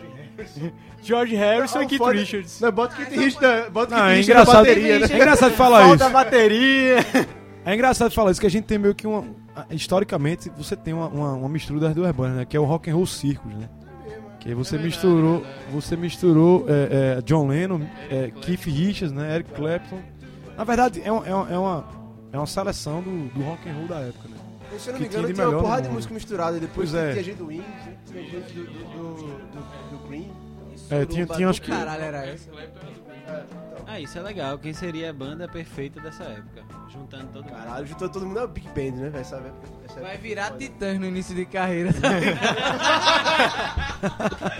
Speaker 2: <laughs> George Harrison e Keith
Speaker 5: É Ah, foda-
Speaker 2: Richards.
Speaker 5: Não, bota o Kit Richard, bota o
Speaker 4: Ah, Não, é
Speaker 5: Keith Richards na
Speaker 4: engraçado,
Speaker 5: bateria, né?
Speaker 4: é engraçado falar isso.
Speaker 2: Falta bateria.
Speaker 4: É engraçado falar isso, que a gente tem meio que uma... ah, Historicamente, você tem uma, uma, uma mistura das duas bandas, né? Que é o rock and roll circus, né? Que aí você misturou, você misturou é, é, John Lennon, é, Keith Richards, né? Eric Clapton. Na verdade, é, um- é, um- é uma, é uma seleção do, do rock and roll da época, né?
Speaker 5: Se eu não
Speaker 4: Que tinha
Speaker 5: me engano,
Speaker 4: de
Speaker 5: tinha uma
Speaker 4: melhor
Speaker 5: porrada
Speaker 4: no
Speaker 5: de
Speaker 4: mundo.
Speaker 5: música misturada. Depois
Speaker 4: Pois é.
Speaker 5: tinha gente do Wings, né? tinha gente do, do, do, do- do Green.
Speaker 4: É, tinha,
Speaker 6: Suruba
Speaker 4: tinha
Speaker 6: do
Speaker 4: acho que...
Speaker 6: Caralho, era esse.
Speaker 7: Ah, isso é legal. Quem seria a banda perfeita dessa época? Juntando todo mundo.
Speaker 5: Caralho, juntou todo mundo. É o Big Band, né? velho? Essa- essa-
Speaker 6: Vai virar Titãs no início de carreira.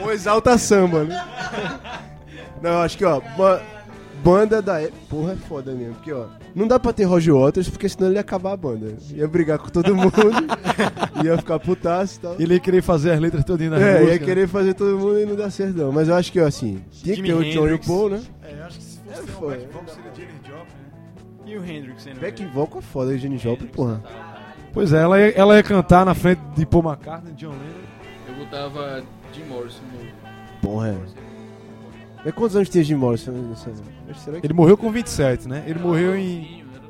Speaker 5: Ou Um exalta samba, né? Não, acho que, ó, ba- banda da época. Porra, é foda mesmo. Porque, ó, não dá pra ter Roger Waters, porque senão ele ia acabar a banda. Ia brigar com todo mundo, <laughs> ia ficar putaço e tal.
Speaker 4: Ele ia querer fazer as letras todinhas né? nas
Speaker 5: É,
Speaker 4: músicas.
Speaker 5: ia querer fazer todo mundo e não dá certo, não. Mas eu acho que, ó, assim, tinha que
Speaker 2: Jimi
Speaker 5: ter o John e o
Speaker 2: Hendrix.
Speaker 5: Paul, né?
Speaker 10: É, acho que se
Speaker 5: É, foi. ter um back
Speaker 2: E o Hendrix, né?
Speaker 5: Back vocal é foda, Jenny Joplin, porra.
Speaker 2: tá.
Speaker 4: Pois é, ela ia, ela ia cantar na frente de Paul McCartney, John Lennon.
Speaker 3: Eu botava Jim Morrison no...
Speaker 5: Porra. É quantos anos tinha Jim Morrison? Não sei. Mas Será que...
Speaker 4: Ele morreu com 27, né? Ele morreu em...
Speaker 3: Novinho, era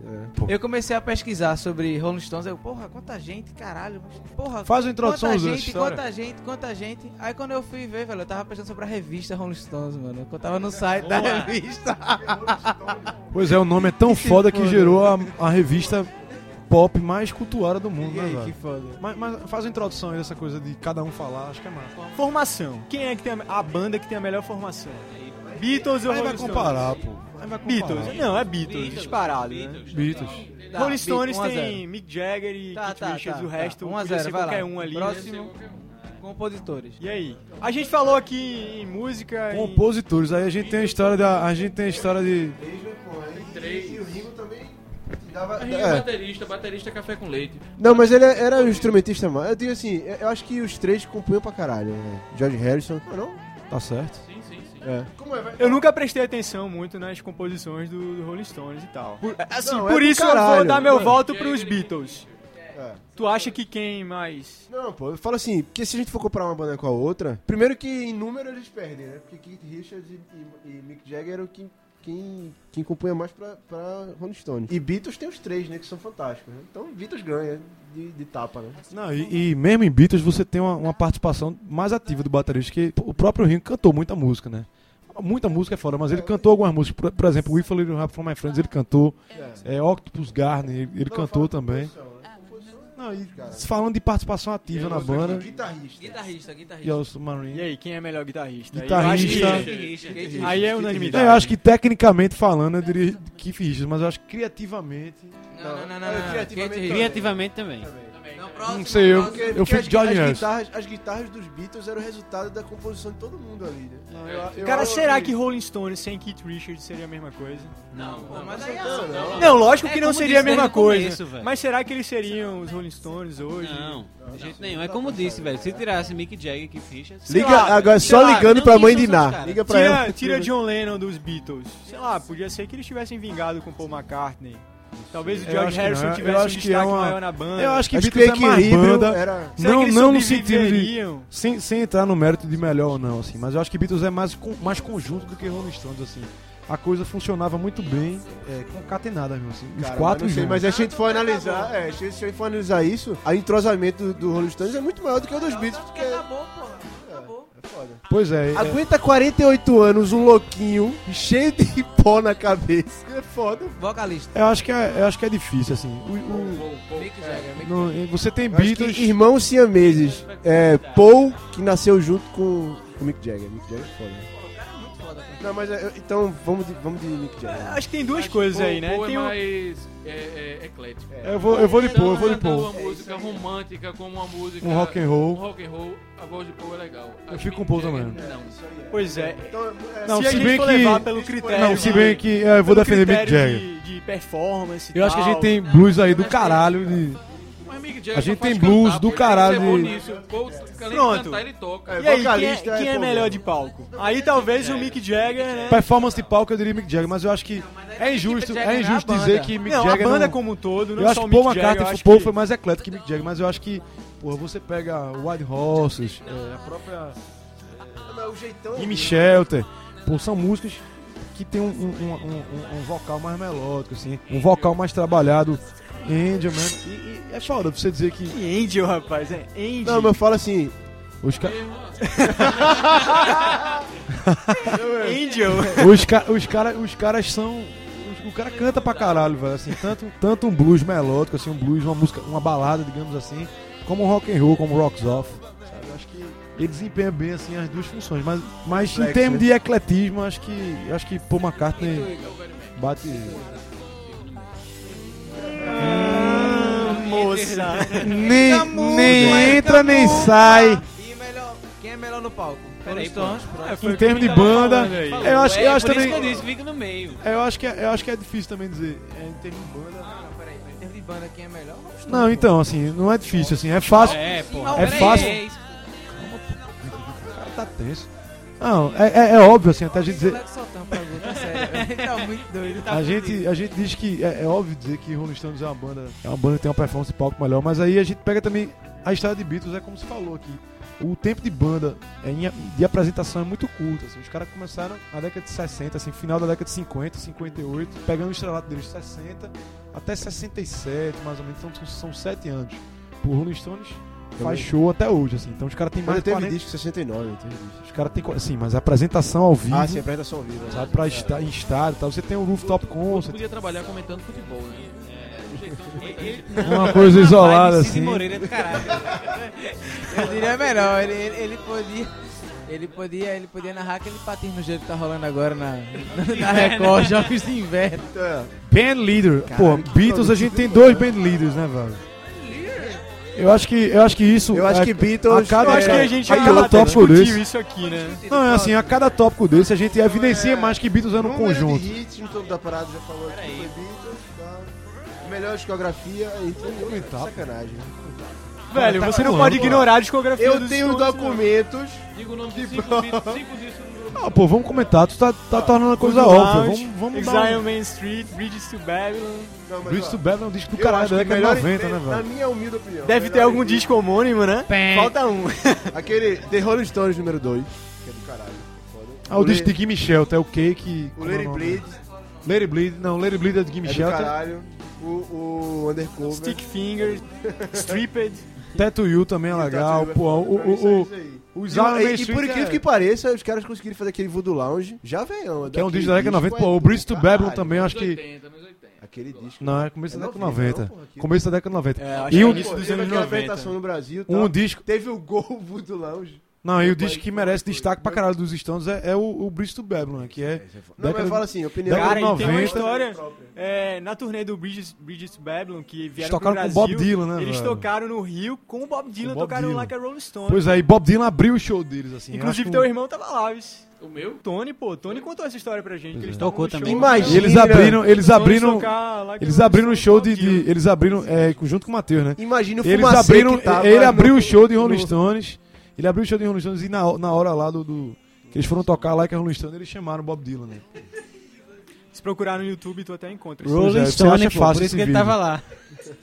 Speaker 3: novinho.
Speaker 5: é.
Speaker 6: Eu comecei a pesquisar sobre Rolling Stones. Eu, porra, quanta gente, caralho. mas, porra,
Speaker 4: Faz uma introdução,
Speaker 6: quanta
Speaker 4: Zan,
Speaker 6: gente,
Speaker 4: história.
Speaker 6: quanta gente, quanta gente. Aí quando eu fui ver, velho, eu tava pesquisando sobre a revista Rolling Stones, mano. Eu tava no site da revista.
Speaker 4: Pois é, o nome é tão foda que gerou a, a revista pop mais cultuada do mundo,
Speaker 6: E
Speaker 4: né,
Speaker 6: aí, que
Speaker 4: velho?
Speaker 6: foda.
Speaker 4: Mas, mas faz uma introdução aí dessa coisa de cada um falar, acho que é massa.
Speaker 2: Formação. Quem é que tem a, a banda que tem a melhor formação? Beatles ou
Speaker 4: Aí vai
Speaker 2: Rolling Stones?
Speaker 4: comparar, pô. Aí vai comparar.
Speaker 2: Beatles. Não, é Beatles, disparado, né?
Speaker 4: Beatles.
Speaker 6: Tá,
Speaker 2: Rolling
Speaker 6: Beat-
Speaker 2: Stones
Speaker 6: 1 a 0.
Speaker 2: tem Mick Jagger e
Speaker 6: Tá,
Speaker 2: Keith
Speaker 6: tá,
Speaker 2: Richards,
Speaker 6: tá,
Speaker 2: o resto
Speaker 6: tá. 1 a
Speaker 2: podia
Speaker 6: 0,
Speaker 2: ser
Speaker 6: vai lá.
Speaker 2: qualquer um ali. né?
Speaker 6: Próximo, compositores.
Speaker 2: E aí? A gente falou aqui em música e-
Speaker 4: Compositores, aí a gente tem a história da. A gente tem a história de.
Speaker 5: E o Ringo também dava...
Speaker 3: Mas ele é baterista, baterista é café com leite.
Speaker 5: Não, mas ele é, era o instrumentista mais. Eu digo assim, eu eu acho que os três compunham pra caralho. Né? George Harrison. Não, não?
Speaker 4: Tá certo?
Speaker 3: Sim, sim, sim.
Speaker 5: É.
Speaker 2: Eu nunca prestei atenção muito nas composições do, do Rolling Stones e tal. Por, assim,
Speaker 5: Não, é
Speaker 2: por
Speaker 5: do
Speaker 2: isso eu vou
Speaker 5: caralho.
Speaker 2: dar meu
Speaker 5: É.
Speaker 2: voto pros Beatles.
Speaker 5: É.
Speaker 2: Tu acha que quem mais...
Speaker 5: Não, pô, eu falo assim, porque se a gente for comparar uma banda com a outra, primeiro que em número eles perdem, né? Porque Keith Richards e, e- e Mick Jagger eram quem, quem, quem compunha mais pra, pra Rolling Stone. E Beatles tem os três, né? Que são fantásticos, né? Então Beatles ganha de, de tapa, né?
Speaker 4: Não, e, e mesmo em Beatles você tem uma, uma participação mais ativa do baterista, que o próprio Ringo cantou muita música, né? Muita música é fora, mas ele cantou algumas músicas. Por, por exemplo, We Fall Little Rap from My Friends, ele cantou. É, Octopus Garden, ele, ele
Speaker 5: Não,
Speaker 4: cantou
Speaker 5: fala
Speaker 4: também.
Speaker 5: composição, né? Composição é
Speaker 4: Não, e falando de participação ativa na banda,
Speaker 5: Guitarrista.
Speaker 6: Guitarrista, guitarrista.
Speaker 4: que é o Submarine.
Speaker 2: E aí, quem é melhor guitarrista?
Speaker 4: Guitarrista.
Speaker 2: Aí, eu acho que- aí é
Speaker 4: É,
Speaker 2: unanimidade.
Speaker 4: eu acho que tecnicamente falando, eu diria Keith Richards, mas eu acho que criativamente.
Speaker 6: Não, não, não, não. não.
Speaker 5: Criativamente
Speaker 6: Kate-
Speaker 7: Criativamente também.
Speaker 6: Não, próximo,
Speaker 4: Não sei, eu-
Speaker 6: próximo.
Speaker 4: eu fui de George
Speaker 5: as,
Speaker 4: Harrison.
Speaker 5: guitarras, as guitarras dos Beatles eram o resultado da composição de todo mundo ali, né?
Speaker 2: Cara, será que Rolling Stones sem Keith Richards seria a mesma coisa?
Speaker 6: Não, pô, mas aí
Speaker 5: Não, não.
Speaker 2: Não, lógico
Speaker 7: É,
Speaker 2: que não
Speaker 7: como
Speaker 2: seria a
Speaker 7: disse desde
Speaker 2: mesma
Speaker 7: o
Speaker 2: coisa.
Speaker 7: começo, velho.
Speaker 2: mas será que eles seriam os Rolling Stones hoje?
Speaker 7: Não, de jeito nenhum. É como disse, velho. Se tirasse Mick Jagger e Keith Richards.
Speaker 5: Liga
Speaker 2: lá,
Speaker 5: agora,
Speaker 7: sei
Speaker 5: só
Speaker 7: lá,
Speaker 5: ligando
Speaker 7: não
Speaker 5: pra
Speaker 7: tem
Speaker 5: mãe de
Speaker 7: solução,
Speaker 5: Ná.
Speaker 7: cara.
Speaker 5: Liga pra
Speaker 2: Tira,
Speaker 5: ela.
Speaker 2: tira John Lennon dos Beatles. Sei lá, podia ser que eles tivessem vingado com Paul McCartney. Talvez o
Speaker 4: Eu
Speaker 2: George
Speaker 4: acho que
Speaker 2: Harrison
Speaker 4: não, eu
Speaker 2: tivesse um
Speaker 4: acho que é
Speaker 2: destaque
Speaker 4: uma-
Speaker 2: maior na banda.
Speaker 4: Eu acho que
Speaker 5: Acho que
Speaker 4: Beatles
Speaker 5: o
Speaker 4: é mais
Speaker 5: equilíbrio
Speaker 4: banda.
Speaker 5: era...
Speaker 2: Será que
Speaker 4: Não,
Speaker 2: eles
Speaker 4: não no sentido de.
Speaker 2: sobreviveriam?
Speaker 4: Sem, sem entrar no mérito de melhor ou não, assim, mas eu acho que Beatles é mais, con- mais conjunto do que Rolling Stones, assim. A coisa funcionava muito bem, é, concatenada mesmo, assim. Os
Speaker 5: Cara,
Speaker 4: quatro
Speaker 5: mas, não sei,
Speaker 4: juntos.
Speaker 5: mas se a gente for analisar, é, se a gente for analisar isso, a entrosamento do, do Rolling Stones é muito maior do que o dos Beatles,
Speaker 6: Porque
Speaker 5: porque é
Speaker 6: acabou, pô. Acabou.
Speaker 5: foda.
Speaker 4: Pois é, é,
Speaker 5: Aguenta 48 anos um louquinho cheio de <laughs> pó na cabeça. É foda.
Speaker 6: Vocalista.
Speaker 4: eu acho que é, eu acho que é difícil, assim. O-
Speaker 6: Mick Jagger.
Speaker 4: o-
Speaker 6: Mick-
Speaker 4: não, você tem
Speaker 5: Eu acho que
Speaker 4: Beatles.
Speaker 5: irmãos siameses. É, Paul, que nasceu junto com o Mick Jagger. Mick Jagger é foda. né?
Speaker 6: Muito foda, pô.
Speaker 5: Não, mas é, eu- então vamos de, vamos de Mick Jagger.
Speaker 2: Acho que tem duas coisas aí, né?
Speaker 3: Pô, é
Speaker 4: um-
Speaker 2: Tem o-
Speaker 3: mais é, é, eclético.
Speaker 4: Eu vou, eu vou lhe pôr, eu vou lhe
Speaker 3: Tanto
Speaker 4: pôr.
Speaker 3: uma música romântica como uma música...
Speaker 4: Um rock and
Speaker 3: Um
Speaker 4: roll.
Speaker 3: rock and roll, a voz de Paul é legal.
Speaker 4: Eu
Speaker 3: As
Speaker 4: fico com
Speaker 3: Mick
Speaker 4: Paul
Speaker 3: Jagger,
Speaker 4: também.
Speaker 3: Não.
Speaker 2: Pois é.
Speaker 5: Então, é,
Speaker 4: Não,
Speaker 2: se, a
Speaker 4: se
Speaker 2: gente
Speaker 4: bem
Speaker 2: for
Speaker 4: que-
Speaker 2: levar pelo critério...
Speaker 4: Não, se bem que é, eu vou
Speaker 2: pelo
Speaker 4: defender Mick
Speaker 2: critério
Speaker 4: Jagger.
Speaker 2: De, de performance e
Speaker 4: Eu acho que a gente
Speaker 2: tal.
Speaker 4: tem blues aí do caralho. de-
Speaker 3: Mas Mick Um Jagger
Speaker 4: A gente
Speaker 3: só faz
Speaker 4: tem blues
Speaker 3: cantar, pô,
Speaker 4: do
Speaker 3: ele tem que
Speaker 4: caralho
Speaker 3: ser bom
Speaker 4: de-
Speaker 3: nisso. Paul, além
Speaker 2: Pronto.
Speaker 3: de cantar, ele toca.
Speaker 5: É,
Speaker 2: E aí, quem é,
Speaker 5: vocalista é
Speaker 2: quem é
Speaker 5: Paul
Speaker 2: melhor
Speaker 5: Gall.
Speaker 2: de palco? Aí talvez o Mick Jagger, né?
Speaker 4: Performance de palco, eu diria Mick Jagger, mas eu acho que é injusto,
Speaker 6: Jagger
Speaker 4: é
Speaker 6: na
Speaker 4: injusto
Speaker 6: banda.
Speaker 4: dizer que Mick
Speaker 2: não,
Speaker 4: Jagger
Speaker 2: a banda
Speaker 4: não-
Speaker 2: como um todo, não
Speaker 4: Eu acho
Speaker 2: só
Speaker 4: que
Speaker 2: o Mick
Speaker 4: Paul
Speaker 2: Jagger. eu
Speaker 4: McCartney
Speaker 2: acho
Speaker 4: Paul
Speaker 2: que- é
Speaker 4: foi mais eclético que Mick Jagger, mas eu acho que, porra, você pega Wide Horses, é, a própria
Speaker 5: mas o jeitão é né?
Speaker 4: Gimme Shelter, pô, são músicas que tem um, um- um- um- um vocal mais melódico, assim, um vocal mais trabalhado, Angel, man, e, e é foda pra você dizer que
Speaker 2: Que Angel, rapaz, é Angel.
Speaker 5: Não, mas eu falo assim,
Speaker 4: os, ca-
Speaker 5: <laughs>
Speaker 2: Angel.
Speaker 4: os, ca- os, cara, os caras são... os- O cara canta pra caralho, velho, assim, tanto, tanto um blues melódico, assim, um blues, uma música, uma balada, digamos assim, como um rock and roll, como rocks off.
Speaker 5: sabe, eu acho que
Speaker 4: ele desempenha bem assim as duas funções, mas, mas em
Speaker 5: Flex,
Speaker 4: termos
Speaker 5: né?
Speaker 4: de ecletismo, acho que acho que Paul McCartney bate.
Speaker 2: Ah, moça.
Speaker 4: Nem,
Speaker 6: mudo,
Speaker 4: nem
Speaker 6: fica
Speaker 4: entra nem
Speaker 6: mudo.
Speaker 4: sai.
Speaker 6: E melhor, quem é melhor no palco?
Speaker 7: Peraí,
Speaker 6: Rolling Stones, pronto.
Speaker 2: É, foi
Speaker 4: Em
Speaker 2: o que
Speaker 4: termos
Speaker 2: ele
Speaker 4: de
Speaker 2: tava
Speaker 4: banda,
Speaker 2: falando aí.
Speaker 4: eu acho, eu
Speaker 7: é,
Speaker 4: acho
Speaker 7: por
Speaker 4: também,
Speaker 7: isso que eu disse, fica no meio.
Speaker 4: eu acho que é- eu acho que é difícil também dizer. É, em termos de banda.
Speaker 6: Não, não, peraí. Em termos de banda, quem é melhor? Rolling Stones,
Speaker 4: Não,
Speaker 6: pô.
Speaker 4: então assim, não é difícil assim, é fácil.
Speaker 7: É, pô.
Speaker 6: Não,
Speaker 4: é
Speaker 6: peraí,
Speaker 4: fácil.
Speaker 6: é isso.
Speaker 4: Tá tenso. Não, é, é- é óbvio assim, até a gente
Speaker 6: Esse
Speaker 4: dizer,
Speaker 6: moleque soltando pra ver, tá sério. Ele tá muito doido.
Speaker 4: a gente a gente diz que é, é óbvio dizer que Rolling Stones é uma banda, é uma banda que tem uma performance de palco melhor, mas aí a gente pega também a história de Beatles é como se falou aqui. O tempo de banda é em- de apresentação é muito curto. assim. Os caras começaram na década de 60, assim, final da década de 50, 58, pegando o estrelato deles de 60 até 67, mais ou menos. Então são- são 7 anos. O Rolling Stones faz show até hoje, assim. Então os caras têm mais
Speaker 5: Mas
Speaker 4: de
Speaker 5: teve
Speaker 4: 40.
Speaker 5: disco 69, eu teve disco.
Speaker 4: Os caras têm. qua- Sim, assim, mas a apresentação ao vivo,
Speaker 5: Ah, sim, apresentação ao vivo. né?
Speaker 4: sabe, pra estar em estádio e tal. Você tem o Rooftop
Speaker 3: Você
Speaker 4: Concert,
Speaker 3: podia trabalhar comentando futebol, né?
Speaker 4: uma coisa isolada,
Speaker 7: Cid
Speaker 4: assim.
Speaker 7: Moreira do caralho.
Speaker 6: Eu diria melhor, ele, ele, ele podia. Ele podia, ele podia narrar aquele patins no gelo que tá rolando agora na,
Speaker 5: <laughs>
Speaker 6: na
Speaker 5: É,
Speaker 6: Record, Jogos de Inverno.
Speaker 5: Então, é,
Speaker 4: Band leader. Pô,
Speaker 5: Caralho, que
Speaker 4: Beatles a gente tem dois band leaders, né, velho? Eu acho que eu acho que isso
Speaker 5: eu acho
Speaker 4: é-
Speaker 5: que Beatles...
Speaker 4: acaba-
Speaker 2: Eu acho que
Speaker 4: É,
Speaker 2: a gente já
Speaker 4: aquela
Speaker 2: até
Speaker 4: top por
Speaker 2: discutiu
Speaker 4: isso.
Speaker 2: isso aqui, né?
Speaker 4: não é assim, a cada tópico desse a gente evidencia
Speaker 5: é-
Speaker 4: mais que Beatles é no
Speaker 5: Número
Speaker 4: conjunto.
Speaker 5: de hits, no topo da parada já falou aqui, foi Beatles, tá. Melhor discografia, então, sacanagem.
Speaker 2: Velho,
Speaker 4: tá
Speaker 2: você não
Speaker 4: voando,
Speaker 2: pode
Speaker 4: pô.
Speaker 2: ignorar a discografia
Speaker 5: Eu
Speaker 2: dos né?
Speaker 5: tenho
Speaker 2: Stones,
Speaker 5: documentos...
Speaker 3: Digo o nome de cinco, discos- cinco discos do
Speaker 4: Ah, pô, vamos comentar, tu tá, tá tornando a
Speaker 2: Good
Speaker 4: coisa
Speaker 2: Lounge,
Speaker 4: óbvia. Vamos, vamos
Speaker 2: Exile
Speaker 4: dar
Speaker 2: on
Speaker 4: um...
Speaker 2: Main Street, Bridges to Babylon.
Speaker 5: Não, mas,
Speaker 4: Bridge
Speaker 5: ó,
Speaker 4: to Babylon é um disco do
Speaker 5: eu
Speaker 4: caralho
Speaker 5: acho
Speaker 4: da
Speaker 5: que
Speaker 4: década de
Speaker 5: melhor-
Speaker 4: 90, né,
Speaker 5: Na
Speaker 4: velho?
Speaker 5: minha humilde opinião.
Speaker 2: Deve
Speaker 5: melhor
Speaker 2: ter algum
Speaker 5: disco.
Speaker 2: disco homônimo, né? Falta um.
Speaker 5: <laughs> Aquele The Rolling Stones número 2, que é do caralho. é foda.
Speaker 4: Ah, o
Speaker 5: Le-
Speaker 4: disco de Gimme Shelter, é o Cake...
Speaker 5: O
Speaker 4: como é
Speaker 5: Lady
Speaker 4: nome?
Speaker 5: Blade
Speaker 4: Lady Bleed, não, Lady Bleed é de Gimme
Speaker 5: é do
Speaker 4: Shelter.
Speaker 5: caralho. O, o Undercover.
Speaker 2: Stick Finger,
Speaker 4: <laughs>
Speaker 2: Stripped.
Speaker 4: Tattoo You também é
Speaker 5: Tá,
Speaker 4: legal, pô, o...
Speaker 5: Pra mim, isso
Speaker 4: o,
Speaker 5: é
Speaker 4: o
Speaker 5: isso aí.
Speaker 4: o Exile on Main
Speaker 5: E, e, e
Speaker 4: Street
Speaker 5: por incrível
Speaker 4: é-
Speaker 5: que pareça, os caras conseguiram fazer aquele voodoo lounge. Já vem,
Speaker 4: um
Speaker 5: é né?
Speaker 4: Que é um disco da década de 90, pô, o Bridge to Babylon também, eu acho que...
Speaker 3: 80, nos 80.
Speaker 5: Aquele disco.
Speaker 4: Não, é começo da década de 90.
Speaker 5: Não, porra, aquilo.
Speaker 4: começo da década de 90.
Speaker 2: É, acho
Speaker 4: E um
Speaker 2: que
Speaker 4: o-
Speaker 2: é início
Speaker 5: Pô,
Speaker 2: dos
Speaker 5: teve
Speaker 2: anos
Speaker 5: aquela
Speaker 2: 90.
Speaker 5: apresentação no Brasil. e
Speaker 4: Um
Speaker 5: tal.
Speaker 4: disco.
Speaker 5: Teve o Golvo do Lounge.
Speaker 4: Não, e o
Speaker 5: Meu
Speaker 4: disco
Speaker 5: pai
Speaker 4: que
Speaker 5: foi-
Speaker 4: merece
Speaker 5: foi-
Speaker 4: destaque pra
Speaker 5: foi-
Speaker 4: caralho dos Stones é, é o, o Bridge to Babylon, né, que é.
Speaker 5: Não,
Speaker 4: década
Speaker 5: mas
Speaker 4: de-
Speaker 5: fala assim, opinião.
Speaker 4: década
Speaker 2: Cara,
Speaker 4: de
Speaker 2: e tem uma
Speaker 4: 90.
Speaker 2: história é, na turnê do Bridges, Bridges Babylon que vieram
Speaker 4: tocaram
Speaker 2: pro
Speaker 4: com o
Speaker 2: Brasil.
Speaker 4: Bob Dylan, né,
Speaker 2: Eles
Speaker 4: velho?
Speaker 2: tocaram no Rio com o Bob Dylan,
Speaker 4: Bob
Speaker 2: tocaram
Speaker 4: Dylan.
Speaker 2: Like a Rolling Stone.
Speaker 4: Pois é, e Bob Dylan abriu o show deles, assim.
Speaker 2: Inclusive,
Speaker 4: acho
Speaker 2: teu
Speaker 4: um-
Speaker 2: irmão tava lá, viu?
Speaker 3: O meu?
Speaker 2: Tony, pô, Tony contou essa história pra gente. Que eles
Speaker 7: é.
Speaker 2: tocaram
Speaker 7: Tocou
Speaker 2: no show,
Speaker 7: também.
Speaker 5: Imagina.
Speaker 4: E
Speaker 2: né,
Speaker 4: eles
Speaker 5: Dylan.
Speaker 4: abriram. Eles
Speaker 2: Tony
Speaker 4: abriram.
Speaker 2: tocar Like a
Speaker 4: Eles
Speaker 2: Rolling
Speaker 4: abriram o
Speaker 2: Stone
Speaker 4: show
Speaker 2: com
Speaker 4: de.
Speaker 2: Bob Dylan.
Speaker 4: de- eles abriram. É, junto com o Matheus, né?
Speaker 5: Imagina o
Speaker 4: Eles
Speaker 5: fumacê
Speaker 4: abriram.
Speaker 5: que tava
Speaker 2: né,
Speaker 4: Ele abriu
Speaker 5: no-
Speaker 4: o show de Rolling
Speaker 5: no-
Speaker 4: Stones. Ele abriu o show de Rolling Stones e na, na hora lá do. do- que eles foram tocar lá que a Rolling Stones, eles chamaram o Bob Dylan, né?
Speaker 2: Se procurar no YouTube, tu até assim. encontra.
Speaker 4: Rolling
Speaker 7: Rolling
Speaker 4: Você acha
Speaker 6: né,
Speaker 7: Stone, pô,
Speaker 4: fácil
Speaker 7: por isso
Speaker 4: esse
Speaker 7: que ele
Speaker 4: vídeo.
Speaker 7: tava lá.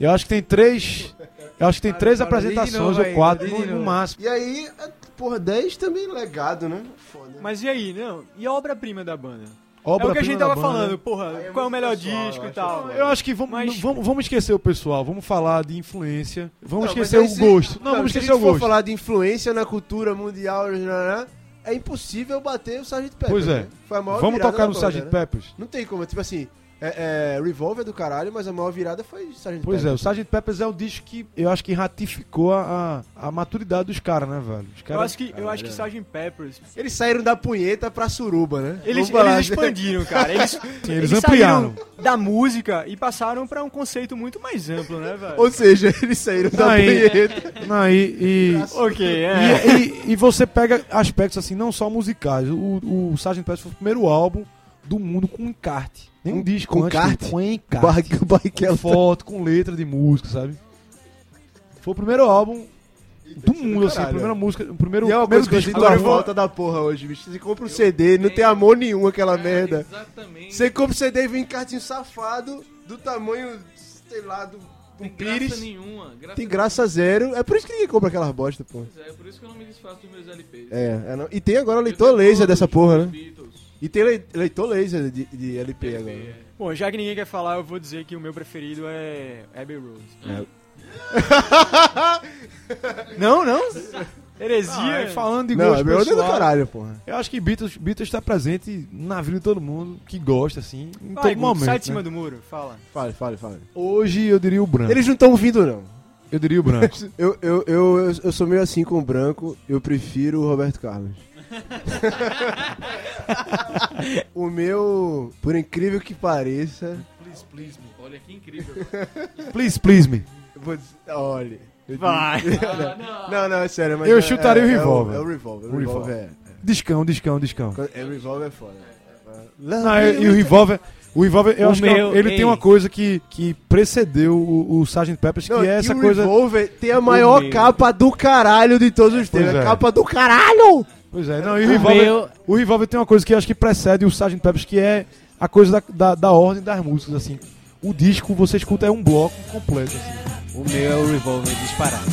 Speaker 4: Eu acho que tem três. Eu acho que tem
Speaker 6: Para,
Speaker 4: três
Speaker 6: para, de
Speaker 4: apresentações
Speaker 6: novo
Speaker 4: ou
Speaker 6: aí,
Speaker 4: quatro
Speaker 6: de
Speaker 4: no, no
Speaker 6: novo.
Speaker 4: máximo.
Speaker 5: E aí, é, porra, 10 também legado, né? Foda.
Speaker 2: Mas e aí, não? E a obra-prima da banda? é o que a
Speaker 4: Obra-prima
Speaker 2: gente
Speaker 4: da
Speaker 2: tava
Speaker 4: banda. né?
Speaker 2: falando, porra,
Speaker 5: Aí é
Speaker 2: qual é o
Speaker 5: muito
Speaker 2: melhor
Speaker 5: pessoal,
Speaker 2: disco e
Speaker 5: eu acho
Speaker 2: tal.
Speaker 5: que
Speaker 4: Eu acho que vamos,
Speaker 2: Mas-
Speaker 4: vamos, vamos esquecer o pessoal, vamos falar de influência, vamos
Speaker 5: Não,
Speaker 4: esquecer o
Speaker 5: mas aí se-
Speaker 4: gosto. Não,
Speaker 5: Não,
Speaker 4: vamos
Speaker 5: se a
Speaker 4: esquecer o
Speaker 5: gente for
Speaker 4: gosto.
Speaker 5: falar de influência na cultura mundial, né, né, é impossível bater o Sgt. Pepper.
Speaker 4: Pois é.
Speaker 5: né? Foi a maior
Speaker 4: Vamos
Speaker 5: virada
Speaker 4: tocar
Speaker 5: da
Speaker 4: no
Speaker 5: banda,
Speaker 4: Sgt.
Speaker 5: né?
Speaker 4: Peppers.
Speaker 5: Não tem como, tipo assim, é, é, Revolver é do caralho, mas a maior virada foi Sgt.
Speaker 4: Pois é,
Speaker 5: Pepper.
Speaker 4: o Sgt. Peppers é o disco que eu acho que ratificou a, a, a maturidade dos caras, né, velho? Os
Speaker 2: Eu
Speaker 4: caras
Speaker 2: acho que, eu acho que Sgt. Peppers.
Speaker 5: Eles saíram da punheta pra suruba, né?
Speaker 2: Eles,
Speaker 5: Vamos falar,
Speaker 2: eles expandiram, cara. Eles,
Speaker 4: <laughs> eles
Speaker 2: saíram
Speaker 4: ampliaram.
Speaker 2: da música e passaram pra um conceito muito mais amplo, né, velho?
Speaker 5: Ou seja, <laughs> eles saíram da
Speaker 4: Aí-
Speaker 5: punheta.
Speaker 4: Não, e, e,
Speaker 2: ok, é.
Speaker 4: e, e- e você pega aspectos assim, não só musicais. O, o Sgt. Peppers foi o primeiro álbum do mundo com encarte. Nenhum
Speaker 5: Com-
Speaker 4: disco
Speaker 5: com
Speaker 4: antes
Speaker 5: encarte?
Speaker 4: tem- Com encarte.
Speaker 5: Barri- o
Speaker 4: com
Speaker 5: Barrichello tá-
Speaker 4: foto, com letra de música, sabe? Foi o primeiro álbum
Speaker 2: tá
Speaker 4: do mundo, assim, a
Speaker 5: é caralho.
Speaker 4: primeira música, o primeiro,
Speaker 5: E é uma
Speaker 4: primeiro
Speaker 5: coisa que eu
Speaker 4: disco
Speaker 5: sinto
Speaker 4: do
Speaker 5: a
Speaker 4: álbum.
Speaker 5: volta da porra hoje, bicho. Você compra um CD, não tem amor nenhum aquela merda.
Speaker 3: é Exatamente.
Speaker 5: Você compra o CD e vem um cartinho safado, do tamanho, sei lá, do um
Speaker 3: Tem graça
Speaker 5: pires.
Speaker 3: nenhuma. Graça
Speaker 5: Tem graça zero. É por isso que ninguém compra aquelas bosta, pô.
Speaker 3: nenhuma. É por isso que eu não me desfaço dos meus LPs.
Speaker 5: É, é não- e tem agora
Speaker 3: Eu
Speaker 5: leitor
Speaker 3: tenho
Speaker 5: laser
Speaker 3: todos
Speaker 5: dessa porra,
Speaker 3: os
Speaker 5: né?
Speaker 3: Beatles.
Speaker 5: E tem lei- leitor laser de, de LP agora.
Speaker 3: É.
Speaker 2: Bom, já que ninguém quer falar, eu vou dizer que o meu preferido é Abbey Road.
Speaker 4: <laughs>
Speaker 2: não, não?
Speaker 4: Ah,
Speaker 2: Heresia?
Speaker 4: e falando de
Speaker 5: Não, é
Speaker 4: gosto
Speaker 5: meu do
Speaker 4: pessoal,
Speaker 5: caralho, porra.
Speaker 4: eu acho que Beatles, Beatles tá presente na vida de todo mundo que gosta, assim, em
Speaker 2: Vai,
Speaker 4: todo
Speaker 2: Guto,
Speaker 4: momento.
Speaker 2: Sai de cima
Speaker 4: né?
Speaker 2: do muro, fala. <laughs>
Speaker 5: Fale, fale, fale.
Speaker 4: Hoje eu diria o branco.
Speaker 5: Eles não estão ouvindo, não.
Speaker 4: Eu diria o branco.
Speaker 5: Eu, eu, eu, eu, eu sou meio assim com o branco, eu prefiro o
Speaker 4: <laughs>
Speaker 5: Roberto Carlos. o meu, por incrível que pareça,
Speaker 3: Please, please me. Olha que incrível.
Speaker 4: <laughs> please, please me.
Speaker 5: eu vou dizer, olha. eu
Speaker 2: Vai.
Speaker 3: Ah, não.
Speaker 5: <laughs> Não, não, é sério, mas.
Speaker 4: Eu
Speaker 5: é-
Speaker 4: chutaria
Speaker 5: é-
Speaker 4: o
Speaker 5: é
Speaker 4: revólver.
Speaker 5: É o revólver. O
Speaker 4: O
Speaker 5: revólver
Speaker 4: revólver.
Speaker 5: é.
Speaker 4: Discão, discão, discão.
Speaker 5: quando- É o revólver é foda.
Speaker 4: Não, eu- e o Revolver, o Revolver, eu
Speaker 7: O
Speaker 4: acho que
Speaker 7: meu,
Speaker 4: ele
Speaker 7: ei.
Speaker 4: tem uma coisa que, que precedeu o, o Sgt. Peppers,
Speaker 5: Não,
Speaker 4: que é
Speaker 5: e
Speaker 4: essa
Speaker 5: o
Speaker 4: coisa...
Speaker 5: revólver tem a maior
Speaker 7: meu.
Speaker 5: capa do caralho de todos os
Speaker 4: Pois
Speaker 5: tempos.
Speaker 4: é.
Speaker 5: A capa do caralho!
Speaker 4: Pois é, não, e o
Speaker 7: O
Speaker 4: Revolver,
Speaker 7: meu-
Speaker 4: o Revolver tem uma coisa que eu acho que precede o Sgt. Peppers, que é a coisa da, da, da ordem das músicas, assim. O disco, você escuta, é um bloco completo, assim.
Speaker 7: O meu é o Revolver disparado.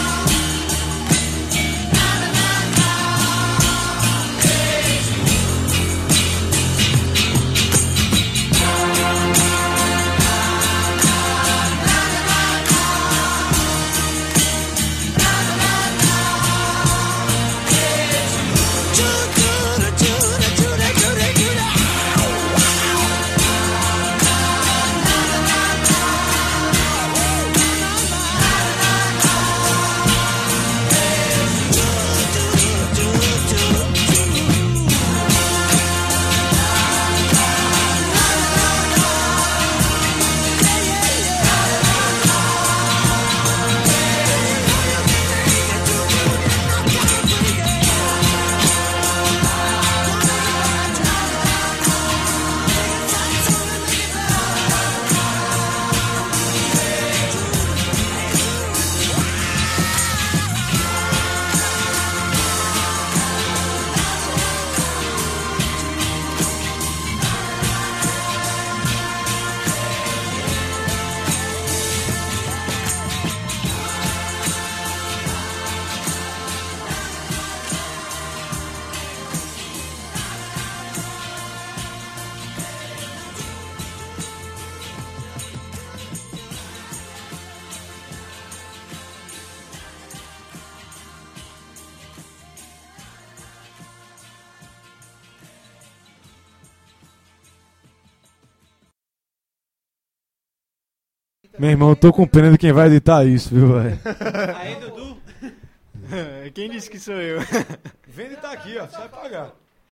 Speaker 1: Thank
Speaker 4: Meu irmão, eu tô com pena de quem vai editar isso, viu, velho?
Speaker 2: Quem disse que sou eu?
Speaker 4: Vende tá aqui, ó. Sai pagar.